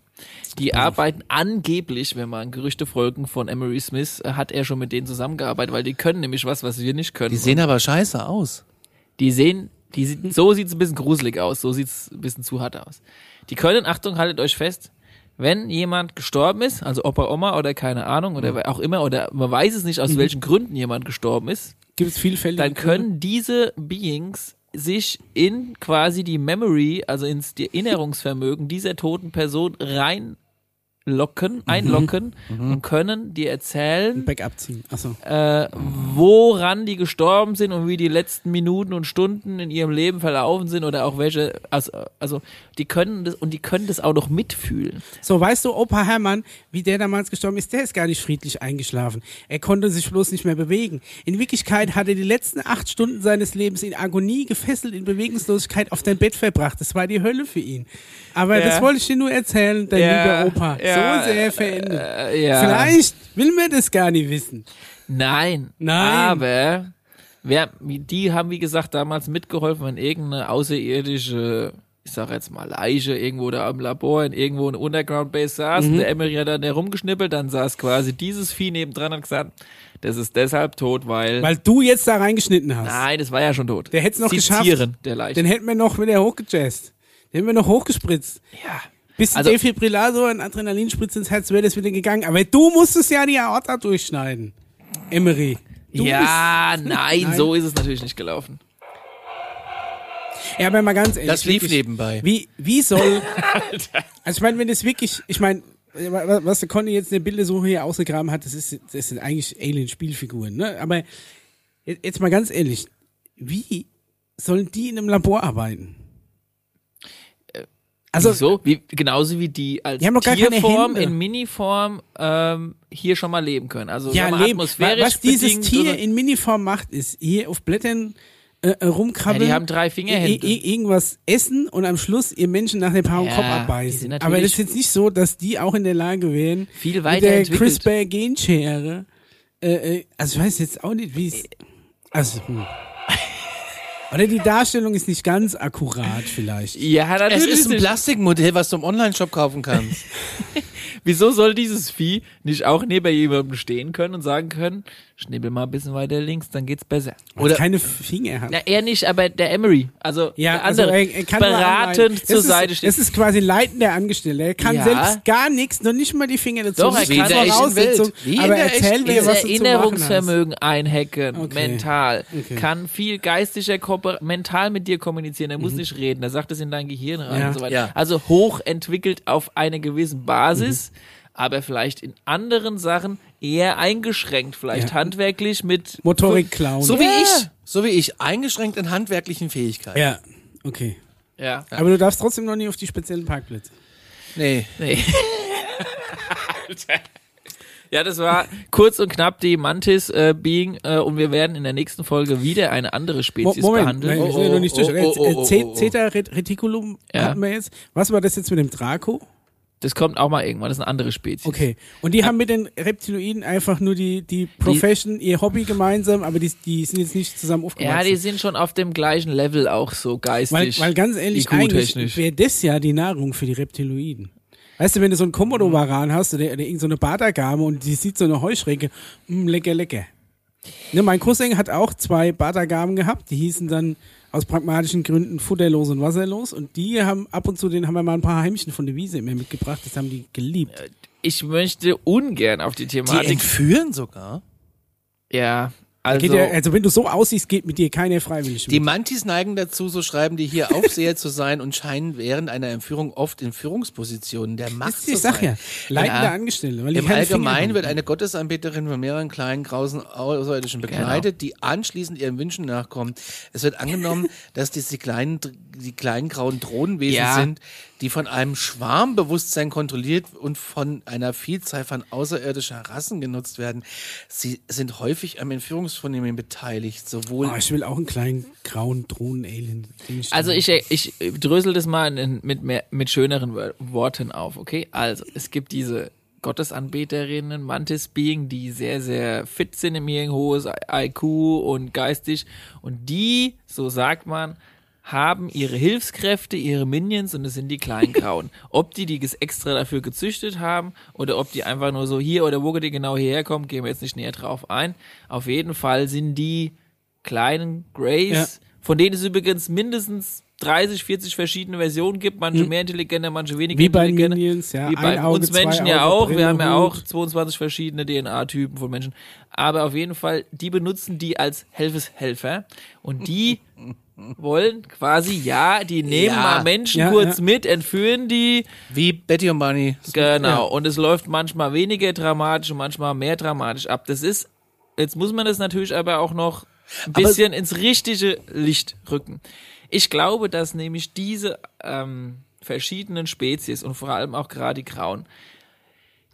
[SPEAKER 3] Die arbeiten angeblich, wenn man Gerüchte folgen von Emery Smith, äh, hat er schon mit denen zusammengearbeitet, weil die können nämlich was, was wir nicht können.
[SPEAKER 2] Die sehen aber scheiße aus.
[SPEAKER 3] Die sehen, die sieht, so sieht's ein bisschen gruselig aus, so sieht's ein bisschen zu hart aus. Die können, Achtung, haltet euch fest, wenn jemand gestorben ist, also Opa, Oma oder keine Ahnung oder wer auch immer, oder man weiß es nicht, aus welchen Gründen jemand gestorben ist,
[SPEAKER 1] Gibt es vielfältige.
[SPEAKER 3] dann können diese Beings sich in quasi die Memory, also ins Erinnerungsvermögen dieser toten Person reinlocken, einlocken und können dir erzählen,
[SPEAKER 1] Backup ziehen. Achso.
[SPEAKER 3] äh, woran die gestorben sind und wie die letzten Minuten und Stunden in ihrem Leben verlaufen sind oder auch welche, also, also die können das und die können das auch noch mitfühlen.
[SPEAKER 1] So, weißt du, Opa Hermann, wie der damals gestorben ist, der ist gar nicht friedlich eingeschlafen. Er konnte sich bloß nicht mehr bewegen. In Wirklichkeit hat er die letzten acht Stunden seines Lebens in Agonie gefesselt, in Bewegungslosigkeit auf dein Bett verbracht. Das war die Hölle für ihn. Aber
[SPEAKER 3] Ja.
[SPEAKER 1] das wollte ich dir nur erzählen, dein
[SPEAKER 3] Ja,
[SPEAKER 1] lieber Opa.
[SPEAKER 3] ja,
[SPEAKER 1] so sehr verändert.
[SPEAKER 3] Äh, ja.
[SPEAKER 1] Vielleicht will man das gar nicht wissen.
[SPEAKER 3] Nein.
[SPEAKER 1] Nein.
[SPEAKER 3] Aber wer, die haben, wie gesagt, damals mitgeholfen, wenn irgendeine außerirdische, ich sag jetzt mal, Leiche irgendwo da im Labor, in irgendwo in Underground Base saß,
[SPEAKER 1] Mhm.
[SPEAKER 3] und der Emery hat dann herumgeschnippelt, dann saß quasi dieses Vieh nebendran und hat gesagt, das ist deshalb tot, weil.
[SPEAKER 1] Weil du jetzt da reingeschnitten hast.
[SPEAKER 3] Nein, das war ja schon tot.
[SPEAKER 1] Der hätt's noch geschafft.
[SPEAKER 3] Sezieren der Leiche.
[SPEAKER 1] Den hätten wir noch wieder hochgejazzt. Den hätten wir noch hochgespritzt.
[SPEAKER 3] Ja.
[SPEAKER 1] Bisschen
[SPEAKER 3] Also-
[SPEAKER 1] Defibrillator, ein Adrenalinspritz ins Herz wäre das wieder gegangen. Aber du musstest ja die Aorta durchschneiden. Emery. Du
[SPEAKER 3] ja, nein,
[SPEAKER 1] Nein.
[SPEAKER 3] so ist es natürlich nicht gelaufen.
[SPEAKER 1] Bist, ja, aber mal ganz ehrlich.
[SPEAKER 2] Das lief
[SPEAKER 1] wirklich,
[SPEAKER 2] nebenbei.
[SPEAKER 1] Wie, wie soll. also, ich meine, wenn das wirklich. Ich meine, wa- was der Conny jetzt in der Bildersuche hier ausgegraben hat, das, ist, das sind eigentlich Alien-Spielfiguren. Ne? Aber jetzt, jetzt mal ganz ehrlich. Wie sollen die in einem Labor arbeiten? Also,
[SPEAKER 3] Wieso? Wie, genauso wie die als
[SPEAKER 1] Die haben doch gar keine
[SPEAKER 3] Tierform
[SPEAKER 1] Hände.
[SPEAKER 3] in Miniform ähm, hier schon mal leben können. Also
[SPEAKER 1] Ja,
[SPEAKER 3] sagen wir mal,
[SPEAKER 1] leben.
[SPEAKER 3] atmosphärisch
[SPEAKER 1] Was dieses
[SPEAKER 3] bedingt
[SPEAKER 1] Tier
[SPEAKER 3] oder-
[SPEAKER 1] in Miniform macht, ist hier auf Blättern äh, äh, rumkrabbeln.
[SPEAKER 3] Ja, die haben drei Fingerhände.
[SPEAKER 1] i- i- Irgendwas essen und am Schluss ihr Menschen nach der Paarung
[SPEAKER 3] Ja,
[SPEAKER 1] Kopf
[SPEAKER 3] die
[SPEAKER 1] abbeißen.
[SPEAKER 3] sind
[SPEAKER 1] Aber das
[SPEAKER 3] natürlich-
[SPEAKER 1] ist jetzt nicht so, dass die auch in der Lage wären,
[SPEAKER 3] Viel
[SPEAKER 1] mit der
[SPEAKER 3] weiterentwickelt.
[SPEAKER 1] CRISPR-Genschere. Äh, äh, also ich weiß jetzt auch nicht, wie
[SPEAKER 3] Äh.
[SPEAKER 1] es. Also, hm. Oder die Darstellung ist nicht ganz akkurat, vielleicht.
[SPEAKER 3] ja,
[SPEAKER 2] Es
[SPEAKER 3] natürlich.
[SPEAKER 2] ist ein
[SPEAKER 3] nicht.
[SPEAKER 2] Plastikmodell, was du im Onlineshop kaufen kannst.
[SPEAKER 3] Wieso soll dieses Vieh nicht auch neben jemandem stehen können und sagen können, schnibbel mal ein bisschen weiter links, dann geht's besser.
[SPEAKER 1] Oder
[SPEAKER 2] Oder-
[SPEAKER 1] keine Finger hat.
[SPEAKER 3] Na, er nicht, aber der Emery, also der
[SPEAKER 1] also
[SPEAKER 3] andere,
[SPEAKER 1] er- er kann nur anleiten.
[SPEAKER 3] beratend
[SPEAKER 1] Es
[SPEAKER 3] zur
[SPEAKER 1] ist,
[SPEAKER 3] Seite stehen.
[SPEAKER 1] Es ist quasi leitender Angestellter. Er kann
[SPEAKER 3] Ja.
[SPEAKER 1] selbst gar nichts, noch nicht mal die Finger dazu.
[SPEAKER 3] Doch, er
[SPEAKER 1] Das ist
[SPEAKER 3] kann- Wie in der
[SPEAKER 1] Voraussetzung,
[SPEAKER 2] echten Welt. Wie in
[SPEAKER 1] Aber
[SPEAKER 2] der
[SPEAKER 1] erzähl
[SPEAKER 2] echten
[SPEAKER 1] mir,
[SPEAKER 3] ins
[SPEAKER 1] was du zu machen hast.
[SPEAKER 3] Erinnerungsvermögen einhacken,
[SPEAKER 1] Okay.
[SPEAKER 3] mental.
[SPEAKER 1] Okay.
[SPEAKER 3] Kann viel geistiger Kooper mental mit dir kommunizieren. Er muss nicht reden, er sagt es in dein Gehirn rein
[SPEAKER 1] Mhm. Ja.
[SPEAKER 3] und so weiter.
[SPEAKER 2] Ja.
[SPEAKER 3] Also hochentwickelt auf einer gewissen
[SPEAKER 1] Mhm.
[SPEAKER 3] Basis, aber vielleicht in anderen Sachen eher eingeschränkt, vielleicht
[SPEAKER 1] Ja.
[SPEAKER 3] handwerklich mit
[SPEAKER 1] Motorik klauen.
[SPEAKER 2] So wie
[SPEAKER 3] Ja.
[SPEAKER 2] ich. So wie ich. Eingeschränkt in handwerklichen Fähigkeiten.
[SPEAKER 1] ja, okay.
[SPEAKER 3] Ja.
[SPEAKER 1] Aber du darfst trotzdem noch nie auf die speziellen Parkplätze.
[SPEAKER 2] Nee.
[SPEAKER 3] Nee. Alter. Ja, das war kurz und knapp die Mantis äh, Being äh, und wir werden in der nächsten Folge wieder eine andere
[SPEAKER 1] Mo-
[SPEAKER 3] Spezies
[SPEAKER 1] Moment,
[SPEAKER 3] behandeln.
[SPEAKER 1] nein, wir
[SPEAKER 2] Oh,
[SPEAKER 1] sind ja
[SPEAKER 2] oh,
[SPEAKER 1] noch nicht durch.
[SPEAKER 2] oh, oh, oh,
[SPEAKER 1] Äh,
[SPEAKER 2] oh,
[SPEAKER 1] Z-
[SPEAKER 2] oh, oh.
[SPEAKER 1] Zeta Ret- Reticulum
[SPEAKER 3] Ja.
[SPEAKER 1] hatten wir jetzt. Was war das jetzt mit dem Draco?
[SPEAKER 3] Das kommt auch mal irgendwann, das ist eine andere Spezies.
[SPEAKER 1] Okay. Und die haben mit den Reptiloiden einfach nur die, die Profession, ihr Hobby gemeinsam, aber die, die sind jetzt nicht zusammen
[SPEAKER 3] Ja,
[SPEAKER 1] aufgewachsen.
[SPEAKER 3] die sind schon auf dem gleichen Level auch so
[SPEAKER 1] weil,
[SPEAKER 3] geistig.
[SPEAKER 1] weil ganz ehrlich, eigentlich
[SPEAKER 3] IQ-technisch.
[SPEAKER 1] wäre das ja die Nahrung für die Reptiloiden. Weißt du, wenn du so einen Komodo-Waran hast oder, oder irgendeine so eine Badagame und die sieht so eine Heuschrecke, mh, lecker, lecker. Ne, mein Cousin hat auch zwei Badagamen gehabt, die hießen dann aus pragmatischen Gründen futterlos und wasserlos und die haben ab und zu, denen haben wir mal ein paar Heimchen von der Wiese immer mitgebracht, das haben die geliebt.
[SPEAKER 3] Äh, Ich möchte ungern auf die
[SPEAKER 2] Die
[SPEAKER 3] Thematik.
[SPEAKER 2] entführen sogar.
[SPEAKER 3] ja, also.
[SPEAKER 1] Geht ja, also wenn du so aussiehst, geht mit dir keiner freiwillig mit.
[SPEAKER 2] Die Mantis neigen dazu, so schreiben
[SPEAKER 1] [LAUGHS]
[SPEAKER 2] die hier, Aufseher zu sein und scheinen während einer Entführung oft in Führungspositionen der Macht
[SPEAKER 1] Das ist
[SPEAKER 2] zu
[SPEAKER 1] ich sag ja,
[SPEAKER 2] sein.
[SPEAKER 1] leitende
[SPEAKER 3] Ja.
[SPEAKER 1] Angestellte. Weil die
[SPEAKER 2] Im
[SPEAKER 1] keine Finger
[SPEAKER 2] Allgemeinen
[SPEAKER 1] haben.
[SPEAKER 2] wird eine Gottesanbeterin von mehreren kleinen, grausen Außerirdischen
[SPEAKER 1] Genau.
[SPEAKER 2] begleitet, die anschließend ihren Wünschen nachkommen. Es wird
[SPEAKER 1] [LAUGHS]
[SPEAKER 2] angenommen, dass dies die kleinen, die kleinen grauen Drohnenwesen
[SPEAKER 3] Ja.
[SPEAKER 2] sind, die von einem Schwarmbewusstsein kontrolliert und von einer Vielzahl von außerirdischer Rassen genutzt werden. Sie sind häufig am Entführungsvornehmen beteiligt, sowohl
[SPEAKER 1] Oh, ich will auch einen kleinen grauen Drohnen-Alien. Den ich-
[SPEAKER 3] Also ich, ich drösel das mal in, mit, mehr, mit schöneren Wör- Worten auf, okay? Also, es gibt diese Gottesanbeterinnen, Mantis-Being, die sehr, sehr fit sind im ihren hohes IQ und geistig. Und die, so sagt man, haben ihre Hilfskräfte, ihre Minions und es sind die kleinen Grauen. ob die die ges- extra dafür gezüchtet haben oder ob die einfach nur so hier oder wo die genau hierher kommen, gehen wir jetzt nicht näher drauf ein. Auf jeden Fall sind die kleinen Grays,
[SPEAKER 1] Ja.
[SPEAKER 3] von denen es übrigens mindestens 30, 40 verschiedene Versionen gibt, manche mehr intelligenter, manche weniger
[SPEAKER 1] Hm. Wie bei
[SPEAKER 3] intelligenter.
[SPEAKER 1] Minions, ja,
[SPEAKER 3] Wie bei
[SPEAKER 1] ein Auge,
[SPEAKER 3] uns
[SPEAKER 1] zwei
[SPEAKER 3] Menschen
[SPEAKER 1] Augen,
[SPEAKER 3] ja auch,
[SPEAKER 1] Brille,
[SPEAKER 3] wir haben ja
[SPEAKER 1] Hut.
[SPEAKER 3] auch 22 verschiedene DNA-Typen von Menschen. Aber auf jeden Fall, die benutzen die als Helfeshelfer und
[SPEAKER 1] [LAUGHS]
[SPEAKER 3] die wollen quasi, ja, die nehmen
[SPEAKER 2] Ja.
[SPEAKER 3] mal Menschen
[SPEAKER 1] Ja,
[SPEAKER 3] kurz
[SPEAKER 1] ja.
[SPEAKER 3] mit, entführen die,
[SPEAKER 2] wie Betty und Barney.
[SPEAKER 3] Genau, und es läuft manchmal weniger dramatisch und manchmal mehr dramatisch ab. Das ist, jetzt muss man das natürlich aber auch noch ein bisschen ins richtige Licht rücken. Ich glaube, dass nämlich diese ähm, verschiedenen Spezies und vor allem auch gerade die Grauen,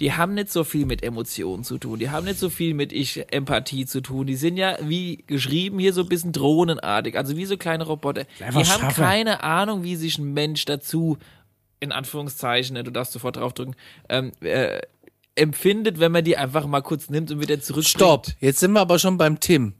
[SPEAKER 3] die haben nicht so viel mit Emotionen zu tun, die haben nicht so viel mit Ich Empathie zu tun. Die sind ja, wie geschrieben, hier so ein bisschen drohnenartig, also wie so kleine Roboter. Die
[SPEAKER 1] einfach
[SPEAKER 3] haben
[SPEAKER 1] Schaffe.
[SPEAKER 3] keine Ahnung, wie sich ein Mensch dazu in Anführungszeichen, ne, du darfst sofort draufdrücken, ähm, äh, empfindet, wenn man die einfach mal kurz nimmt und wieder zurück.
[SPEAKER 2] Stopp, jetzt sind wir aber schon beim Tim.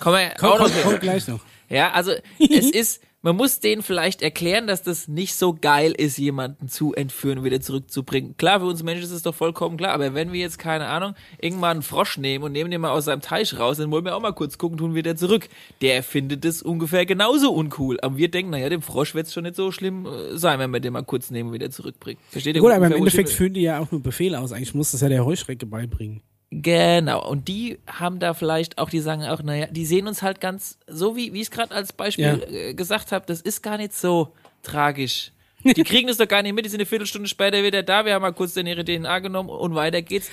[SPEAKER 3] Komm, mal,
[SPEAKER 1] Komm,
[SPEAKER 3] auch noch
[SPEAKER 1] komm, komm gleich noch.
[SPEAKER 3] Ja, also
[SPEAKER 1] [LAUGHS]
[SPEAKER 3] es ist, man muss denen vielleicht erklären, dass das nicht so geil ist, jemanden zu entführen und wieder zurückzubringen. Klar, für uns Menschen ist es doch vollkommen klar, aber wenn wir jetzt, keine Ahnung, irgendwann einen Frosch nehmen und nehmen den mal aus seinem Teich raus, dann wollen wir auch mal kurz gucken, tun wir der zurück. Der findet es ungefähr genauso uncool. Aber wir denken, naja, dem Frosch wird es schon nicht so schlimm äh, sein, wenn wir den mal kurz nehmen und wieder zurückbringen. Versteht ihr?
[SPEAKER 1] Gut, aber im
[SPEAKER 3] ungefähr, wo ich
[SPEAKER 1] Endeffekt
[SPEAKER 3] hin will?
[SPEAKER 1] führen die ja auch nur Befehle aus. Eigentlich muss das ja der Heuschrecke beibringen.
[SPEAKER 3] Genau, und die haben da vielleicht auch, die sagen auch, naja, die sehen uns halt ganz, so wie, wie ich es gerade als Beispiel
[SPEAKER 1] Ja.
[SPEAKER 3] äh, gesagt habe, das ist gar nicht so
[SPEAKER 1] [LAUGHS]
[SPEAKER 3] tragisch. Die kriegen das doch gar nicht mit, die sind eine Viertelstunde später wieder da, wir haben mal kurz dann ihre DNA genommen und weiter geht's.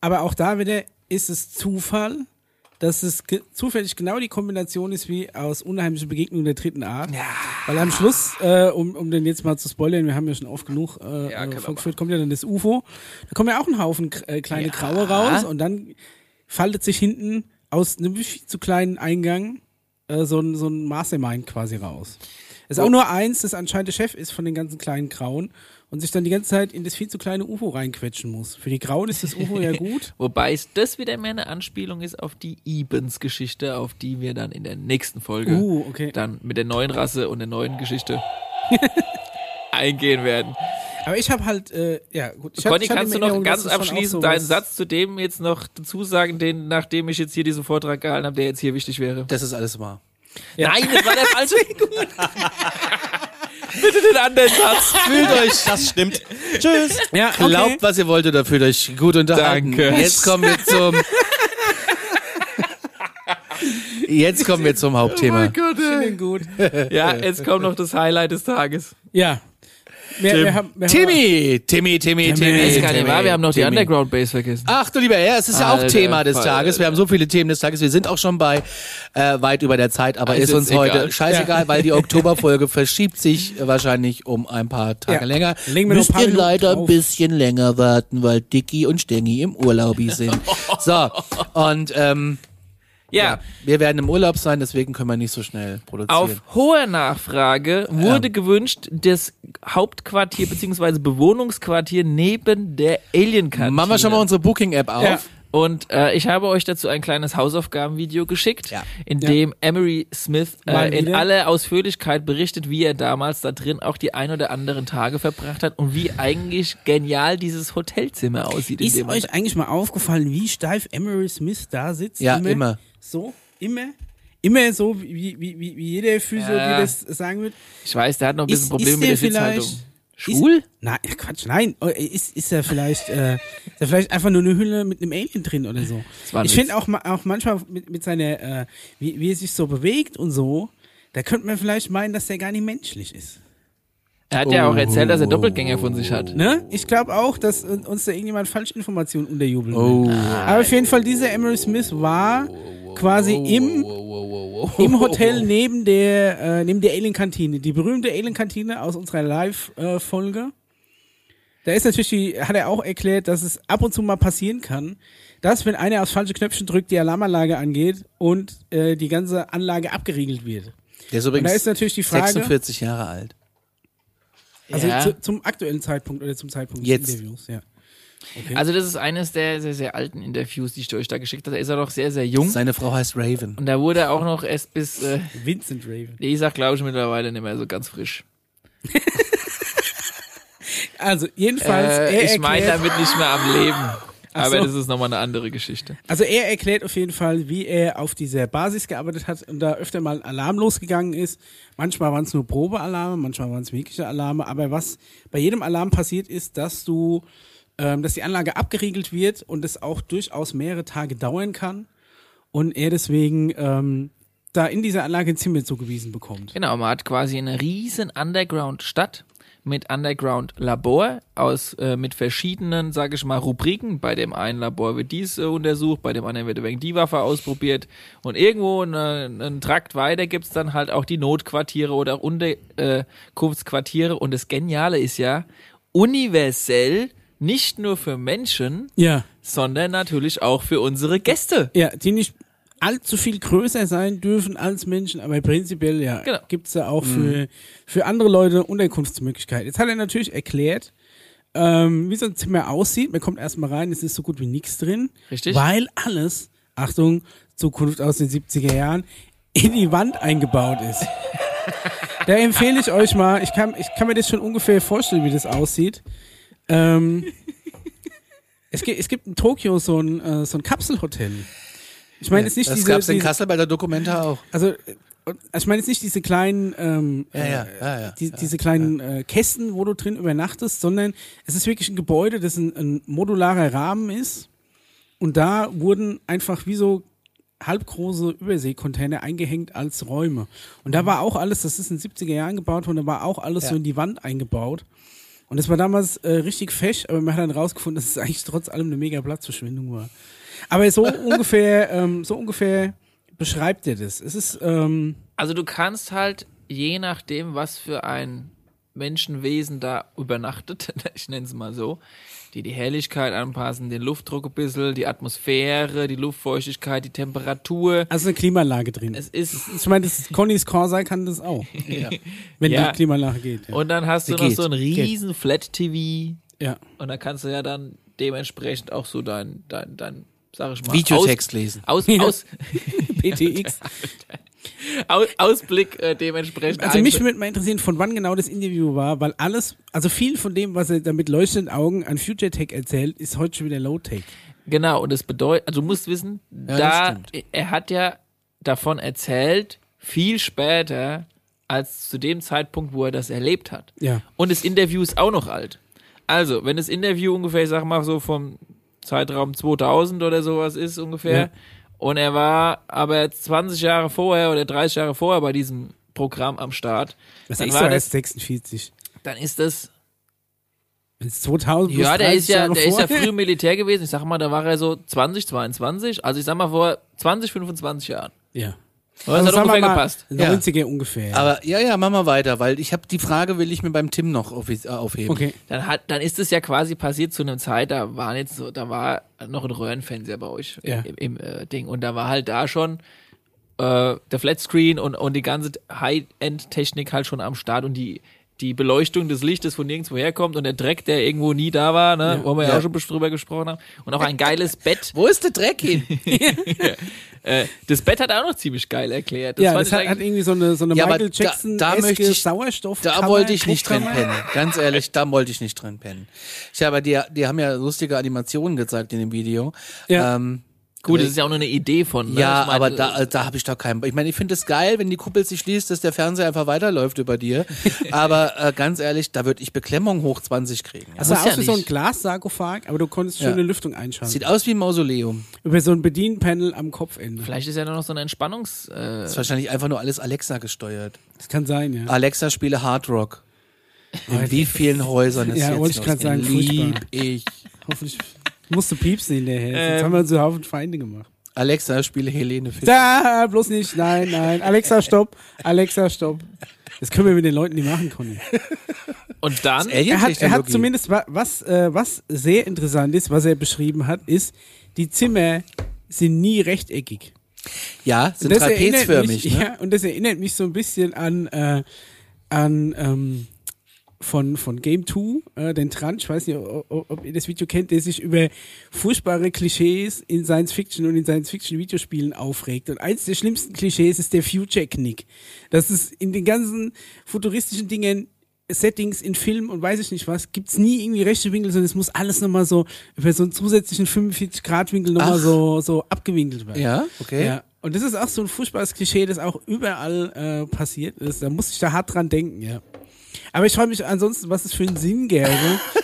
[SPEAKER 1] Aber auch da wieder ist es Zufall, dass es ge zufällig genau die Kombination ist wie aus unheimlichen Begegnungen der dritten Art. Ja. Weil am Schluss, äh, um, um den jetzt mal zu spoilern, wir haben ja schon oft genug äh,
[SPEAKER 3] Ja,
[SPEAKER 1] äh,
[SPEAKER 3] können wir
[SPEAKER 1] vorgeführt, kommt ja dann das UFO. Da kommen ja auch ein Haufen k- äh, kleine Graue raus und dann faltet sich hinten aus einem viel zu kleinen Eingang äh, so ein, so ein Mastermind quasi raus. Es ist auch nur eins, das anscheinend der Chef ist von den ganzen kleinen Grauen und sich dann die ganze Zeit in das viel zu kleine UFO reinquetschen muss. Für die Grauen ist das UFO ja gut.
[SPEAKER 3] [LAUGHS] Wobei es das wieder mehr eine Anspielung ist auf die Ebens-Geschichte, auf die wir dann in der nächsten Folge
[SPEAKER 1] Uh, okay.
[SPEAKER 3] dann mit der neuen Rasse und der neuen
[SPEAKER 1] [LAUGHS]
[SPEAKER 3] Geschichte eingehen werden.
[SPEAKER 1] Aber ich habe halt, äh, ja gut. Ich hab,
[SPEAKER 3] Conny,
[SPEAKER 1] ich hab
[SPEAKER 3] kannst du
[SPEAKER 1] in
[SPEAKER 3] noch
[SPEAKER 1] Erinnerung, dass
[SPEAKER 3] ganz
[SPEAKER 1] das schon auch
[SPEAKER 3] abschließend
[SPEAKER 1] sowas-
[SPEAKER 3] deinen Satz zu dem jetzt noch dazu sagen, den, nachdem ich jetzt hier diesen Vortrag gehalten habe, der jetzt hier wichtig wäre?
[SPEAKER 2] Das ist alles wahr.
[SPEAKER 3] Nein,
[SPEAKER 1] [LAUGHS]
[SPEAKER 3] das war der falsche. [LAUGHS] Bitte den
[SPEAKER 1] [LAUGHS]
[SPEAKER 3] anderen Satz.
[SPEAKER 2] Fühlt euch,
[SPEAKER 4] Das stimmt. Tschüss.
[SPEAKER 1] Ja, okay.
[SPEAKER 2] glaubt, was ihr wolltet, dafür euch gut unterhalten.
[SPEAKER 3] Danke.
[SPEAKER 2] Jetzt kommen wir zum. Jetzt kommen wir zum
[SPEAKER 3] Oh
[SPEAKER 2] Hauptthema.
[SPEAKER 1] Schön gut.
[SPEAKER 3] Ja, jetzt kommt noch das Highlight des Tages.
[SPEAKER 1] Ja. Wir, wir haben, wir Haben,
[SPEAKER 2] Timmy, Timmy, Timmy, Timmy.
[SPEAKER 3] Ist gar
[SPEAKER 2] Timmy,
[SPEAKER 3] nicht wahr,
[SPEAKER 1] eh.
[SPEAKER 3] wir haben noch die
[SPEAKER 2] Timmy.
[SPEAKER 3] Underground Base vergessen.
[SPEAKER 2] Ach du lieber Herr, es ist ja auch
[SPEAKER 3] Alter,
[SPEAKER 2] Thema des
[SPEAKER 3] Alter.
[SPEAKER 2] Tages. Wir haben so viele Themen des Tages. Wir sind auch schon bei äh, weit über der Zeit, aber
[SPEAKER 3] Ist
[SPEAKER 2] ist, uns
[SPEAKER 3] jetzt egal.
[SPEAKER 2] heute scheißegal,
[SPEAKER 1] [LAUGHS]
[SPEAKER 2] weil die Oktoberfolge verschiebt sich wahrscheinlich um ein paar Tage
[SPEAKER 1] Ja.
[SPEAKER 2] länger.
[SPEAKER 1] Legen wir noch ein
[SPEAKER 2] Müsst
[SPEAKER 1] paar
[SPEAKER 2] ihr
[SPEAKER 1] Minuten
[SPEAKER 2] leider ein
[SPEAKER 1] drauf.
[SPEAKER 2] bisschen länger
[SPEAKER 1] [LAUGHS]
[SPEAKER 2] warten, weil Dicky und Stengi im Urlaub sind. So, und ähm,
[SPEAKER 3] Ja,
[SPEAKER 2] Wir werden im Urlaub sein, deswegen können wir nicht so schnell produzieren.
[SPEAKER 3] Auf hohe Nachfrage wurde gewünscht, das Hauptquartier bzw. Bewohnungsquartier neben der Alien-Kantine.
[SPEAKER 2] Machen wir schon mal unsere Booking-App auf.
[SPEAKER 1] Ja.
[SPEAKER 3] Und äh, ich habe euch dazu ein kleines Hausaufgabenvideo geschickt,
[SPEAKER 2] Ja.
[SPEAKER 3] in dem Emery Smith
[SPEAKER 1] Mal
[SPEAKER 3] äh, in
[SPEAKER 1] wieder.
[SPEAKER 3] aller Ausführlichkeit berichtet, wie er damals da drin auch die ein oder anderen Tage verbracht hat und wie eigentlich genial dieses Hotelzimmer aussieht. in
[SPEAKER 1] Ist
[SPEAKER 3] dem man
[SPEAKER 1] euch eigentlich mal aufgefallen, wie steif Emery Smith da sitzt?
[SPEAKER 2] Ja, immer.
[SPEAKER 1] So, immer. Immer so, wie, wie, wie, wie jeder Physio,
[SPEAKER 3] Ja.
[SPEAKER 1] dir das sagen wird.
[SPEAKER 3] ich weiß, der hat noch ein bisschen
[SPEAKER 1] Ist-
[SPEAKER 3] Probleme
[SPEAKER 1] ist
[SPEAKER 3] mit der
[SPEAKER 1] der
[SPEAKER 3] Sitzhaltung.
[SPEAKER 1] vielleicht-
[SPEAKER 3] Schwul?
[SPEAKER 1] Ist, nein, Quatsch, nein. Oh, Ist, ist er vielleicht, äh, ist er vielleicht einfach nur eine Hülle mit einem Alien drin oder so.
[SPEAKER 3] war ein
[SPEAKER 1] Ich
[SPEAKER 3] Witz.
[SPEAKER 1] finde auch, ma- auch manchmal mit, mit seiner, äh, wie, wie er sich so bewegt und so, da könnte man vielleicht meinen, dass der gar nicht menschlich ist.
[SPEAKER 3] Er hat ja auch erzählt, dass er Doppelgänger von sich hat.
[SPEAKER 1] Ne? Ich glaube auch, dass un- uns da irgendjemand Falschinformationen unterjubeln
[SPEAKER 2] Oh.
[SPEAKER 1] will. Aber auf jeden Fall, dieser Emery Smith war quasi
[SPEAKER 2] Oh,
[SPEAKER 1] im, im Hotel neben der, äh, neben der Alien-Kantine. Die berühmte Alien-Kantine aus unserer Live-Folge. Da ist natürlich, die, hat er auch erklärt, dass es ab und zu mal passieren kann, dass wenn einer aufs falsche Knöpfchen drückt, die Alarmanlage angeht und äh, die ganze Anlage abgeriegelt wird.
[SPEAKER 2] Der ist übrigens
[SPEAKER 1] Und da ist natürlich die Frage-
[SPEAKER 2] 46 Jahre alt.
[SPEAKER 1] Also
[SPEAKER 3] Ja.
[SPEAKER 1] zu, zum aktuellen Zeitpunkt oder zum Zeitpunkt
[SPEAKER 2] Jetzt.
[SPEAKER 1] des Interviews, ja.
[SPEAKER 3] Also das ist eines der sehr, sehr alten Interviews, die ich euch da geschickt habe. Da ist er doch sehr, sehr jung.
[SPEAKER 2] Seine Frau heißt Raven.
[SPEAKER 3] Und da wurde er auch noch erst bis, äh,
[SPEAKER 1] Vincent Raven.
[SPEAKER 3] nee, ich sag glaube ich mittlerweile nicht mehr so ganz frisch.
[SPEAKER 1] Also jedenfalls, er
[SPEAKER 3] Äh, ich
[SPEAKER 1] erklärt,
[SPEAKER 3] meine damit nicht mehr am Leben. Aber
[SPEAKER 1] so.
[SPEAKER 3] das ist nochmal eine andere Geschichte.
[SPEAKER 1] also er erklärt auf jeden Fall, wie er auf dieser Basis gearbeitet hat und da öfter mal ein Alarm losgegangen ist. Manchmal waren es nur Probealarme, manchmal waren es wirkliche Alarme, aber was bei jedem Alarm passiert ist, dass du, ähm, dass die Anlage abgeriegelt wird und es auch durchaus mehrere Tage dauern kann und er deswegen ähm, da in dieser Anlage ein Zimmer zugewiesen bekommt.
[SPEAKER 3] Genau, man hat quasi eine riesen Underground-Stadt mit Underground-Labor aus äh, mit verschiedenen, sage ich mal, Rubriken. Bei dem einen Labor wird dies äh, untersucht, bei dem anderen wird wegen die Waffe ausprobiert und irgendwo ne- einen Trakt weiter gibt's dann halt auch die Notquartiere oder auch Unterkunftsquartiere. Und das Geniale ist ja universell nicht nur für Menschen,
[SPEAKER 1] Ja,
[SPEAKER 3] sondern natürlich auch für unsere Gäste.
[SPEAKER 1] ja, die nicht allzu viel größer sein dürfen als Menschen, aber prinzipiell ja,
[SPEAKER 3] Genau.
[SPEAKER 1] gibt's da auch
[SPEAKER 2] Mhm.
[SPEAKER 1] für, für andere Leute Unterkunftsmöglichkeiten. Jetzt hat er natürlich erklärt, ähm, wie so ein Zimmer aussieht. Man kommt erstmal rein, es ist so gut wie nichts drin.
[SPEAKER 3] Richtig.
[SPEAKER 1] Weil alles, Achtung, Zukunft aus den 70er Jahren, in die Wand eingebaut
[SPEAKER 3] [LAUGHS]
[SPEAKER 1] ist. da empfehle ich euch mal, ich kann, ich kann mir das schon ungefähr vorstellen, wie das aussieht. Ähm, es, gibt, es gibt in Tokio so ein, äh, so ein Kapselhotel. Ich meine, es ist nicht
[SPEAKER 2] das
[SPEAKER 1] diese,
[SPEAKER 2] gab's in
[SPEAKER 1] diese-
[SPEAKER 2] Kassel bei der Dokumenta auch.
[SPEAKER 1] also, äh, und- also ich meine jetzt nicht diese kleinen, ähm,
[SPEAKER 2] Ja, ja,
[SPEAKER 1] äh,
[SPEAKER 2] ja, ja,
[SPEAKER 1] die,
[SPEAKER 2] ja,
[SPEAKER 1] diese kleinen Äh, Kästen, wo du drin übernachtest, sondern es ist wirklich ein Gebäude, das ein, ein modularer Rahmen ist. Und da wurden einfach wie so halbgroße Überseekontainer eingehängt als Räume. Und da war auch alles, das ist in den 70er Jahren gebaut worden, da war auch alles
[SPEAKER 2] Ja.
[SPEAKER 1] so in die Wand eingebaut. Und das war damals äh, richtig fesch, aber man hat dann rausgefunden, dass es eigentlich trotz allem eine mega Platzverschwendung war. Aber
[SPEAKER 2] [LAUGHS]
[SPEAKER 1] so ungefähr, ähm, so ungefähr beschreibt er das. Es ist, ähm,
[SPEAKER 3] Also du kannst halt, je nachdem, was für ein Menschenwesen da übernachtet, [LAUGHS] ich nenne es mal so, die die Helligkeit anpassen, den Luftdruck ein bisschen, die Atmosphäre, die Luftfeuchtigkeit, die Temperatur.
[SPEAKER 1] also eine Klimaanlage drin.
[SPEAKER 3] Es ist
[SPEAKER 1] ich meine, das Connys Corsair kann das auch,
[SPEAKER 2] Ja.
[SPEAKER 1] wenn
[SPEAKER 3] Ja.
[SPEAKER 1] die Klimaanlage geht. Ja.
[SPEAKER 3] und dann hast du noch
[SPEAKER 2] geht,
[SPEAKER 3] so einen riesen Flat-TV
[SPEAKER 1] ja.
[SPEAKER 3] und da kannst du ja dann dementsprechend auch so dein, dein, dein sag ich mal,
[SPEAKER 2] Videotext lesen.
[SPEAKER 3] Aus,
[SPEAKER 1] Ja.
[SPEAKER 2] [LAUGHS]
[SPEAKER 3] aus,
[SPEAKER 1] PTX.
[SPEAKER 3] aus, Ausblick äh, dementsprechend.
[SPEAKER 1] Also mich
[SPEAKER 3] einstellen.
[SPEAKER 1] würde mal interessieren, von wann genau das Interview war, weil alles, also viel von dem, was er da mit leuchtenden Augen an Future Tech erzählt, ist heute schon wieder Low Tech.
[SPEAKER 3] Genau, und das bedeutet, also du musst wissen,
[SPEAKER 2] das
[SPEAKER 3] da,
[SPEAKER 2] stimmt.
[SPEAKER 3] er hat ja davon erzählt, viel später, als zu dem Zeitpunkt, wo er das erlebt hat.
[SPEAKER 1] Ja.
[SPEAKER 3] Und das Interview ist auch noch alt. Also, wenn das Interview ungefähr, ich sag mal so vom Zeitraum 2000 oder sowas ist ungefähr,
[SPEAKER 1] Ja.
[SPEAKER 3] und er war aber 20 Jahre vorher oder 30 Jahre vorher bei diesem Programm am Start,
[SPEAKER 1] Was
[SPEAKER 3] dann
[SPEAKER 1] ist
[SPEAKER 3] war
[SPEAKER 1] da
[SPEAKER 3] das,
[SPEAKER 1] erst 46?
[SPEAKER 3] dann ist das
[SPEAKER 1] Wenn es 2000 plus
[SPEAKER 3] ja, der
[SPEAKER 1] 30
[SPEAKER 3] ist ja,
[SPEAKER 1] Jahre
[SPEAKER 3] der ist ja
[SPEAKER 1] vorher-
[SPEAKER 3] früh im Militär gewesen. Ich sag mal, da war er so 20, 22. Also ich sag mal vor 20, 25 Jahren.
[SPEAKER 1] Ja.
[SPEAKER 3] Aber es hat
[SPEAKER 1] sagen wir
[SPEAKER 3] ungefähr
[SPEAKER 1] mal,
[SPEAKER 3] gepasst.
[SPEAKER 1] 90er ungefähr.
[SPEAKER 2] Aber ja, ja, mach mal weiter, weil ich habe die Frage, will ich mir beim Tim noch auf, äh, aufheben.
[SPEAKER 1] okay.
[SPEAKER 3] Dann hat, dann ist es ja quasi passiert zu einer Zeit, da waren jetzt so, da war noch ein Röhrenfernseher bei euch
[SPEAKER 1] Ja.
[SPEAKER 3] im, im äh, Ding und da war halt da schon äh, der Flatscreen und und die ganze High-End-Technik halt schon am Start und die die Beleuchtung des Lichtes, von nirgendwo herkommt und der Dreck, der irgendwo nie da war, ne, wo wir ja,
[SPEAKER 2] Ja.
[SPEAKER 3] auch schon drüber gesprochen haben und auch
[SPEAKER 1] Äh,
[SPEAKER 3] ein geiles Bett.
[SPEAKER 2] Wo ist der Dreck hin?
[SPEAKER 3] Äh, das Bett hat er auch noch ziemlich geil erklärt. Das
[SPEAKER 1] ja,
[SPEAKER 3] fand
[SPEAKER 1] das
[SPEAKER 3] ich
[SPEAKER 1] hat,
[SPEAKER 3] eigentlich-
[SPEAKER 1] hat irgendwie so eine, so eine
[SPEAKER 2] Ja, aber
[SPEAKER 1] Michael
[SPEAKER 2] da-
[SPEAKER 1] Jackson
[SPEAKER 2] da möchte ich-
[SPEAKER 1] Sauerstoff.
[SPEAKER 2] Da wollte ich nicht drin pennen. Ganz ehrlich, da wollte ich nicht drin pennen. Ich habe, die, die haben ja lustige Animationen gezeigt in dem Video.
[SPEAKER 1] Ja.
[SPEAKER 2] Ähm,
[SPEAKER 3] Gut, das ist ja auch nur eine Idee von. Ne?
[SPEAKER 2] Ja,
[SPEAKER 3] Ich mein,
[SPEAKER 2] aber da, da habe ich doch keinen. Ich meine, ich finde es geil, wenn die Kuppel sich schließt, dass der Fernseher einfach weiterläuft über dir. Aber äh, ganz ehrlich, da würde ich Beklemmung hoch 20 kriegen. Ja.
[SPEAKER 1] Das sah
[SPEAKER 3] Muss
[SPEAKER 1] aus
[SPEAKER 3] ja
[SPEAKER 1] wie so ein
[SPEAKER 3] nicht.
[SPEAKER 1] Glassarkophag, aber du konntest schöne Lüftung einschalten.
[SPEAKER 2] Sieht aus wie ein Mausoleum.
[SPEAKER 1] Über so ein Bedienpanel am Kopfende.
[SPEAKER 3] Vielleicht ist ja nur noch so ein Entspannungs. Äh,
[SPEAKER 2] Ist wahrscheinlich einfach nur alles Alexa gesteuert.
[SPEAKER 1] Das kann sein, ja.
[SPEAKER 2] Alexa spiele Hard Rock. In wie vielen Häusern ist
[SPEAKER 1] Ja,
[SPEAKER 2] jetzt
[SPEAKER 1] wollte ich
[SPEAKER 2] los?
[SPEAKER 1] grad sagen,
[SPEAKER 2] Lieb
[SPEAKER 1] furchtbar.
[SPEAKER 2] ich.
[SPEAKER 1] Hoffentlich musst du piepsen hinterher. Jetzt haben wir so einen Haufen Feinde gemacht.
[SPEAKER 2] Alexa spiele Helene Fischer.
[SPEAKER 1] Da, bloß nicht. Nein, nein. Alexa, stopp. Alexa, stopp. Das können wir mit den Leuten nicht machen, Conny.
[SPEAKER 3] und dann.
[SPEAKER 1] Er hat, er hat
[SPEAKER 2] Alien-Technologie.
[SPEAKER 1] zumindest, wa- was, äh, was sehr interessant ist, was er beschrieben hat, ist, die Zimmer sind nie rechteckig.
[SPEAKER 2] ja, sind
[SPEAKER 1] Und das erinnert
[SPEAKER 2] trapezförmig.
[SPEAKER 1] Mich,
[SPEAKER 2] Ne?
[SPEAKER 1] Ja, und das erinnert mich so ein bisschen an, äh, an ähm, von, von Game 2, äh, den Trant, ich weiß nicht, ob, ob ob ihr das Video kennt, der sich über furchtbare Klischees in Science Fiction und in Science Fiction Videospielen aufregt. Und eins der schlimmsten Klischees ist der Future Knick. Das ist in den ganzen futuristischen Dingen Settings in Filmen und weiß ich nicht was, gibt's nie irgendwie rechte Winkel, sondern es muss alles nochmal so über so einen zusätzlichen 45-Grad-Winkel nochmal
[SPEAKER 2] Ach.
[SPEAKER 1] so, so abgewinkelt werden.
[SPEAKER 2] Ja, okay.
[SPEAKER 1] Ja. Und das ist auch so ein furchtbares Klischee, das auch überall äh, passiert ist. Da muss ich da hart dran denken, ja. Aber ich freue mich ansonsten, was es für einen Sinn
[SPEAKER 2] [LAUGHS]
[SPEAKER 1] gäbe,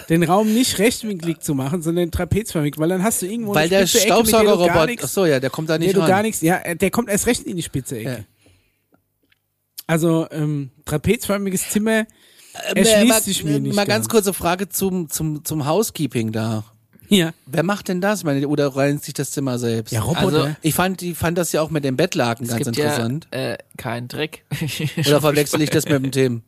[SPEAKER 1] den Raum nicht rechtwinklig zu machen, sondern trapezförmig, weil dann hast du irgendwo
[SPEAKER 2] Weil der
[SPEAKER 1] eine spitze Ecke, mit der du gar
[SPEAKER 2] Staubsaugerroboter,
[SPEAKER 1] nichts,
[SPEAKER 2] achso, ja, der kommt da
[SPEAKER 1] der
[SPEAKER 2] nicht
[SPEAKER 1] du gar
[SPEAKER 2] ran.
[SPEAKER 1] nichts, ja, äh, der kommt erst recht in die spitze Ecke.
[SPEAKER 2] Ja.
[SPEAKER 1] Also ähm, trapezförmiges Zimmer
[SPEAKER 2] Äh,
[SPEAKER 1] erschließt
[SPEAKER 2] mal-
[SPEAKER 1] sich mir
[SPEAKER 2] äh,
[SPEAKER 1] nicht.
[SPEAKER 2] Mal ganz
[SPEAKER 1] ganz.
[SPEAKER 2] kurze Frage zum, zum, zum Housekeeping da.
[SPEAKER 1] Ja,
[SPEAKER 2] Wer macht denn das? Meine, oder reinigt sich das Zimmer selbst?
[SPEAKER 1] ja Roboter.
[SPEAKER 3] Also-
[SPEAKER 2] Ich fand, die fand das ja auch mit dem Bettlaken
[SPEAKER 3] es
[SPEAKER 2] ganz
[SPEAKER 3] gibt
[SPEAKER 2] interessant.
[SPEAKER 3] Ja, äh, kein Dreck.
[SPEAKER 2] [LAUGHS]
[SPEAKER 3] [LAUGHS]
[SPEAKER 2] Oder verwechsel ich das mit dem Tim?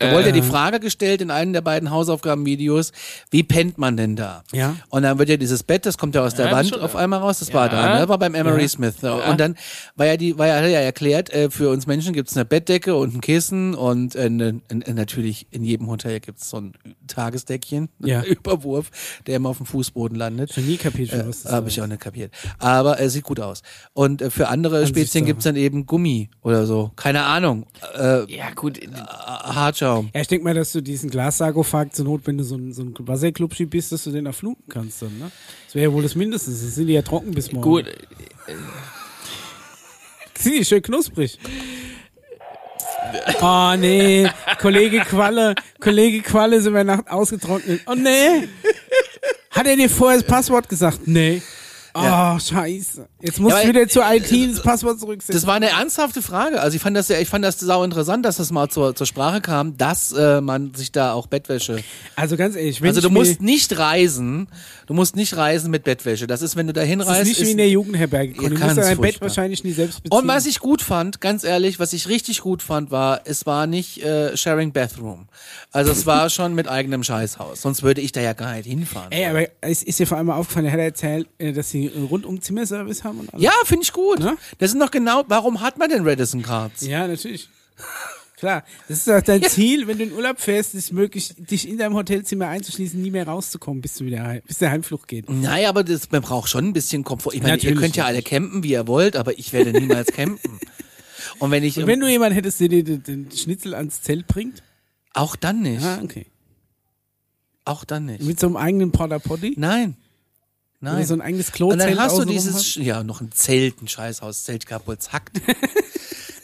[SPEAKER 2] Da wurde ja
[SPEAKER 3] Äh.
[SPEAKER 2] die Frage gestellt in einem der beiden Hausaufgabenvideos, wie pennt man denn da?
[SPEAKER 1] Ja.
[SPEAKER 2] Und dann wird ja dieses Bett, das kommt ja aus der
[SPEAKER 3] Ja,
[SPEAKER 2] Wand
[SPEAKER 3] schon,
[SPEAKER 2] auf
[SPEAKER 3] ja.
[SPEAKER 2] einmal raus, das war da, ne? War beim Emery Smith. Ne? Und dann war ja die, war ja, hat er ja erklärt, äh, für uns Menschen gibt's eine Bettdecke und ein Kissen und äh, ne- n- äh, natürlich in jedem Hotel gibt's so ein Tagesdeckchen,
[SPEAKER 1] Ja.
[SPEAKER 2] einen [LAUGHS] Überwurf, der immer auf dem Fußboden landet.
[SPEAKER 1] Schon nie kapiert, für was das
[SPEAKER 2] Habe
[SPEAKER 1] da
[SPEAKER 2] ich auch nicht kapiert. Aber äh, sieht gut aus. Und äh, für andere Spezien
[SPEAKER 1] Ansichtssache.
[SPEAKER 2] gibt's dann eben Gummi oder so. Keine Ahnung. Äh,
[SPEAKER 3] ja, gut. in-
[SPEAKER 2] Hartschaum.
[SPEAKER 1] Ja, ich denke mal, dass du diesen Glassarkophag zur Not, wenn du so ein, so ein Wasserklubschi bist, dass du den erfluten kannst dann, ne? Das wäre ja wohl das Mindeste. Das sind die ja trocken bis morgen.
[SPEAKER 3] Gut.
[SPEAKER 1] Sie, schön knusprig. Oh nee, Kollege Qualle, Kollege Qualle ist über Nacht ausgetrocknet. Oh nee. Hat er dir vorher das Passwort gesagt? Nee. Oh, scheiße. Jetzt musst du
[SPEAKER 2] Ja, aber- äh,
[SPEAKER 1] wieder zur IT das Passwort zurücksetzen.
[SPEAKER 2] Das war eine ernsthafte Frage. Also ich fand das, sehr- ich fand das sau interessant, dass das mal zur, zur Sprache kam, dass äh, man sich da auch Bettwäsche.
[SPEAKER 1] also ganz ehrlich, wenn
[SPEAKER 2] Also
[SPEAKER 1] ich
[SPEAKER 2] du
[SPEAKER 1] mir-
[SPEAKER 2] musst nicht reisen, du musst nicht reisen mit Bettwäsche. Das ist, wenn du da
[SPEAKER 1] das ist
[SPEAKER 2] hinreist.
[SPEAKER 1] nicht wie in der Jugendherberge. Conny. Du musst
[SPEAKER 2] ganz
[SPEAKER 1] dein Bett
[SPEAKER 2] furchtbar.
[SPEAKER 1] wahrscheinlich nie selbst beziehen.
[SPEAKER 2] und was ich gut fand, ganz ehrlich, was ich richtig gut fand, war, es war nicht äh, Sharing Bathroom. Also es war schon mit eigenem Scheißhaus. Sonst würde ich da ja gar nicht hinfahren.
[SPEAKER 1] Ey, aber es ist dir vor allem mal aufgefallen, er hat erzählt, äh, dass sie einen rundum Zimmerservice haben und alles.
[SPEAKER 2] ja, finde ich gut.
[SPEAKER 1] Ne?
[SPEAKER 2] Das sind doch genau, warum hat man denn Redison Cards?
[SPEAKER 1] Ja, natürlich. [LAUGHS] Klar, das ist auch dein Ziel, wenn du in Urlaub fährst, ist möglich, dich in deinem Hotelzimmer einzuschließen, nie mehr rauszukommen, bis du wieder heim, bis der Heimflug geht.
[SPEAKER 2] Naja, aber das, man braucht schon ein bisschen Komfort. Ich meine,
[SPEAKER 1] Natürlich.
[SPEAKER 2] ihr könnt ja alle campen, wie ihr wollt, aber ich werde
[SPEAKER 1] [LAUGHS]
[SPEAKER 2] niemals campen. Und wenn ich,
[SPEAKER 1] Und wenn du jemanden hättest, der dir den, den Schnitzel ans Zelt bringt,
[SPEAKER 2] auch dann nicht,
[SPEAKER 1] ah, okay.
[SPEAKER 2] auch dann nicht.
[SPEAKER 1] Mit so einem eigenen Porta Potty,
[SPEAKER 2] Nein,
[SPEAKER 1] oder
[SPEAKER 2] nein.
[SPEAKER 1] so ein eigenes
[SPEAKER 2] Und
[SPEAKER 1] Klozelt
[SPEAKER 2] dann hast du
[SPEAKER 1] außenrum
[SPEAKER 2] dieses,
[SPEAKER 1] hast.
[SPEAKER 2] Sch- ja, noch ein Zelt, ein Scheißhaus, Zelt kaputt,
[SPEAKER 1] [LAUGHS]
[SPEAKER 2] hackt.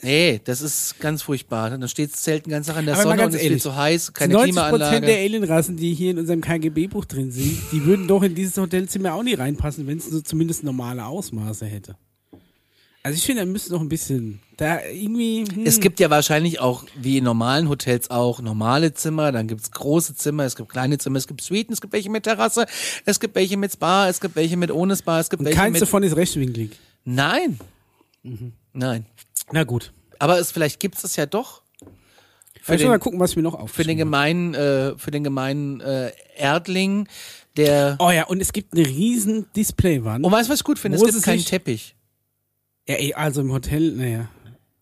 [SPEAKER 2] nee, das ist ganz furchtbar. Dann steht das Zelt den ganzen Tag in der
[SPEAKER 1] Aber mal
[SPEAKER 2] Sonne
[SPEAKER 1] ganz
[SPEAKER 2] und es
[SPEAKER 1] ehrlich,
[SPEAKER 2] wird so heiß, keine
[SPEAKER 1] 90% der
[SPEAKER 2] Klimaanlage.
[SPEAKER 1] Alienrassen, die hier in unserem KGB-Buch drin sind, die würden doch in dieses Hotelzimmer auch nie reinpassen, wenn es so zumindest normale Ausmaße hätte. Also ich finde, da müsste noch ein bisschen, da irgendwie, hm,
[SPEAKER 2] Es gibt ja wahrscheinlich auch, wie in normalen Hotels auch, normale Zimmer, dann gibt's große Zimmer, es gibt kleine Zimmer, es gibt Suiten, es gibt welche mit Terrasse, es gibt welche mit Spa, es gibt welche mit ohne Spa, es gibt welche
[SPEAKER 1] keins
[SPEAKER 2] mit
[SPEAKER 1] davon ist rechtwinklig.
[SPEAKER 2] Nein. Nein.
[SPEAKER 1] Na gut.
[SPEAKER 2] Aber es, vielleicht gibt es es ja doch
[SPEAKER 1] Für
[SPEAKER 2] für
[SPEAKER 1] ich muss mal
[SPEAKER 2] den,
[SPEAKER 1] gucken, was mir noch
[SPEAKER 2] für den
[SPEAKER 1] aufgeschrieben habe.
[SPEAKER 2] gemeinen, äh, für den gemeinen äh, Erdling, der.
[SPEAKER 1] Oh ja, und es gibt eine riesen Displaywand.
[SPEAKER 2] Und weißt du, was ich gut finde?
[SPEAKER 1] Wo
[SPEAKER 2] Es
[SPEAKER 1] ist es
[SPEAKER 2] gibt keinen
[SPEAKER 1] nicht?
[SPEAKER 2] Teppich.
[SPEAKER 1] Ja, ey, also im Hotel, naja.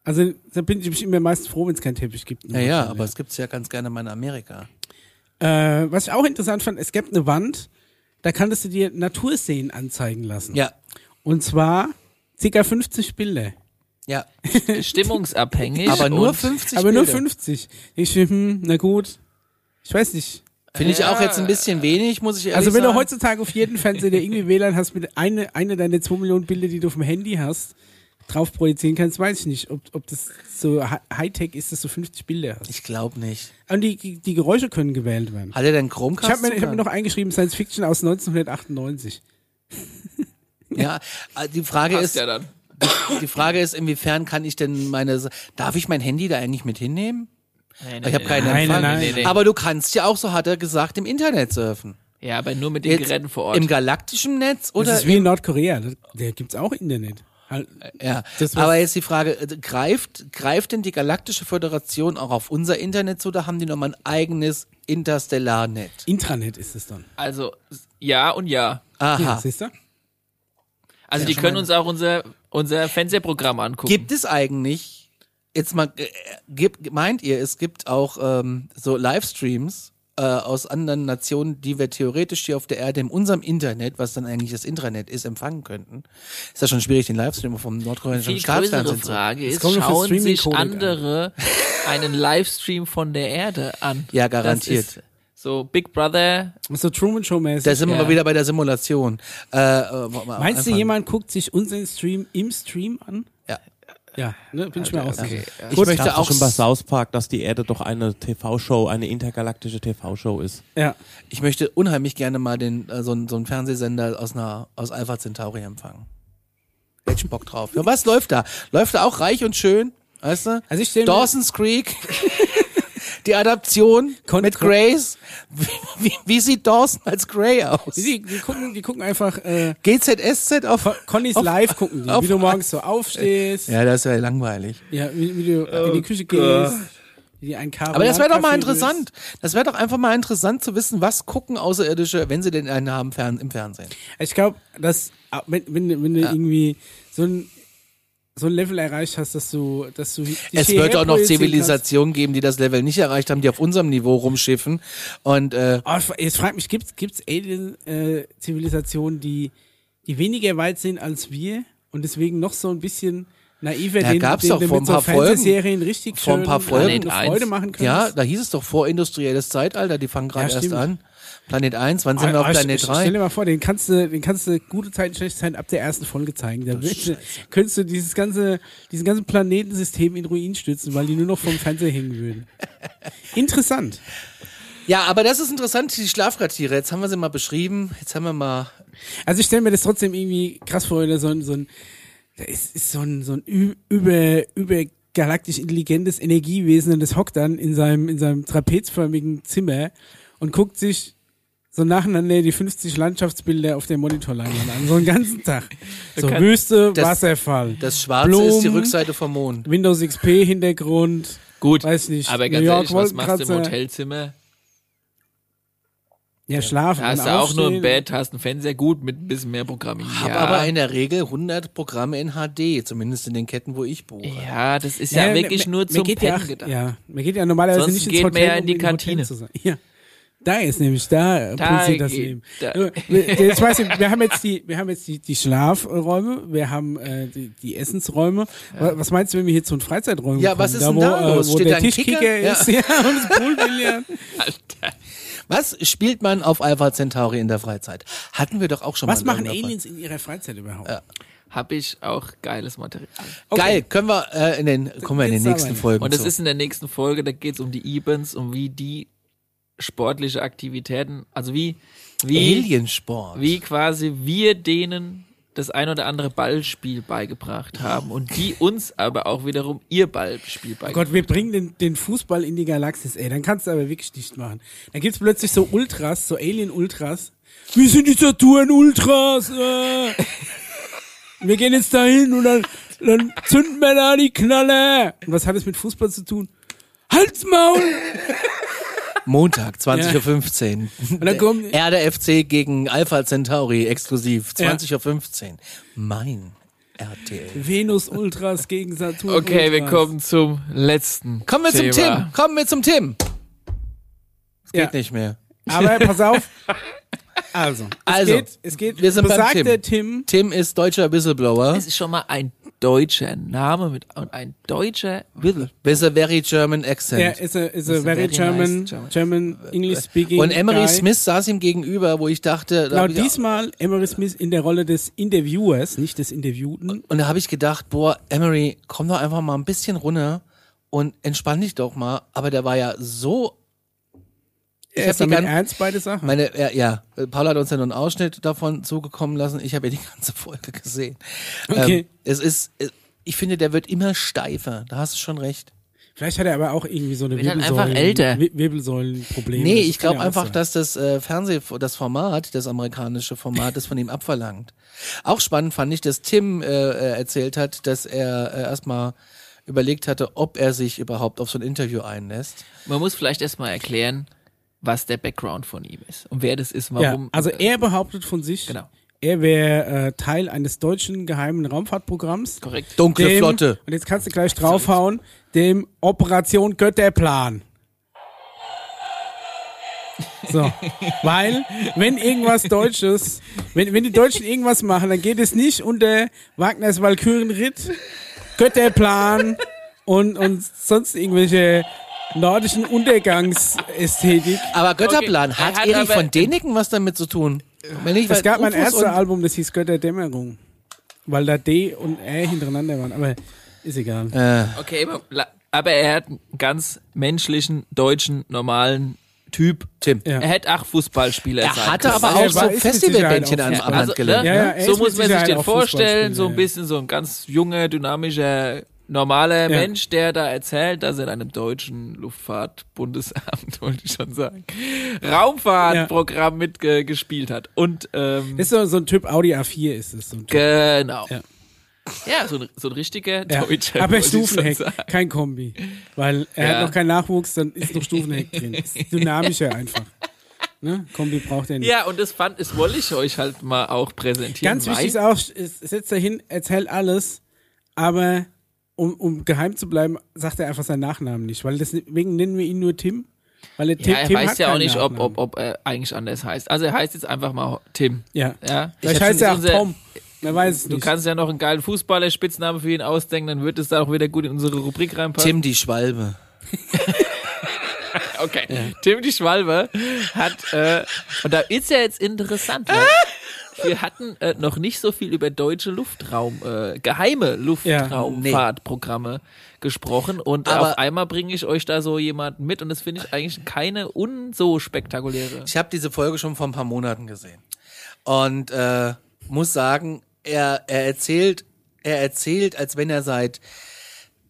[SPEAKER 1] Also da bin ich immer meistens froh, wenn es keinen Teppich gibt. im
[SPEAKER 2] Ja, ja,
[SPEAKER 1] Hotel,
[SPEAKER 2] aber es gibt es ja ganz gerne mal in Amerika.
[SPEAKER 1] ja. Äh, was ich auch interessant fand, es gibt eine Wand, da kannst du dir Naturszenen anzeigen lassen.
[SPEAKER 2] Ja,
[SPEAKER 1] Und zwar ca. 50 Bilder.
[SPEAKER 2] ja.
[SPEAKER 3] Stimmungsabhängig.
[SPEAKER 2] Aber nur
[SPEAKER 3] und-
[SPEAKER 2] 50
[SPEAKER 1] aber nur
[SPEAKER 2] Bilder.
[SPEAKER 1] 50. Ich finde, hm, na gut. Ich weiß nicht.
[SPEAKER 2] Finde ich auch jetzt ein bisschen wenig, muss ich ehrlich
[SPEAKER 1] Also wenn
[SPEAKER 2] sagen.
[SPEAKER 1] du heutzutage auf jeden Fernseher, der
[SPEAKER 2] [LAUGHS]
[SPEAKER 1] irgendwie WLAN hast, mit eine, eine deiner 2 Millionen Bilder, die du auf dem Handy hast, drauf projizieren kannst, weiß ich nicht, ob, ob das so Hi- Hightech ist, dass du 50 Bilder hast.
[SPEAKER 2] ich glaube nicht.
[SPEAKER 1] Und die, die Geräusche können gewählt werden.
[SPEAKER 2] Hat er denn
[SPEAKER 1] Ich
[SPEAKER 2] Chromecast?
[SPEAKER 1] habe mir, ich hab mir
[SPEAKER 2] Zugang?
[SPEAKER 1] noch eingeschrieben, Science Fiction aus 1998.
[SPEAKER 2] Ja, äh, die Frage
[SPEAKER 3] Passt
[SPEAKER 2] ist,
[SPEAKER 3] ja dann.
[SPEAKER 2] die Frage ist, inwiefern kann ich denn meine, Sa- darf ich mein Handy da eigentlich mit hinnehmen? Ich habe keinen
[SPEAKER 1] Nein,
[SPEAKER 2] Empfang.
[SPEAKER 1] nein,
[SPEAKER 3] nein.
[SPEAKER 2] Aber du kannst ja auch, so hat er gesagt, im Internet surfen.
[SPEAKER 3] Ja, aber nur mit den Geräten vor Ort.
[SPEAKER 2] Im galaktischen Netz
[SPEAKER 1] Das
[SPEAKER 2] oder?
[SPEAKER 1] ist wie in Nordkorea, da, da gibt's auch Internet. Halt,
[SPEAKER 2] Ja.
[SPEAKER 1] Das war-
[SPEAKER 2] Aber jetzt die Frage, äh, greift, greift denn die Galaktische Föderation auch auf unser Internet zu? Da haben die nochmal ein eigenes Interstellarnet.
[SPEAKER 1] Intranet ist es dann.
[SPEAKER 3] also ja und ja.
[SPEAKER 1] Ja,
[SPEAKER 2] Aha.
[SPEAKER 1] siehst du?
[SPEAKER 3] Also die können uns auch unser unser Fernsehprogramm angucken.
[SPEAKER 2] Gibt es eigentlich, jetzt mal, äh, gibt, meint ihr, es gibt auch ähm, so Livestreams äh, aus anderen Nationen, die wir theoretisch hier auf der Erde in unserem Internet, was dann eigentlich das Intranet ist, empfangen könnten? Ist das schon schwierig, den Livestream vom nordkoreanischen
[SPEAKER 3] Die größere
[SPEAKER 2] Staatsfernsehen zu
[SPEAKER 3] Frage ist,
[SPEAKER 1] kommt auf das
[SPEAKER 3] schauen sich
[SPEAKER 1] Streaming-Codec an.
[SPEAKER 3] andere einen Livestream von der Erde an?
[SPEAKER 2] Ja, garantiert.
[SPEAKER 3] Das ist so Big Brother,
[SPEAKER 1] So Also Truman Show
[SPEAKER 2] Da
[SPEAKER 1] mäßig.
[SPEAKER 2] sind wir
[SPEAKER 3] Ja.
[SPEAKER 2] mal wieder bei der Simulation. Äh, äh,
[SPEAKER 1] Meinst du,
[SPEAKER 2] anfangen.
[SPEAKER 1] jemand guckt sich unseren Stream im Stream an?
[SPEAKER 2] Ja.
[SPEAKER 1] Ja, ne, bin ich mir auch sicher.
[SPEAKER 4] Ich
[SPEAKER 2] Gut,
[SPEAKER 4] möchte
[SPEAKER 2] dachte
[SPEAKER 4] auch
[SPEAKER 2] auch
[SPEAKER 4] schon bei
[SPEAKER 2] s-
[SPEAKER 4] South Park, dass die Erde doch eine TV-Show, eine intergalaktische TV-Show ist.
[SPEAKER 1] Ja.
[SPEAKER 2] Ich möchte unheimlich gerne mal den, äh, so, einen- so einen Fernsehsender aus, einer, aus Alpha Centauri empfangen. Hätte ich Bock drauf. Ja, was läuft da? Läuft da auch reich und schön? Weißt du?
[SPEAKER 1] Also ich stell mir-
[SPEAKER 2] Dawson's Creek. [LAUGHS] Die Adaption
[SPEAKER 1] Kon-
[SPEAKER 2] mit
[SPEAKER 1] kon-
[SPEAKER 2] Grace. Wie, wie, wie sieht Dawson als Grey aus?
[SPEAKER 1] Die, die, gucken, die gucken einfach, äh,
[SPEAKER 2] GZSZ auf.
[SPEAKER 1] Con- Connys live gucken die,
[SPEAKER 2] auf-
[SPEAKER 1] wie du morgens so aufstehst, ja,
[SPEAKER 2] Ja, das wäre langweilig.
[SPEAKER 1] wie, wie du in die Küche gehst, wie die einen Kabel
[SPEAKER 2] Oh Aber das wäre doch mal interessant. Das wäre doch einfach mal interessant zu wissen, was gucken Außerirdische, wenn sie denn einen haben, fern, im Fernsehen.
[SPEAKER 1] Ich glaube, dass ah, wenn, wenn, du- wenn du irgendwie so ein so ein Level erreicht hast, dass du, dass du dich
[SPEAKER 2] Es
[SPEAKER 1] hierher
[SPEAKER 2] wird auch noch
[SPEAKER 1] projizieren
[SPEAKER 2] Zivilisationen geben, die das Level nicht erreicht haben, die auf unserem Niveau rumschiffen. Und äh,
[SPEAKER 1] kannst. Oh, ich- jetzt frag mich, gibt's gibt's Alien äh, Zivilisationen, die die weniger weit sind als wir und deswegen noch so ein bisschen naiver
[SPEAKER 2] Ja,
[SPEAKER 1] den,
[SPEAKER 2] gab's
[SPEAKER 1] den
[SPEAKER 2] doch
[SPEAKER 1] du
[SPEAKER 2] vor
[SPEAKER 1] mit
[SPEAKER 2] ein
[SPEAKER 1] so
[SPEAKER 2] paar Folgen.
[SPEAKER 1] Fernsehserien richtig
[SPEAKER 2] Vor ein
[SPEAKER 1] schön
[SPEAKER 2] paar Folgen.
[SPEAKER 1] eine
[SPEAKER 3] Planet
[SPEAKER 1] Freude
[SPEAKER 3] eins.
[SPEAKER 1] machen können.
[SPEAKER 2] ja, da hieß es doch vorindustrielles Zeitalter, die fangen gerade
[SPEAKER 1] Ja,
[SPEAKER 2] erst
[SPEAKER 1] stimmt.
[SPEAKER 2] an. Planet 1, wann sind wir auf
[SPEAKER 1] Ah,
[SPEAKER 2] Planet
[SPEAKER 1] st- st- Stell
[SPEAKER 2] 3?
[SPEAKER 1] dir mal vor, den kannst du, den kannst du gute Zeiten, schlechte Zeiten ab der ersten Folge zeigen. Dann willst du, könntest du dieses ganze, diesen ganzen Planetensystem in Ruin stützen, weil die nur noch vom Fernseher hängen
[SPEAKER 2] [LAUGHS]
[SPEAKER 1] würden. Interessant.
[SPEAKER 2] Ja, aber das ist interessant, die Schlafquartiere. Jetzt haben wir sie mal beschrieben. Jetzt haben wir mal.
[SPEAKER 1] Also ich stelle mir das trotzdem irgendwie krass vor, oder so ein, so ein, da ist, ist so ein, so ein ü- über, übergalaktisch intelligentes Energiewesen und das hockt dann in seinem, in seinem trapezförmigen Zimmer und guckt sich so nacheinander die 50 Landschaftsbilder auf der Monitorleinwand an, so einen ganzen Tag. So
[SPEAKER 3] kann-
[SPEAKER 1] Wüste,
[SPEAKER 2] Das-
[SPEAKER 1] Wasserfall.
[SPEAKER 2] Das Schwarze ist die
[SPEAKER 1] Blumen,
[SPEAKER 2] Rückseite vom Mond.
[SPEAKER 1] Windows XP Hintergrund.
[SPEAKER 3] Gut,
[SPEAKER 1] Weiß nicht,
[SPEAKER 3] aber
[SPEAKER 1] New
[SPEAKER 3] ganz
[SPEAKER 1] York,
[SPEAKER 3] ehrlich, was machst du im
[SPEAKER 1] Wolkenkratzer.
[SPEAKER 3] Hotelzimmer?
[SPEAKER 1] Ja, schlafen.
[SPEAKER 3] Da hast
[SPEAKER 1] und
[SPEAKER 3] du auch nur
[SPEAKER 1] aufstehen.
[SPEAKER 3] ein Bett, hast einen Fernseher, gut, mit ein bisschen mehr Programm. Ja,
[SPEAKER 2] Hab aber in der Regel 100 Programme in HD, zumindest in den Ketten, wo ich buche.
[SPEAKER 3] ja, das ist
[SPEAKER 1] Ja,
[SPEAKER 3] ja,
[SPEAKER 1] mir-
[SPEAKER 3] wirklich
[SPEAKER 1] mir-
[SPEAKER 3] nur
[SPEAKER 1] mir
[SPEAKER 3] zum
[SPEAKER 1] geht
[SPEAKER 3] Pennen
[SPEAKER 1] ja,
[SPEAKER 3] gedacht.
[SPEAKER 1] Ja, man geht ja normalerweise
[SPEAKER 3] Sonst
[SPEAKER 1] nicht ins
[SPEAKER 3] geht man
[SPEAKER 1] Hotel,
[SPEAKER 3] ja in
[SPEAKER 1] um
[SPEAKER 3] die
[SPEAKER 1] im Hotel
[SPEAKER 3] Kantine.
[SPEAKER 1] zu sein. Ja. Da ist nämlich, da,
[SPEAKER 3] Da
[SPEAKER 1] da pulsiert das
[SPEAKER 3] geht-
[SPEAKER 1] Leben.
[SPEAKER 3] da-
[SPEAKER 1] Nur, wir- Jetzt weiß ich, wir haben jetzt die, wir haben jetzt die, die Schlafräume, wir haben äh, die, die Essensräume. Wa- Was meinst du, wenn wir hier zu den Freizeiträumen
[SPEAKER 2] Ja,
[SPEAKER 1] kommen?
[SPEAKER 2] was ist
[SPEAKER 1] da,
[SPEAKER 2] denn
[SPEAKER 1] wo,
[SPEAKER 2] da los?
[SPEAKER 1] Äh, wo
[SPEAKER 2] Steht
[SPEAKER 1] der
[SPEAKER 2] da ein
[SPEAKER 1] Tischkicker
[SPEAKER 2] Kicker? Ja.
[SPEAKER 1] ist, [LAUGHS] ja, und das
[SPEAKER 3] [LAUGHS]
[SPEAKER 1] Poolbillard.
[SPEAKER 3] Alter.
[SPEAKER 2] Was spielt man auf Alpha Centauri in der Freizeit? Hatten wir doch auch schon
[SPEAKER 1] Was
[SPEAKER 2] mal. in
[SPEAKER 1] machen
[SPEAKER 2] irgendeiner
[SPEAKER 1] Aliens
[SPEAKER 2] Folge.
[SPEAKER 1] in ihrer Freizeit überhaupt?
[SPEAKER 3] Hab ich auch geiles Material.
[SPEAKER 1] Okay.
[SPEAKER 2] Geil, können wir äh, in den, kommen wir in den
[SPEAKER 1] Geht's da
[SPEAKER 2] nächsten
[SPEAKER 1] weiter?
[SPEAKER 2] Folgen.
[SPEAKER 3] Und das
[SPEAKER 2] zu.
[SPEAKER 3] ist in der nächsten Folge, da geht's um die E-Bands und wie die sportliche Aktivitäten, also wie, wie,
[SPEAKER 2] Aliensport.
[SPEAKER 3] wie quasi wir denen das ein oder andere Ballspiel beigebracht haben und die uns aber auch wiederum ihr Ballspiel
[SPEAKER 1] Oh
[SPEAKER 3] beigebracht
[SPEAKER 1] Gott, wir bringen den, den Fußball in die Galaxis, ey. Dann kannst du aber wirklich nicht machen. Dann gibt's plötzlich so Ultras, so Alien-Ultras. Wir sind die Saturn-Ultras. Äh. Wir gehen jetzt dahin und dann Dann zünden wir da die Knalle. Und was hat es mit Fußball zu tun? Halt's Maul! [LAUGHS]
[SPEAKER 2] Montag, 20.15 Uhr.
[SPEAKER 1] Und dann kommt,
[SPEAKER 2] Erde FC gegen Alpha Centauri exklusiv, 20.15 Uhr. Mein RTL.
[SPEAKER 1] Venus Ultras gegen Saturn.
[SPEAKER 3] Okay, wir
[SPEAKER 1] Ultras.
[SPEAKER 3] kommen zum letzten.
[SPEAKER 2] Kommen wir zum
[SPEAKER 3] Thema.
[SPEAKER 2] Tim. Kommen wir zum Tim.
[SPEAKER 1] Ja.
[SPEAKER 2] Geht nicht mehr.
[SPEAKER 1] Aber pass auf. Also, es
[SPEAKER 2] Also,
[SPEAKER 1] geht, es geht.
[SPEAKER 2] wir sind beim
[SPEAKER 1] besagt
[SPEAKER 2] Tim.
[SPEAKER 1] der Tim.
[SPEAKER 2] Tim ist deutscher Whistleblower.
[SPEAKER 3] Es ist schon mal ein deutscher Name mit und ein deutscher Whistle.
[SPEAKER 2] With a very German
[SPEAKER 1] Der
[SPEAKER 2] accent.
[SPEAKER 1] is a, is a very,
[SPEAKER 3] very
[SPEAKER 1] German,
[SPEAKER 3] nice German.
[SPEAKER 1] German, English speaking.
[SPEAKER 2] Und Emery
[SPEAKER 1] guy.
[SPEAKER 2] Smith saß ihm gegenüber, wo ich dachte, da
[SPEAKER 1] Genau
[SPEAKER 2] hab ich,
[SPEAKER 1] diesmal Emery Smith in der Rolle des Interviewers, nicht des Interviewten.
[SPEAKER 2] und da habe ich gedacht, boah, Emery, komm doch einfach mal ein bisschen runter und entspann dich doch mal. Aber der war ja so
[SPEAKER 1] Er
[SPEAKER 2] Ich hab
[SPEAKER 1] ist
[SPEAKER 2] die
[SPEAKER 1] damit
[SPEAKER 2] gan-
[SPEAKER 1] ernst beide Sachen.
[SPEAKER 2] Meine, ja, ja, Paula hat uns ja nur einen Ausschnitt davon zugekommen lassen. Ich habe ja die ganze Folge gesehen. Ähm,
[SPEAKER 1] Okay.
[SPEAKER 2] es ist, äh, ich finde, der wird immer steifer. Da hast du schon recht.
[SPEAKER 1] Vielleicht hat er aber auch irgendwie so eine
[SPEAKER 3] Wird halt
[SPEAKER 1] Wirbelsäulen,
[SPEAKER 3] einfach älter.
[SPEAKER 1] Wi- Wirbelsäulenprobleme.
[SPEAKER 2] Nee,
[SPEAKER 1] Das
[SPEAKER 2] ich
[SPEAKER 1] kann
[SPEAKER 2] glaube
[SPEAKER 1] ja auch
[SPEAKER 2] einfach,
[SPEAKER 1] sein.
[SPEAKER 2] dass das äh, Fernseh, das Format, das amerikanische Format, das von ihm abverlangt. Auch spannend fand ich, dass Tim äh, äh, erzählt hat, dass er äh, erstmal überlegt hatte, ob er sich überhaupt auf so ein Interview einlässt.
[SPEAKER 3] Man muss vielleicht erstmal erklären, was der Background von ihm ist und wer das ist,
[SPEAKER 1] Ja,
[SPEAKER 3] warum.
[SPEAKER 1] also er behauptet von sich,
[SPEAKER 3] Genau.
[SPEAKER 1] er wäre äh, Teil eines deutschen geheimen Raumfahrtprogramms.
[SPEAKER 3] korrekt.
[SPEAKER 2] Dunkle
[SPEAKER 1] Dem,
[SPEAKER 2] Flotte.
[SPEAKER 1] Und jetzt kannst du gleich draufhauen, dem Operation Götterplan. So, weil wenn irgendwas Deutsches, wenn, wenn die Deutschen irgendwas machen, dann geht es nicht unter Wagners Walkürenritt, Götterplan und, und sonst irgendwelche nordischen Untergangsästhetik.
[SPEAKER 2] Aber Götterplan,
[SPEAKER 3] Okay, er
[SPEAKER 2] hat,
[SPEAKER 3] hat
[SPEAKER 2] Erich
[SPEAKER 3] aber-
[SPEAKER 2] von Däniken was damit zu tun? Wenn nicht,
[SPEAKER 1] Es
[SPEAKER 2] weil
[SPEAKER 1] gab mein
[SPEAKER 2] Ufos
[SPEAKER 1] erstes
[SPEAKER 2] und-
[SPEAKER 1] Album, das hieß Götterdämmerung. Weil da D und R hintereinander waren, aber ist egal.
[SPEAKER 2] Äh.
[SPEAKER 3] Okay, aber, la- aber er hat einen ganz menschlichen, deutschen, normalen Typ.
[SPEAKER 2] Tim.
[SPEAKER 1] Ja.
[SPEAKER 3] Er hätte auch Fußballspieler sein
[SPEAKER 2] Er hatte
[SPEAKER 3] können.
[SPEAKER 2] aber
[SPEAKER 1] Ja,
[SPEAKER 2] auch
[SPEAKER 1] er war-
[SPEAKER 2] so
[SPEAKER 1] ist mit
[SPEAKER 2] Festivalbändchen
[SPEAKER 1] Sicherheit
[SPEAKER 2] am
[SPEAKER 1] auch äh,
[SPEAKER 2] am
[SPEAKER 1] Fußball.
[SPEAKER 2] Äh, Hand
[SPEAKER 3] Also, ne?
[SPEAKER 2] gelernt.
[SPEAKER 1] Ja, ja, er
[SPEAKER 3] so
[SPEAKER 1] ist mit
[SPEAKER 3] muss man sich
[SPEAKER 1] Sicherheit
[SPEAKER 3] den
[SPEAKER 1] auch
[SPEAKER 3] vorstellen, so
[SPEAKER 1] Fußballspieler,
[SPEAKER 3] ein
[SPEAKER 1] ja.
[SPEAKER 3] bisschen so ein ganz junger, dynamischer, normaler
[SPEAKER 1] Ja.
[SPEAKER 3] Mensch, der da erzählt, dass er in einem deutschen Luftfahrtbundesamt, [LAUGHS] wollte ich schon sagen, Raumfahrtprogramm mitgespielt hat. Und ähm,
[SPEAKER 1] Ist so, so ein Typ Audi A4 ist es. So ein typ.
[SPEAKER 3] genau.
[SPEAKER 1] Ja.
[SPEAKER 3] Ja, so, ein, so ein richtiger
[SPEAKER 1] Ja.
[SPEAKER 3] Deutscher.
[SPEAKER 1] Aber
[SPEAKER 3] wollte ich schon sagen.
[SPEAKER 1] Stufenheck, kein Kombi. Weil er
[SPEAKER 3] Ja.
[SPEAKER 1] hat noch keinen Nachwuchs, dann ist noch Stufenheck drin. Ist dynamischer einfach. Ne? Kombi braucht er nicht.
[SPEAKER 3] Ja, und das fand, das wollte ich euch halt mal auch präsentieren.
[SPEAKER 1] Ganz
[SPEAKER 3] weil-
[SPEAKER 1] wichtig ist auch, ist, setzt er hin, erzählt alles, aber um, um geheim zu bleiben, sagt er einfach seinen Nachnamen nicht. Weil deswegen nennen wir ihn nur Tim. Weil der Tim,
[SPEAKER 3] Ja, er
[SPEAKER 1] Tim
[SPEAKER 3] weiß
[SPEAKER 1] hat
[SPEAKER 3] ja auch
[SPEAKER 1] keinen
[SPEAKER 3] nicht, ob,
[SPEAKER 1] Nachnamen.
[SPEAKER 3] ob, ob er eigentlich anders heißt. Also er heißt jetzt einfach mal Tim.
[SPEAKER 1] Ja.
[SPEAKER 3] Ja?
[SPEAKER 1] Vielleicht
[SPEAKER 3] Ich hab's
[SPEAKER 1] heißt er auch
[SPEAKER 3] in unser-
[SPEAKER 1] Tom. Man weiß es
[SPEAKER 3] Du
[SPEAKER 1] nicht.
[SPEAKER 3] kannst ja noch einen geilen Fußballer-Spitznamen für ihn ausdenken, dann wird es da auch wieder gut in unsere Rubrik reinpassen.
[SPEAKER 2] Tim die Schwalbe.
[SPEAKER 3] Okay. Tim die Schwalbe hat, äh, und da ist ja jetzt interessant, weil [LAUGHS] wir hatten äh, noch nicht so viel über deutsche Luftraum, äh, geheime Luftraumfahrtprogramme gesprochen und
[SPEAKER 2] Aber-
[SPEAKER 3] auf einmal bringe ich euch da so jemanden mit und das finde ich eigentlich keine un so spektakuläre.
[SPEAKER 2] Ich habe diese Folge schon vor ein paar Monaten gesehen. Und äh, muss sagen, er, er erzählt, er erzählt, als wenn er seit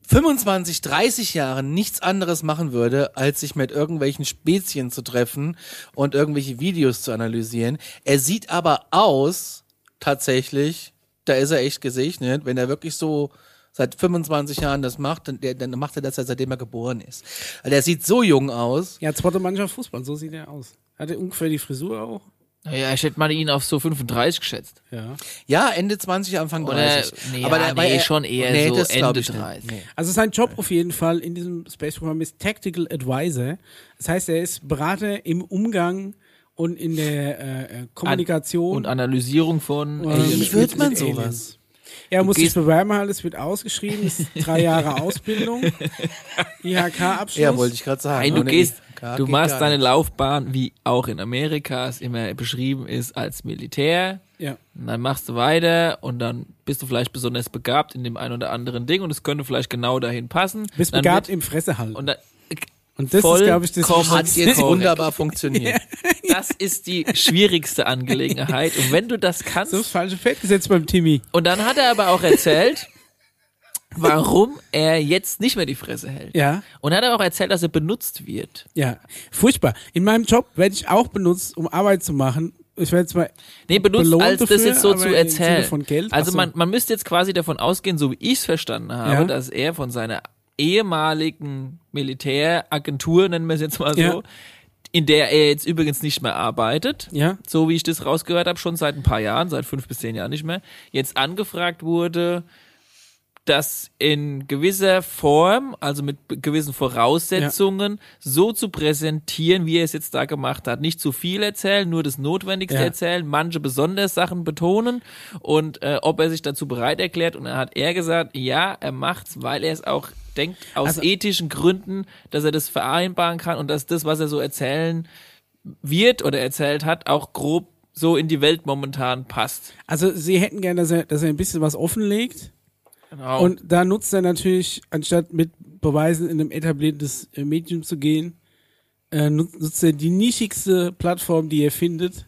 [SPEAKER 2] 25, 30 Jahren nichts anderes machen würde, als sich mit irgendwelchen Spezien zu treffen und irgendwelche Videos zu analysieren. Er sieht aber aus, tatsächlich, da ist er echt gesegnet, wenn er wirklich so seit 25 Jahren das macht, dann, der- dann macht er das ja seitdem er geboren ist. Also er sieht so jung aus.
[SPEAKER 1] Ja, zweite Mannschaft Fußball, so sieht er aus. Hat er ungefähr die Frisur auch?
[SPEAKER 3] Ja, ich hätte mal ihn auf so 35 geschätzt.
[SPEAKER 1] Ja.
[SPEAKER 2] Ja, Ende 20, Anfang
[SPEAKER 3] Oder-
[SPEAKER 2] 30.
[SPEAKER 3] nee,
[SPEAKER 2] aber
[SPEAKER 3] ja,
[SPEAKER 1] ah,
[SPEAKER 2] der, weil
[SPEAKER 3] nee,
[SPEAKER 2] er,
[SPEAKER 3] schon eher so
[SPEAKER 2] das glaub
[SPEAKER 3] Ende
[SPEAKER 2] ich nicht.
[SPEAKER 3] 30.
[SPEAKER 2] Nee.
[SPEAKER 1] Also sein Job auf jeden Fall in diesem Space Program ist Tactical Advisor. Das heißt, er ist Berater im Umgang und in der äh, äh, Kommunikation.
[SPEAKER 3] Und Analysierung von
[SPEAKER 1] ähm,
[SPEAKER 2] Wie
[SPEAKER 1] mit-
[SPEAKER 2] wird man
[SPEAKER 1] mit
[SPEAKER 2] sowas?
[SPEAKER 1] Aliens. Ja, er muss sich
[SPEAKER 3] gehst-
[SPEAKER 1] bewerben, alles wird ausgeschrieben, ist drei Jahre Ausbildung, IHK-Abschluss.
[SPEAKER 2] Ja, wollte ich gerade sagen.
[SPEAKER 3] Nein, du
[SPEAKER 2] Ohne
[SPEAKER 3] gehst,
[SPEAKER 2] IHK
[SPEAKER 3] du
[SPEAKER 2] geht
[SPEAKER 3] machst
[SPEAKER 2] gar
[SPEAKER 3] deine
[SPEAKER 2] nicht.
[SPEAKER 3] Laufbahn, wie auch in Amerika es immer beschrieben ist, als Militär.
[SPEAKER 1] Ja.
[SPEAKER 3] Und dann machst du weiter und dann bist du vielleicht besonders begabt in dem einen oder anderen Ding und es könnte vielleicht genau dahin passen.
[SPEAKER 1] Bist
[SPEAKER 3] dann
[SPEAKER 1] begabt
[SPEAKER 3] wird-
[SPEAKER 1] im Fresse halten.
[SPEAKER 3] und
[SPEAKER 1] Und, das
[SPEAKER 3] dann,
[SPEAKER 1] ist,
[SPEAKER 3] voll
[SPEAKER 1] glaube ich, das
[SPEAKER 3] kommen-
[SPEAKER 2] Hat jetzt
[SPEAKER 3] Korrekt.
[SPEAKER 1] [LAUGHS]
[SPEAKER 2] wunderbar funktioniert.
[SPEAKER 3] das ist die schwierigste Angelegenheit. Und wenn du
[SPEAKER 1] [LAUGHS]
[SPEAKER 3] das kannst,
[SPEAKER 1] so das falsche Feld gesetzt beim Timmy.
[SPEAKER 3] und dann hat er aber auch erzählt, warum er jetzt nicht mehr die Fresse hält.
[SPEAKER 1] Ja.
[SPEAKER 3] Und hat er auch erzählt, dass er benutzt wird.
[SPEAKER 1] Ja, furchtbar. In meinem Job werde ich auch benutzt, um Arbeit zu machen, Ich werde jetzt mal.
[SPEAKER 3] Nee, benutzt,
[SPEAKER 1] belohnt
[SPEAKER 3] als das
[SPEAKER 1] dafür,
[SPEAKER 3] jetzt so
[SPEAKER 1] aber
[SPEAKER 3] zu
[SPEAKER 1] im
[SPEAKER 3] erzählen.
[SPEAKER 1] Sinne von Geld? Ach
[SPEAKER 3] Also
[SPEAKER 1] so.
[SPEAKER 3] man, man müsste jetzt quasi davon ausgehen, so wie ich es verstanden habe,
[SPEAKER 1] Ja.
[SPEAKER 3] dass er von seiner ehemaligen Militäragentur, nennen wir es jetzt mal so,
[SPEAKER 1] Ja.
[SPEAKER 3] in der er jetzt übrigens nicht mehr arbeitet,
[SPEAKER 1] Ja.
[SPEAKER 3] so wie ich das rausgehört habe, schon seit ein paar Jahren, seit fünf bis zehn Jahren nicht mehr, jetzt angefragt wurde, das in gewisser Form, also mit be- gewissen Voraussetzungen, so zu präsentieren, wie er es jetzt da gemacht hat. Nicht zu viel erzählen, nur das Notwendigste
[SPEAKER 1] Ja.
[SPEAKER 3] erzählen, manche besonders Sachen betonen und äh, ob er sich dazu bereit erklärt. Und dann hat er gesagt, ja, er macht's, weil er es auch denkt, aus
[SPEAKER 1] Also-
[SPEAKER 3] ethischen Gründen, dass er das vereinbaren kann und dass das, was er so erzählen wird oder erzählt hat, auch grob so in die Welt momentan passt.
[SPEAKER 1] Also sie hätten gern, dass er, dass er ein bisschen was offenlegt.
[SPEAKER 3] Genau.
[SPEAKER 1] Und da nutzt er natürlich, anstatt mit Beweisen in einem etabliertes äh, Medium zu gehen, äh, nu- nutzt er die nischigste Plattform, die er findet,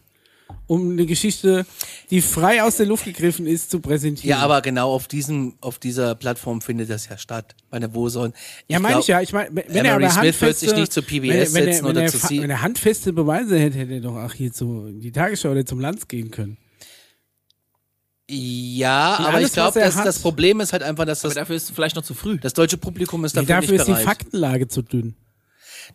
[SPEAKER 1] um eine Geschichte, die frei aus der Luft gegriffen ist, zu präsentieren.
[SPEAKER 2] Ja, aber genau auf diesem, auf dieser Plattform findet das ja statt. Ich Meine, wo sollen?
[SPEAKER 1] Ja, meine
[SPEAKER 2] glaub-
[SPEAKER 1] ich ja. Ich meine, wenn er
[SPEAKER 2] Emery
[SPEAKER 1] aber
[SPEAKER 2] Smith
[SPEAKER 1] handfeste,
[SPEAKER 2] wird sich nicht zu PBS
[SPEAKER 1] wenn,
[SPEAKER 2] setzen
[SPEAKER 1] wenn
[SPEAKER 2] oder
[SPEAKER 1] er,
[SPEAKER 2] zu
[SPEAKER 1] fa-
[SPEAKER 2] Sie-
[SPEAKER 1] Wenn er handfeste Beweise hätte, hätte er doch auch hier zu in die Tagesschau oder zum Land gehen können.
[SPEAKER 2] Ja,
[SPEAKER 1] Und
[SPEAKER 2] aber
[SPEAKER 1] alles,
[SPEAKER 2] ich glaube,
[SPEAKER 1] was er
[SPEAKER 2] dass
[SPEAKER 1] hat-
[SPEAKER 2] das Problem ist halt einfach, dass
[SPEAKER 3] Aber
[SPEAKER 2] das,
[SPEAKER 3] dafür ist es vielleicht noch zu früh.
[SPEAKER 2] das deutsche Publikum ist
[SPEAKER 1] Nee,
[SPEAKER 2] dafür,
[SPEAKER 1] dafür
[SPEAKER 2] nicht
[SPEAKER 1] ist die
[SPEAKER 2] bereit.
[SPEAKER 1] Faktenlage zu dünn.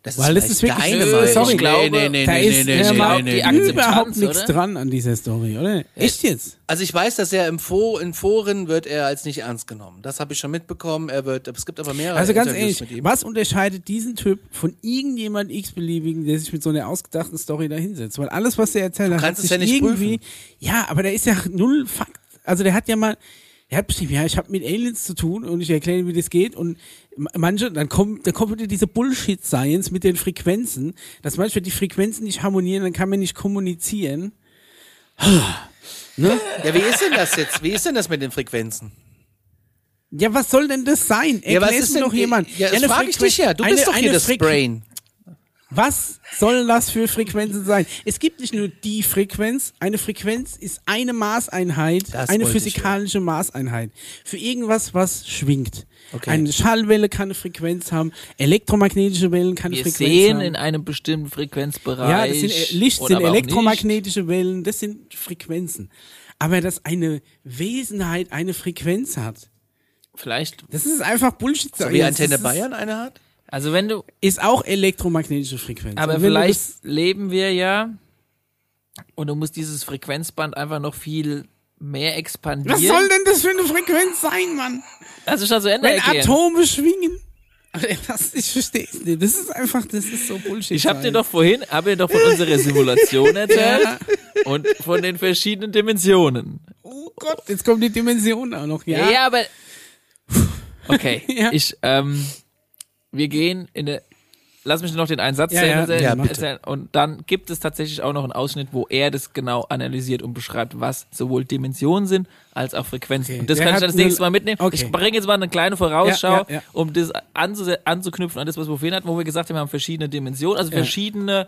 [SPEAKER 2] das
[SPEAKER 1] weil das ist
[SPEAKER 2] vielleicht
[SPEAKER 1] wirklich-
[SPEAKER 2] deine
[SPEAKER 1] Nö,
[SPEAKER 2] Meinung.
[SPEAKER 1] sorry. Ich
[SPEAKER 3] glaube,
[SPEAKER 2] nee, nee,
[SPEAKER 1] da
[SPEAKER 2] nee,
[SPEAKER 1] ist
[SPEAKER 2] nee,
[SPEAKER 1] äh,
[SPEAKER 2] nee,
[SPEAKER 1] mal
[SPEAKER 2] nee, nee,
[SPEAKER 3] die
[SPEAKER 2] nee.
[SPEAKER 3] Akzeptanz,
[SPEAKER 1] überhaupt nichts
[SPEAKER 3] oder?
[SPEAKER 1] dran an dieser Story, oder? Echt jetzt?
[SPEAKER 2] Also ich weiß, dass er im Fo in Foren wird er als nicht ernst genommen. Das habe ich schon mitbekommen. Er wird, es gibt aber mehrere
[SPEAKER 1] Also ganz
[SPEAKER 2] Interviews mit
[SPEAKER 1] ehrlich,
[SPEAKER 2] ihm.
[SPEAKER 1] was unterscheidet diesen Typ von irgendjemand x-beliebigen, der sich mit so einer ausgedachten Story da hinsetzt? Weil alles, was der erzählt hat,
[SPEAKER 2] kannst
[SPEAKER 1] hat
[SPEAKER 2] es
[SPEAKER 1] sich
[SPEAKER 2] ja nicht
[SPEAKER 1] irgendwie, ja, aber der ist ja null Fakt. Also der hat ja mal, der hat bestimmt, ja, ich habe mit Aliens zu tun und ich erkläre, ihm, wie das geht und m- manche, dann kommt, dann kommt wieder diese Bullshit-Science mit den Frequenzen, dass manchmal die Frequenzen nicht harmonieren, dann kann man nicht kommunizieren. ne?
[SPEAKER 2] Ja, wie ist denn das jetzt? Wie ist denn das mit den Frequenzen?
[SPEAKER 1] Ja, was soll denn das sein?
[SPEAKER 2] Ja, was
[SPEAKER 1] Erklär's
[SPEAKER 2] ist
[SPEAKER 1] mir
[SPEAKER 2] denn
[SPEAKER 1] doch jemand.
[SPEAKER 2] Ja, das
[SPEAKER 1] Eine
[SPEAKER 2] frage ich
[SPEAKER 1] Frequen-
[SPEAKER 2] dich ja. Du
[SPEAKER 1] eine-
[SPEAKER 2] bist doch hier
[SPEAKER 1] eine
[SPEAKER 2] das
[SPEAKER 1] Frequen-
[SPEAKER 2] Brain.
[SPEAKER 1] Was sollen das für Frequenzen sein? Es gibt nicht nur die Frequenz. Eine Frequenz ist eine Maßeinheit,
[SPEAKER 2] Das
[SPEAKER 1] eine
[SPEAKER 2] wollte ich
[SPEAKER 1] physikalische Maßeinheit für irgendwas, was schwingt.
[SPEAKER 2] Okay.
[SPEAKER 1] Eine Schallwelle kann eine Frequenz haben, elektromagnetische Wellen kann eine
[SPEAKER 3] Wir
[SPEAKER 1] Frequenz
[SPEAKER 3] sehen
[SPEAKER 1] haben.
[SPEAKER 3] in einem bestimmten Frequenzbereich.
[SPEAKER 1] ja, das sind äh, Licht,
[SPEAKER 3] oder
[SPEAKER 1] sind
[SPEAKER 3] aber auch
[SPEAKER 1] elektromagnetische Wellen, das sind Frequenzen. Aber dass eine Wesenheit eine Frequenz hat,
[SPEAKER 3] Nicht. Vielleicht.
[SPEAKER 1] das ist einfach Bullshit.
[SPEAKER 2] So wie Antenne Bayern eine hat?
[SPEAKER 3] Also wenn du,
[SPEAKER 1] Ist auch elektromagnetische Frequenz.
[SPEAKER 3] aber
[SPEAKER 1] Und wenn du
[SPEAKER 3] vielleicht
[SPEAKER 1] das-
[SPEAKER 3] leben wir ja und du musst dieses Frequenzband einfach noch viel mehr expandieren.
[SPEAKER 1] Was soll denn das für eine Frequenz sein, Mann?
[SPEAKER 3] Also schon zu Ende
[SPEAKER 1] Wenn
[SPEAKER 3] erklären.
[SPEAKER 1] Atome [LAUGHS] schwingen. Das, ich verstehe es nicht. Das ist einfach, das ist so Bullshit.
[SPEAKER 3] ich hab dir doch vorhin, hab dir doch von
[SPEAKER 1] [LAUGHS]
[SPEAKER 3] unserer Simulation erzählt und von den verschiedenen Dimensionen.
[SPEAKER 1] Oh Gott, jetzt kommt die Dimension auch noch. Ja,
[SPEAKER 3] Ja, aber. Okay.
[SPEAKER 1] [LAUGHS] Ja.
[SPEAKER 3] Ich, ähm, wir gehen in eine. Lass mich noch den einen Satz
[SPEAKER 1] Ja,
[SPEAKER 3] zu Ende
[SPEAKER 1] ja.
[SPEAKER 3] erzählen,
[SPEAKER 1] Ja, bitte.
[SPEAKER 3] erzählen. Und dann gibt es tatsächlich auch noch einen Ausschnitt, wo er das genau analysiert und beschreibt, was sowohl Dimensionen sind als auch Frequenzen.
[SPEAKER 1] Okay.
[SPEAKER 3] Und das
[SPEAKER 1] Der
[SPEAKER 3] kann ich
[SPEAKER 1] hat
[SPEAKER 3] dann das nächste
[SPEAKER 1] eine-
[SPEAKER 3] Mal mitnehmen.
[SPEAKER 1] Okay.
[SPEAKER 3] Ich bringe jetzt mal eine kleine Vorausschau,
[SPEAKER 1] Ja, ja, ja.
[SPEAKER 3] um das anzuse- anzuknüpfen an das, was wir vorhin hatten, wo wir gesagt haben, wir haben verschiedene Dimensionen, also
[SPEAKER 1] Ja.
[SPEAKER 3] verschiedene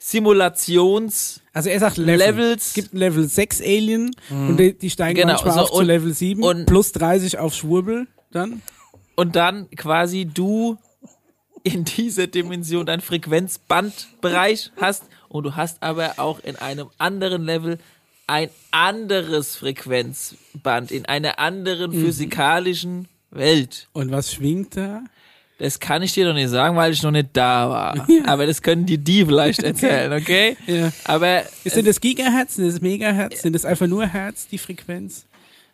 [SPEAKER 3] Simulations-
[SPEAKER 1] Also er sagt Level.
[SPEAKER 3] Levels.
[SPEAKER 1] Es gibt ein Level 6 Alien und die, die steigen
[SPEAKER 3] Genau,
[SPEAKER 1] manchmal
[SPEAKER 3] so,
[SPEAKER 1] auf zu
[SPEAKER 3] und-
[SPEAKER 1] Level 7
[SPEAKER 3] und-
[SPEAKER 1] plus 30 auf Schwurbel dann.
[SPEAKER 3] und dann quasi du in dieser Dimension dein Frequenzbandbereich hast und du hast aber auch in einem anderen Level ein anderes Frequenzband in einer anderen
[SPEAKER 1] Mhm.
[SPEAKER 3] physikalischen Welt.
[SPEAKER 1] Und was schwingt da?
[SPEAKER 3] Das kann ich dir doch nicht sagen, weil ich noch nicht da war.
[SPEAKER 1] [LAUGHS] Ja.
[SPEAKER 3] Aber das können dir
[SPEAKER 1] [LAUGHS]
[SPEAKER 3] die vielleicht erzählen, okay?
[SPEAKER 1] Ja.
[SPEAKER 3] Aber
[SPEAKER 1] Ist denn das Gigahertz? Sind das Megahertz? Sind das einfach nur Hertz, die Frequenz?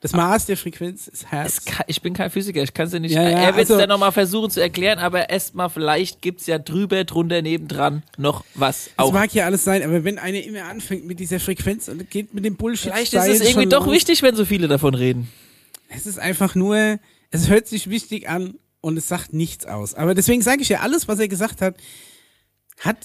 [SPEAKER 1] Das Maß der Frequenz ist
[SPEAKER 3] Ah. Es
[SPEAKER 1] Hertz.
[SPEAKER 3] kann, ich bin kein Physiker, ich kann es dir nicht.
[SPEAKER 1] Ja, ja,
[SPEAKER 3] er wird es
[SPEAKER 1] also-
[SPEAKER 3] dann nochmal versuchen zu erklären, aber erstmal, vielleicht gibt's ja drüber, drunter, nebendran noch was.
[SPEAKER 1] Das
[SPEAKER 3] Auch.
[SPEAKER 1] mag ja alles sein, aber wenn einer immer anfängt mit dieser Frequenz und geht mit dem Bullshit
[SPEAKER 3] Vielleicht ist es
[SPEAKER 1] Science
[SPEAKER 3] irgendwie
[SPEAKER 1] schon
[SPEAKER 3] doch
[SPEAKER 1] los,
[SPEAKER 3] wichtig, wenn so viele davon reden.
[SPEAKER 1] Es ist einfach nur, es hört sich wichtig an und es sagt nichts aus. Aber deswegen sage ich ja, alles, was er gesagt hat, hat,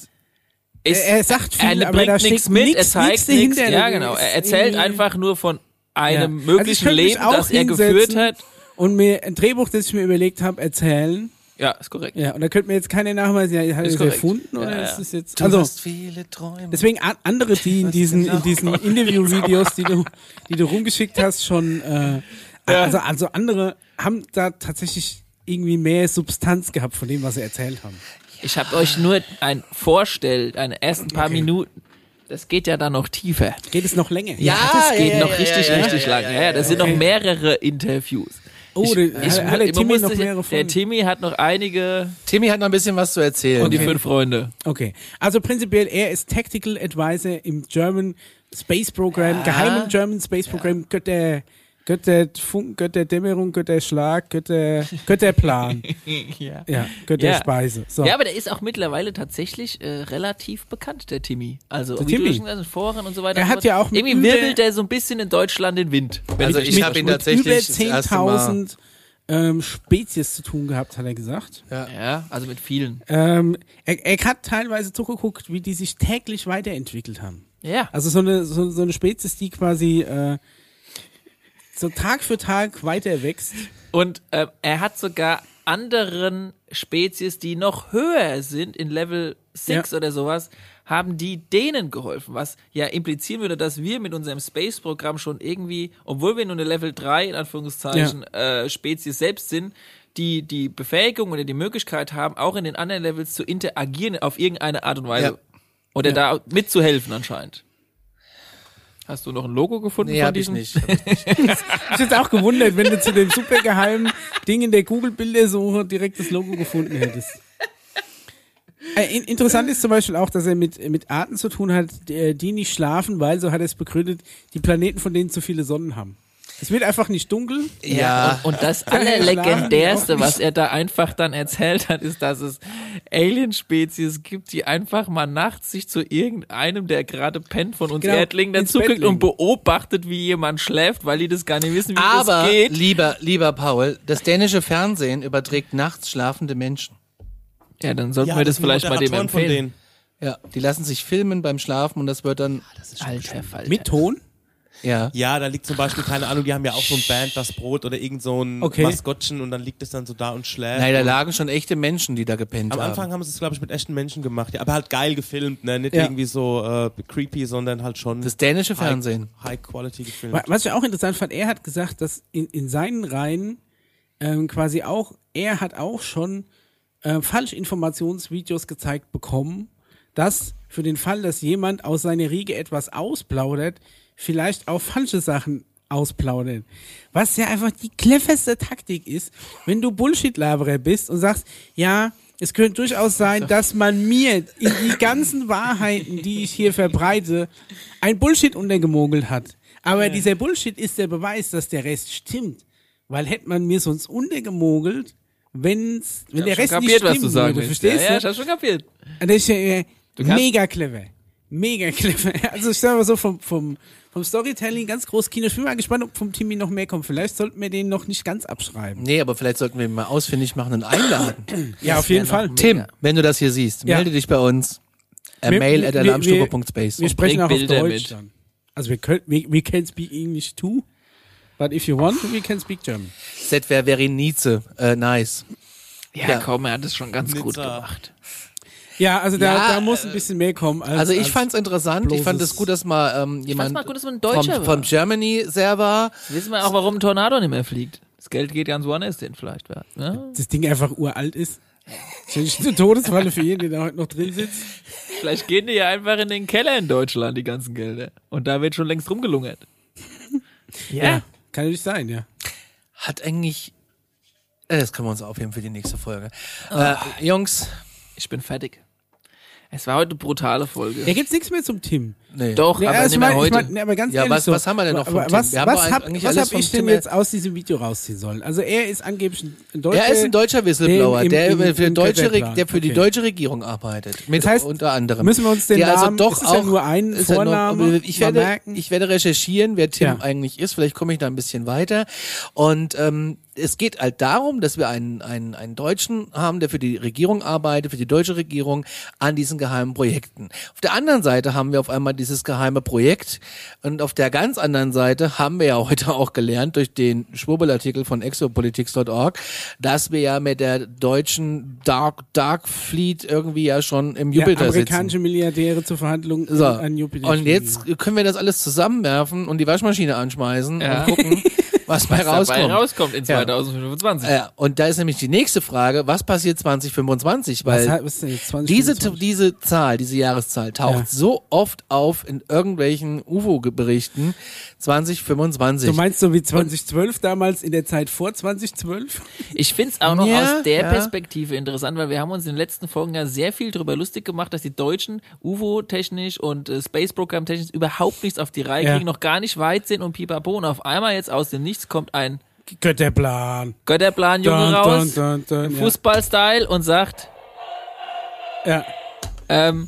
[SPEAKER 3] Es,
[SPEAKER 1] er, er sagt viel,
[SPEAKER 3] er
[SPEAKER 1] aber
[SPEAKER 3] bringt
[SPEAKER 1] da
[SPEAKER 3] nichts
[SPEAKER 1] steckt
[SPEAKER 3] mit,
[SPEAKER 1] nichts,
[SPEAKER 3] er zeigt nichts.
[SPEAKER 1] nichts dahinter.
[SPEAKER 3] Ja, genau. Er
[SPEAKER 1] Ist
[SPEAKER 3] erzählt
[SPEAKER 1] irgendwie-
[SPEAKER 3] einfach nur von einem
[SPEAKER 1] Ja. Also ich
[SPEAKER 3] möglichen
[SPEAKER 1] könnte mich
[SPEAKER 3] Leben,
[SPEAKER 1] auch
[SPEAKER 3] das er
[SPEAKER 1] hinsetzen.
[SPEAKER 3] geführt hat.
[SPEAKER 1] Und mir ein Drehbuch, das ich mir überlegt habe, erzählen.
[SPEAKER 3] Ja, ist korrekt.
[SPEAKER 1] Ja, und da könnte mir jetzt keiner nachweisen, ja, hat er
[SPEAKER 3] Ist
[SPEAKER 1] das
[SPEAKER 3] korrekt.
[SPEAKER 1] erfunden oder
[SPEAKER 3] Ja, ja.
[SPEAKER 1] ist das jetzt.
[SPEAKER 2] Du
[SPEAKER 1] Also,
[SPEAKER 2] hast viele Träume.
[SPEAKER 1] deswegen an- andere, die in diesen, in diesen Interview-Videos, die du, die du rumgeschickt hast, schon, äh, also, also andere haben da tatsächlich irgendwie mehr Substanz gehabt von dem, was sie erzählt haben.
[SPEAKER 3] Ich habe euch nur ein Vorstell, einen ersten paar Minuten Das geht ja dann noch tiefer.
[SPEAKER 1] Geht es noch länger?
[SPEAKER 2] Ja, ja,
[SPEAKER 3] das geht
[SPEAKER 2] ja,
[SPEAKER 3] noch
[SPEAKER 2] ja,
[SPEAKER 3] richtig,
[SPEAKER 2] ja, ja,
[SPEAKER 3] richtig
[SPEAKER 2] ja,
[SPEAKER 3] lang.
[SPEAKER 2] ja,
[SPEAKER 3] Ja,
[SPEAKER 2] ja,
[SPEAKER 3] ja, das sind noch mehrere Interviews.
[SPEAKER 1] Oh, der- hat- hat der
[SPEAKER 3] man
[SPEAKER 1] Timmy
[SPEAKER 3] musste-
[SPEAKER 1] noch mehrere
[SPEAKER 3] der
[SPEAKER 1] Folgen?
[SPEAKER 3] Timmy hat noch einige
[SPEAKER 2] Timmy hat noch ein bisschen was zu erzählen.
[SPEAKER 3] und die
[SPEAKER 1] Okay.
[SPEAKER 3] fünf Freunde.
[SPEAKER 1] Okay. Also prinzipiell, er ist Tactical Advisor im German Space Program, geheimen German Space Program, Götter, Götter, Funk, Götterdämmerung, Götterschlag, Götter, Götterplan.
[SPEAKER 3] Ja.
[SPEAKER 1] ja, Götterspeise. So.
[SPEAKER 3] Ja, aber der ist auch mittlerweile tatsächlich äh, relativ bekannt, der Timmy. Also, wie
[SPEAKER 1] Timmy.
[SPEAKER 3] du schon gesagt hast, in Foren und so weiter.
[SPEAKER 1] Er hat ja auch mit
[SPEAKER 3] Irgendwie
[SPEAKER 1] über-
[SPEAKER 3] wirbelt der so ein bisschen in Deutschland den Wind. Wenn
[SPEAKER 2] Also
[SPEAKER 3] ich
[SPEAKER 2] ich
[SPEAKER 3] mich
[SPEAKER 2] habe ihn
[SPEAKER 1] Mit über
[SPEAKER 2] tatsächlich das erste Mal.
[SPEAKER 1] 10.000 ähm, Spezies zu tun gehabt, hat er gesagt.
[SPEAKER 3] Ja, also mit vielen.
[SPEAKER 1] Ähm, er, er hat teilweise zugeguckt, wie die sich täglich weiterentwickelt haben.
[SPEAKER 3] Ja.
[SPEAKER 1] Also so eine, so, so eine Spezies, die quasi äh, so Tag für Tag weiter wächst.
[SPEAKER 3] Und ähm, er hat sogar anderen Spezies, die noch höher sind, in Level 6
[SPEAKER 1] Ja.
[SPEAKER 3] oder sowas, haben die denen geholfen, was ja implizieren würde, dass wir mit unserem Space-Programm schon irgendwie, obwohl wir nur eine Level 3 in Anführungszeichen äh, Spezies selbst sind, die die Befähigung oder die Möglichkeit haben, auch in den anderen Levels zu interagieren auf irgendeine Art und Weise.
[SPEAKER 2] Ja.
[SPEAKER 3] Oder da mitzuhelfen anscheinend. Hast du noch ein Logo gefunden
[SPEAKER 2] Nee,
[SPEAKER 3] von
[SPEAKER 2] hab ich
[SPEAKER 3] diesem?
[SPEAKER 2] nicht.
[SPEAKER 1] Ich jetzt auch gewundert, wenn du zu dem supergeheimen Ding in der Google-Bildersuche direkt das Logo gefunden hättest. Äh, in, interessant ist zum Beispiel auch, dass er mit, mit Arten zu tun hat, die, äh, die nicht schlafen, weil, so hat er es begründet, die Planeten von denen zu viele Sonnen haben. Es wird einfach nicht dunkel.
[SPEAKER 2] [LAUGHS] Ja.
[SPEAKER 3] Und, und das
[SPEAKER 1] Kann ich
[SPEAKER 3] allerlegendärste,
[SPEAKER 1] schlafen?
[SPEAKER 3] was er da einfach dann erzählt hat, ist, dass es Alien-Spezies gibt, die einfach mal nachts sich zu irgendeinem, der gerade pennt von uns
[SPEAKER 1] Genau,
[SPEAKER 3] Erdlingen,
[SPEAKER 1] ins Bett
[SPEAKER 3] dazukriegt
[SPEAKER 1] legen.
[SPEAKER 3] und beobachtet, wie jemand schläft, weil die das gar nicht wissen, wie das
[SPEAKER 2] Aber,
[SPEAKER 3] geht.
[SPEAKER 2] lieber, lieber Paul, das dänische Fernsehen überträgt nachts schlafende Menschen.
[SPEAKER 3] Ja, dann sollten
[SPEAKER 4] Ja,
[SPEAKER 3] wir das
[SPEAKER 4] sind
[SPEAKER 3] vielleicht mal dem
[SPEAKER 4] Moderatoren von
[SPEAKER 3] empfehlen.
[SPEAKER 4] denen.
[SPEAKER 2] Ja, die lassen sich filmen beim Schlafen und das wird dann,
[SPEAKER 3] Alter Fall.
[SPEAKER 1] Mit Ton?
[SPEAKER 2] ja.
[SPEAKER 4] Ja, da liegt zum Beispiel, keine Ahnung, die haben ja auch so ein Band, das Brot oder irgend so ein
[SPEAKER 1] Okay.
[SPEAKER 4] Maskottchen und dann liegt es dann so da und schläft.
[SPEAKER 2] Nein, da lagen schon echte Menschen, die da gepennt
[SPEAKER 4] Am
[SPEAKER 2] haben.
[SPEAKER 4] Anfang haben sie es, glaube ich, mit echten Menschen gemacht, ja, aber halt geil gefilmt, ne? Nicht
[SPEAKER 1] Ja.
[SPEAKER 4] irgendwie so äh, creepy, sondern halt schon
[SPEAKER 2] Das dänische Fernsehen.
[SPEAKER 4] High Quality gefilmt.
[SPEAKER 1] Wa- Was ich auch interessant fand, er hat gesagt, dass in, in seinen Reihen ähm, quasi auch, er hat auch schon äh, Falschinformationsvideos gezeigt bekommen, dass für den Fall, dass jemand aus seiner Riege etwas ausplaudert, vielleicht auch falsche Sachen ausplaudern. Was ja einfach die cleverste Taktik ist, wenn du Bullshit-Laberer bist und sagst, ja, es könnte durchaus sein, dass man mir in die ganzen Wahrheiten, die ich hier verbreite, ein Bullshit untergemogelt hat. Aber dieser Bullshit ist der Beweis, dass der Rest stimmt. Weil hätte man mir sonst untergemogelt, wenn's, wenn der Rest nicht
[SPEAKER 3] kapiert,
[SPEAKER 1] stimmen
[SPEAKER 3] was du sagen
[SPEAKER 1] würde,
[SPEAKER 3] willst.
[SPEAKER 1] verstehst ne?
[SPEAKER 3] ja, ja,
[SPEAKER 1] du?
[SPEAKER 3] ich hab schon kapiert.
[SPEAKER 1] Und Das ist ja äh,
[SPEAKER 3] kannst-
[SPEAKER 1] mega clever. Mega [LAUGHS] clever. Also ich sag mal so, vom, vom, vom Storytelling ganz groß Kino. Ich bin mal gespannt, ob vom Timmy noch mehr kommt. Vielleicht sollten wir den noch nicht ganz abschreiben.
[SPEAKER 2] Nee, aber vielleicht sollten wir ihn mal ausfindig machen und einladen.
[SPEAKER 1] Ja, auf jeden Fall.
[SPEAKER 2] Tim, wenn du das hier siehst,
[SPEAKER 1] Ja.
[SPEAKER 2] melde dich bei uns. A
[SPEAKER 1] Wir-
[SPEAKER 2] mail at
[SPEAKER 1] wir-
[SPEAKER 2] alarmstube.space.
[SPEAKER 1] Wir sprechen auch auf
[SPEAKER 3] Bilder
[SPEAKER 1] Deutsch
[SPEAKER 3] mit.
[SPEAKER 1] dann. Also wir können, we, we can speak English too. But if you want, to, we can speak German.
[SPEAKER 2] Set wer Verenice. Äh, nice.
[SPEAKER 3] Ja,
[SPEAKER 2] Ja.
[SPEAKER 3] komm, er hat es schon ganz gut
[SPEAKER 4] Nizza.
[SPEAKER 3] gemacht.
[SPEAKER 1] Ja, also da,
[SPEAKER 2] Ja,
[SPEAKER 1] da muss ein bisschen mehr kommen. Als,
[SPEAKER 2] Also ich
[SPEAKER 1] als-
[SPEAKER 2] fand's interessant. Ich fand
[SPEAKER 1] bloßes-
[SPEAKER 2] es gut, dass mal ähm, jemand
[SPEAKER 3] mal gut, dass man ein
[SPEAKER 2] vom,
[SPEAKER 3] Deutscher war.
[SPEAKER 2] vom Germany sehr war.
[SPEAKER 3] Wissen wir auch, warum ein Tornado nicht mehr fliegt. Das Geld geht ganz woanders hin vielleicht. Ja? Ne?
[SPEAKER 1] das Ding einfach uralt ist. Natürlich [LAUGHS] eine Todesfalle für jeden, der da heute noch drin sitzt.
[SPEAKER 3] Vielleicht gehen die ja einfach in den Keller in Deutschland, die ganzen Gelder. Und da wird schon längst rumgelungert.
[SPEAKER 1] [LAUGHS] Ja. Kann natürlich sein, ja.
[SPEAKER 2] Hat eigentlich. Äh, Das können wir uns aufheben für die nächste Folge. Äh, Jungs,
[SPEAKER 3] Ich bin fertig. Es war heute eine brutale Folge.
[SPEAKER 1] Da gibt's nichts mehr zum Tim.
[SPEAKER 2] nee.
[SPEAKER 3] Doch,
[SPEAKER 1] Nee,
[SPEAKER 3] aber
[SPEAKER 1] also
[SPEAKER 3] nicht
[SPEAKER 1] ich
[SPEAKER 3] mehr
[SPEAKER 1] meine, ich
[SPEAKER 3] heute.
[SPEAKER 1] mein, nee, aber ganz
[SPEAKER 2] Ja,
[SPEAKER 1] ehrlich
[SPEAKER 2] was-
[SPEAKER 1] so,
[SPEAKER 2] was haben wir denn noch vom
[SPEAKER 1] aber
[SPEAKER 2] Tim?
[SPEAKER 1] was,
[SPEAKER 2] Wir haben
[SPEAKER 1] was
[SPEAKER 2] doch
[SPEAKER 1] hab,
[SPEAKER 2] eigentlich
[SPEAKER 1] was
[SPEAKER 2] alles
[SPEAKER 1] hab
[SPEAKER 2] vom
[SPEAKER 1] ich denn
[SPEAKER 2] Tim
[SPEAKER 1] jetzt aus diesem Video rausziehen sollen? Also er ist angeblich ein ein Deutscher.
[SPEAKER 2] Er ist ein deutscher Whistleblower,
[SPEAKER 1] im-
[SPEAKER 2] der,
[SPEAKER 1] im-
[SPEAKER 2] über- für,
[SPEAKER 1] im
[SPEAKER 2] deutsche, Reg-
[SPEAKER 1] Kletterplan.
[SPEAKER 2] der für die
[SPEAKER 1] Okay.
[SPEAKER 2] deutsche Regierung arbeitet. Mit
[SPEAKER 1] Das heißt,
[SPEAKER 2] unter anderem.
[SPEAKER 1] müssen wir uns den
[SPEAKER 2] der
[SPEAKER 1] Namen-
[SPEAKER 2] also doch
[SPEAKER 1] es ist
[SPEAKER 2] auch,
[SPEAKER 1] ja nur ein
[SPEAKER 2] ist ja nur-
[SPEAKER 1] Vorname,
[SPEAKER 2] ich,
[SPEAKER 1] mal
[SPEAKER 2] werde,
[SPEAKER 1] merken.
[SPEAKER 2] ich werde recherchieren, wer Tim
[SPEAKER 1] Hm. Ja.
[SPEAKER 2] eigentlich ist. Vielleicht komme ich da ein bisschen weiter. Und ähm, es geht halt darum, dass wir einen, einen, einen Deutschen haben, der für die Regierung arbeitet, für die deutsche Regierung an diesen geheimen Projekten. Auf der anderen Seite haben wir auf einmal dieses geheime Projekt und auf der ganz anderen Seite haben wir ja heute auch gelernt durch den Schwurbelartikel von exopolitics.org, dass wir ja mit der deutschen Dark Dark Fleet irgendwie ja schon im
[SPEAKER 1] Ja,
[SPEAKER 2] Jupiter sitzen.
[SPEAKER 1] amerikanische Milliardäre zur Verhandlung
[SPEAKER 2] So,
[SPEAKER 1] an Jupiter.
[SPEAKER 2] und jetzt können wir das alles zusammenwerfen und die Waschmaschine anschmeißen
[SPEAKER 3] Ja. [LAUGHS]
[SPEAKER 2] und gucken, was bei
[SPEAKER 3] Was dabei
[SPEAKER 2] rauskommt.
[SPEAKER 3] rauskommt in
[SPEAKER 2] Ja.
[SPEAKER 3] 2025.
[SPEAKER 1] Äh,
[SPEAKER 2] Ja, und da ist nämlich die nächste Frage, was passiert 2025?
[SPEAKER 1] Was,
[SPEAKER 2] Weil
[SPEAKER 1] hat- was ist denn jetzt? 20,
[SPEAKER 2] halt diese,
[SPEAKER 1] 25?
[SPEAKER 2] diese Zahl, diese Jahreszahl taucht
[SPEAKER 1] Ja.
[SPEAKER 2] so oft auf in irgendwelchen UFO-Berichten 2025.
[SPEAKER 1] Du meinst so wie 2012 damals in der Zeit vor 2012?
[SPEAKER 3] Ich find's auch noch
[SPEAKER 2] Ja,
[SPEAKER 3] aus der
[SPEAKER 2] ja.
[SPEAKER 3] Perspektive interessant, weil wir haben uns in den letzten Folgen ja sehr viel darüber lustig gemacht, dass die Deutschen UFO-technisch und äh, Space-Programm-technisch überhaupt nichts auf die Reihe
[SPEAKER 1] Ja.
[SPEAKER 3] kriegen, noch gar nicht weit sind und pipapo. Und auf einmal jetzt aus dem Nichts kommt ein
[SPEAKER 1] Götterplan.
[SPEAKER 3] Götterplan Junge
[SPEAKER 1] Dun,
[SPEAKER 3] raus,
[SPEAKER 1] dun, dun, dun,
[SPEAKER 3] Fußball-Style und sagt,
[SPEAKER 1] Ja. Ja.
[SPEAKER 3] ähm,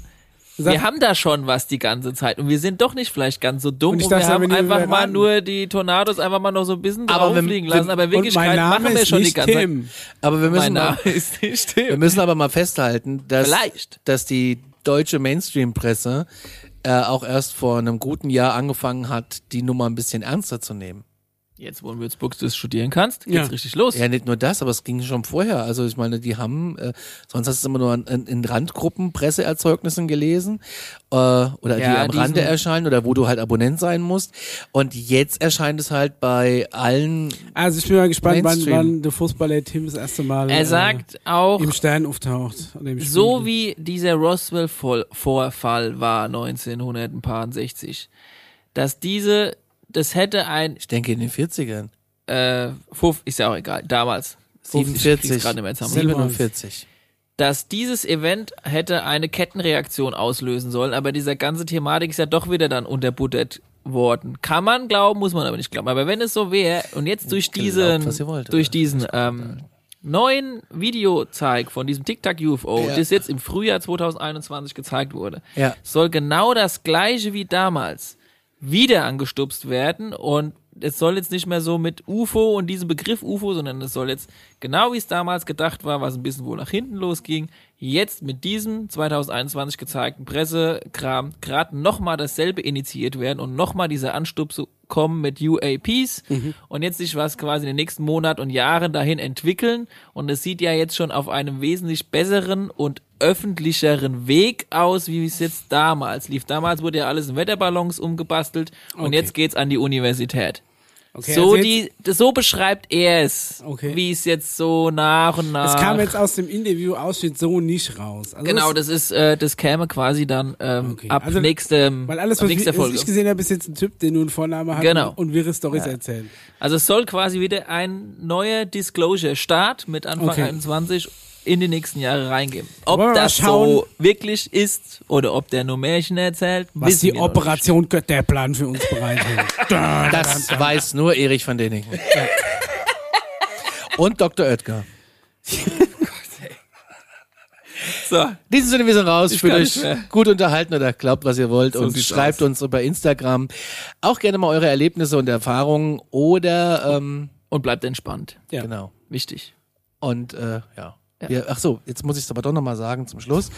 [SPEAKER 1] Sag-
[SPEAKER 3] wir haben da schon was die ganze Zeit und wir sind doch nicht vielleicht ganz so dumm
[SPEAKER 1] Und
[SPEAKER 3] und,
[SPEAKER 1] ich dachte,
[SPEAKER 3] wir haben
[SPEAKER 1] wenn die
[SPEAKER 3] einfach mal
[SPEAKER 1] raten.
[SPEAKER 3] nur die Tornados einfach mal noch so ein bisschen
[SPEAKER 2] Aber wenn-
[SPEAKER 3] drauffliegen lassen,
[SPEAKER 2] wenn-
[SPEAKER 3] aber in
[SPEAKER 1] Und mein
[SPEAKER 3] Wirklichkeit
[SPEAKER 1] Name
[SPEAKER 3] machen wir
[SPEAKER 1] ist
[SPEAKER 3] schon die
[SPEAKER 1] nicht
[SPEAKER 3] ganze Zeit.
[SPEAKER 1] Tim.
[SPEAKER 2] aber wir
[SPEAKER 3] Mein
[SPEAKER 2] müssen, mal,
[SPEAKER 3] Name ist nicht Tim.
[SPEAKER 2] wir müssen aber mal festhalten, dass,
[SPEAKER 3] Vielleicht.
[SPEAKER 2] dass die deutsche Mainstream-Presse äh, auch erst vor einem guten Jahr angefangen hat, die Nummer ein bisschen ernster zu nehmen.
[SPEAKER 3] Jetzt, wo in Würzburg du es studieren kannst, geht's
[SPEAKER 1] Ja.
[SPEAKER 3] richtig los.
[SPEAKER 2] Ja, nicht nur das, aber es ging schon vorher. Also ich meine, die haben, äh, sonst hast du immer nur an, in, in Randgruppen Presseerzeugnissen gelesen äh, oder die
[SPEAKER 3] Ja,
[SPEAKER 2] am
[SPEAKER 3] diesen-
[SPEAKER 2] Rande erscheinen oder wo du halt Abonnent sein musst. Und jetzt erscheint es halt bei allen.
[SPEAKER 1] Also ich bin mal gespannt, wann,
[SPEAKER 2] Mainstream.
[SPEAKER 1] wann der Fußballer Tim das erste Mal
[SPEAKER 3] Er sagt auch,
[SPEAKER 1] äh, im Stern auftaucht. Oder im
[SPEAKER 3] so
[SPEAKER 1] Spiegel.
[SPEAKER 3] wie dieser Roswell-Vorfall war 1960, dass diese, das hätte ein,
[SPEAKER 2] Ich denke in den 40ern.
[SPEAKER 3] äh, Fuff, ist ja auch egal, damals.
[SPEAKER 2] 47.
[SPEAKER 3] gerade nicht mehr zusammen.
[SPEAKER 2] 47.
[SPEAKER 3] dass dieses Event hätte eine Kettenreaktion auslösen sollen, aber dieser ganze Thematik ist ja doch wieder dann unterbuttert worden. Kann man glauben, muss man aber nicht glauben. Aber wenn es so wäre und jetzt durch
[SPEAKER 2] Glaubt,
[SPEAKER 3] diesen,
[SPEAKER 2] was ihr wollt,
[SPEAKER 3] durch
[SPEAKER 2] oder?
[SPEAKER 3] diesen ähm, neuen Videozeig von diesem Tic Tac UFO,
[SPEAKER 2] Ja.
[SPEAKER 3] das jetzt im Frühjahr 2021 gezeigt wurde,
[SPEAKER 2] Ja.
[SPEAKER 3] soll genau das gleiche wie damals wieder angestupst werden und es soll jetzt nicht mehr so mit UFO und diesem Begriff UFO, sondern es soll jetzt genau wie es damals gedacht war, was ein bisschen wohl nach hinten losging, jetzt mit diesem 2021 gezeigten Pressekram gerade nochmal dasselbe initiiert werden und nochmal diese Anstupse kommen mit UAPs und jetzt sich was quasi in den nächsten Monaten und Jahren dahin entwickeln und es sieht ja jetzt schon auf einem wesentlich besseren und öffentlicheren Weg aus, wie es jetzt damals lief. Damals wurde ja alles in Wetterballons umgebastelt und
[SPEAKER 1] Okay.
[SPEAKER 3] jetzt geht's an die Universität.
[SPEAKER 1] Okay,
[SPEAKER 3] so,
[SPEAKER 1] also jetzt-
[SPEAKER 3] die, das, so beschreibt er es,
[SPEAKER 1] Okay.
[SPEAKER 3] wie es jetzt so nach und nach.
[SPEAKER 1] Es kam jetzt aus dem Interview-Ausschnitt so nicht raus. Also
[SPEAKER 3] Ah. genau,
[SPEAKER 1] das.
[SPEAKER 3] das ist, äh, das käme quasi dann ähm,
[SPEAKER 1] Okay,
[SPEAKER 3] ab
[SPEAKER 1] also-
[SPEAKER 3] nächstem,
[SPEAKER 1] Weil alles,
[SPEAKER 3] ab
[SPEAKER 1] was, ich-
[SPEAKER 3] nächster
[SPEAKER 1] was
[SPEAKER 3] Folge.
[SPEAKER 1] ich gesehen habe, ist jetzt ein Typ, der nur einen Vornamen hat
[SPEAKER 3] Genau.
[SPEAKER 1] und wirre Storys erzählt.
[SPEAKER 3] Also es soll quasi wieder ein neuer Disclosure-Start mit Anfang
[SPEAKER 1] Okay.
[SPEAKER 3] 21 in die nächsten Jahre reingeben. Ob
[SPEAKER 1] Wollen wir mal
[SPEAKER 3] das
[SPEAKER 1] schauen?
[SPEAKER 3] so wirklich ist oder ob der nur Märchen erzählt,
[SPEAKER 1] Was
[SPEAKER 3] wissen
[SPEAKER 1] die
[SPEAKER 3] wir noch nicht.
[SPEAKER 1] Operation Götterplan für uns bereithält. Da, da,
[SPEAKER 2] Das weiß nur Erich von Däniken. Und Dr. Oetker.
[SPEAKER 3] So,
[SPEAKER 2] In diesem Sinne, wir sind raus. Ich
[SPEAKER 3] kann
[SPEAKER 2] fühlt euch
[SPEAKER 3] nicht mehr.
[SPEAKER 2] gut unterhalten oder glaubt, was ihr wollt. und
[SPEAKER 3] sieht's
[SPEAKER 2] schreibt uns über Instagram auch gerne mal eure Erlebnisse und Erfahrungen oder, ähm,
[SPEAKER 3] und bleibt entspannt.
[SPEAKER 1] Ja.
[SPEAKER 2] genau.
[SPEAKER 3] Wichtig.
[SPEAKER 2] Und äh, ja. Wir, ach so, jetzt muss ich es aber doch nochmal sagen zum Schluss.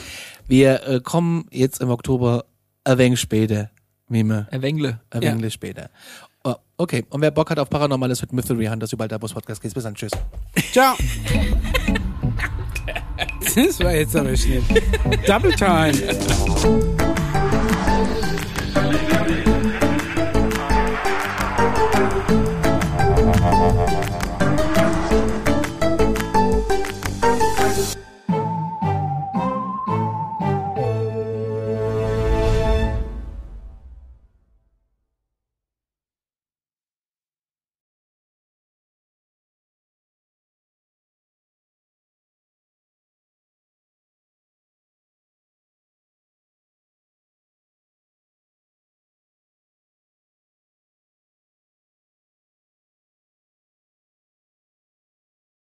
[SPEAKER 2] Wir äh, kommen jetzt im Oktober ein wenig später. Mime,
[SPEAKER 3] Herr Wengle.
[SPEAKER 2] ein
[SPEAKER 1] Ja.
[SPEAKER 2] wenig später. Oh, okay, und wer Bock hat auf Paranormales mit Mystery Hunters, überall da, wo es Podcast geht. Bis dann, tschüss.
[SPEAKER 3] [LAUGHS]
[SPEAKER 1] Ciao. das war jetzt aber schnell. Double Time.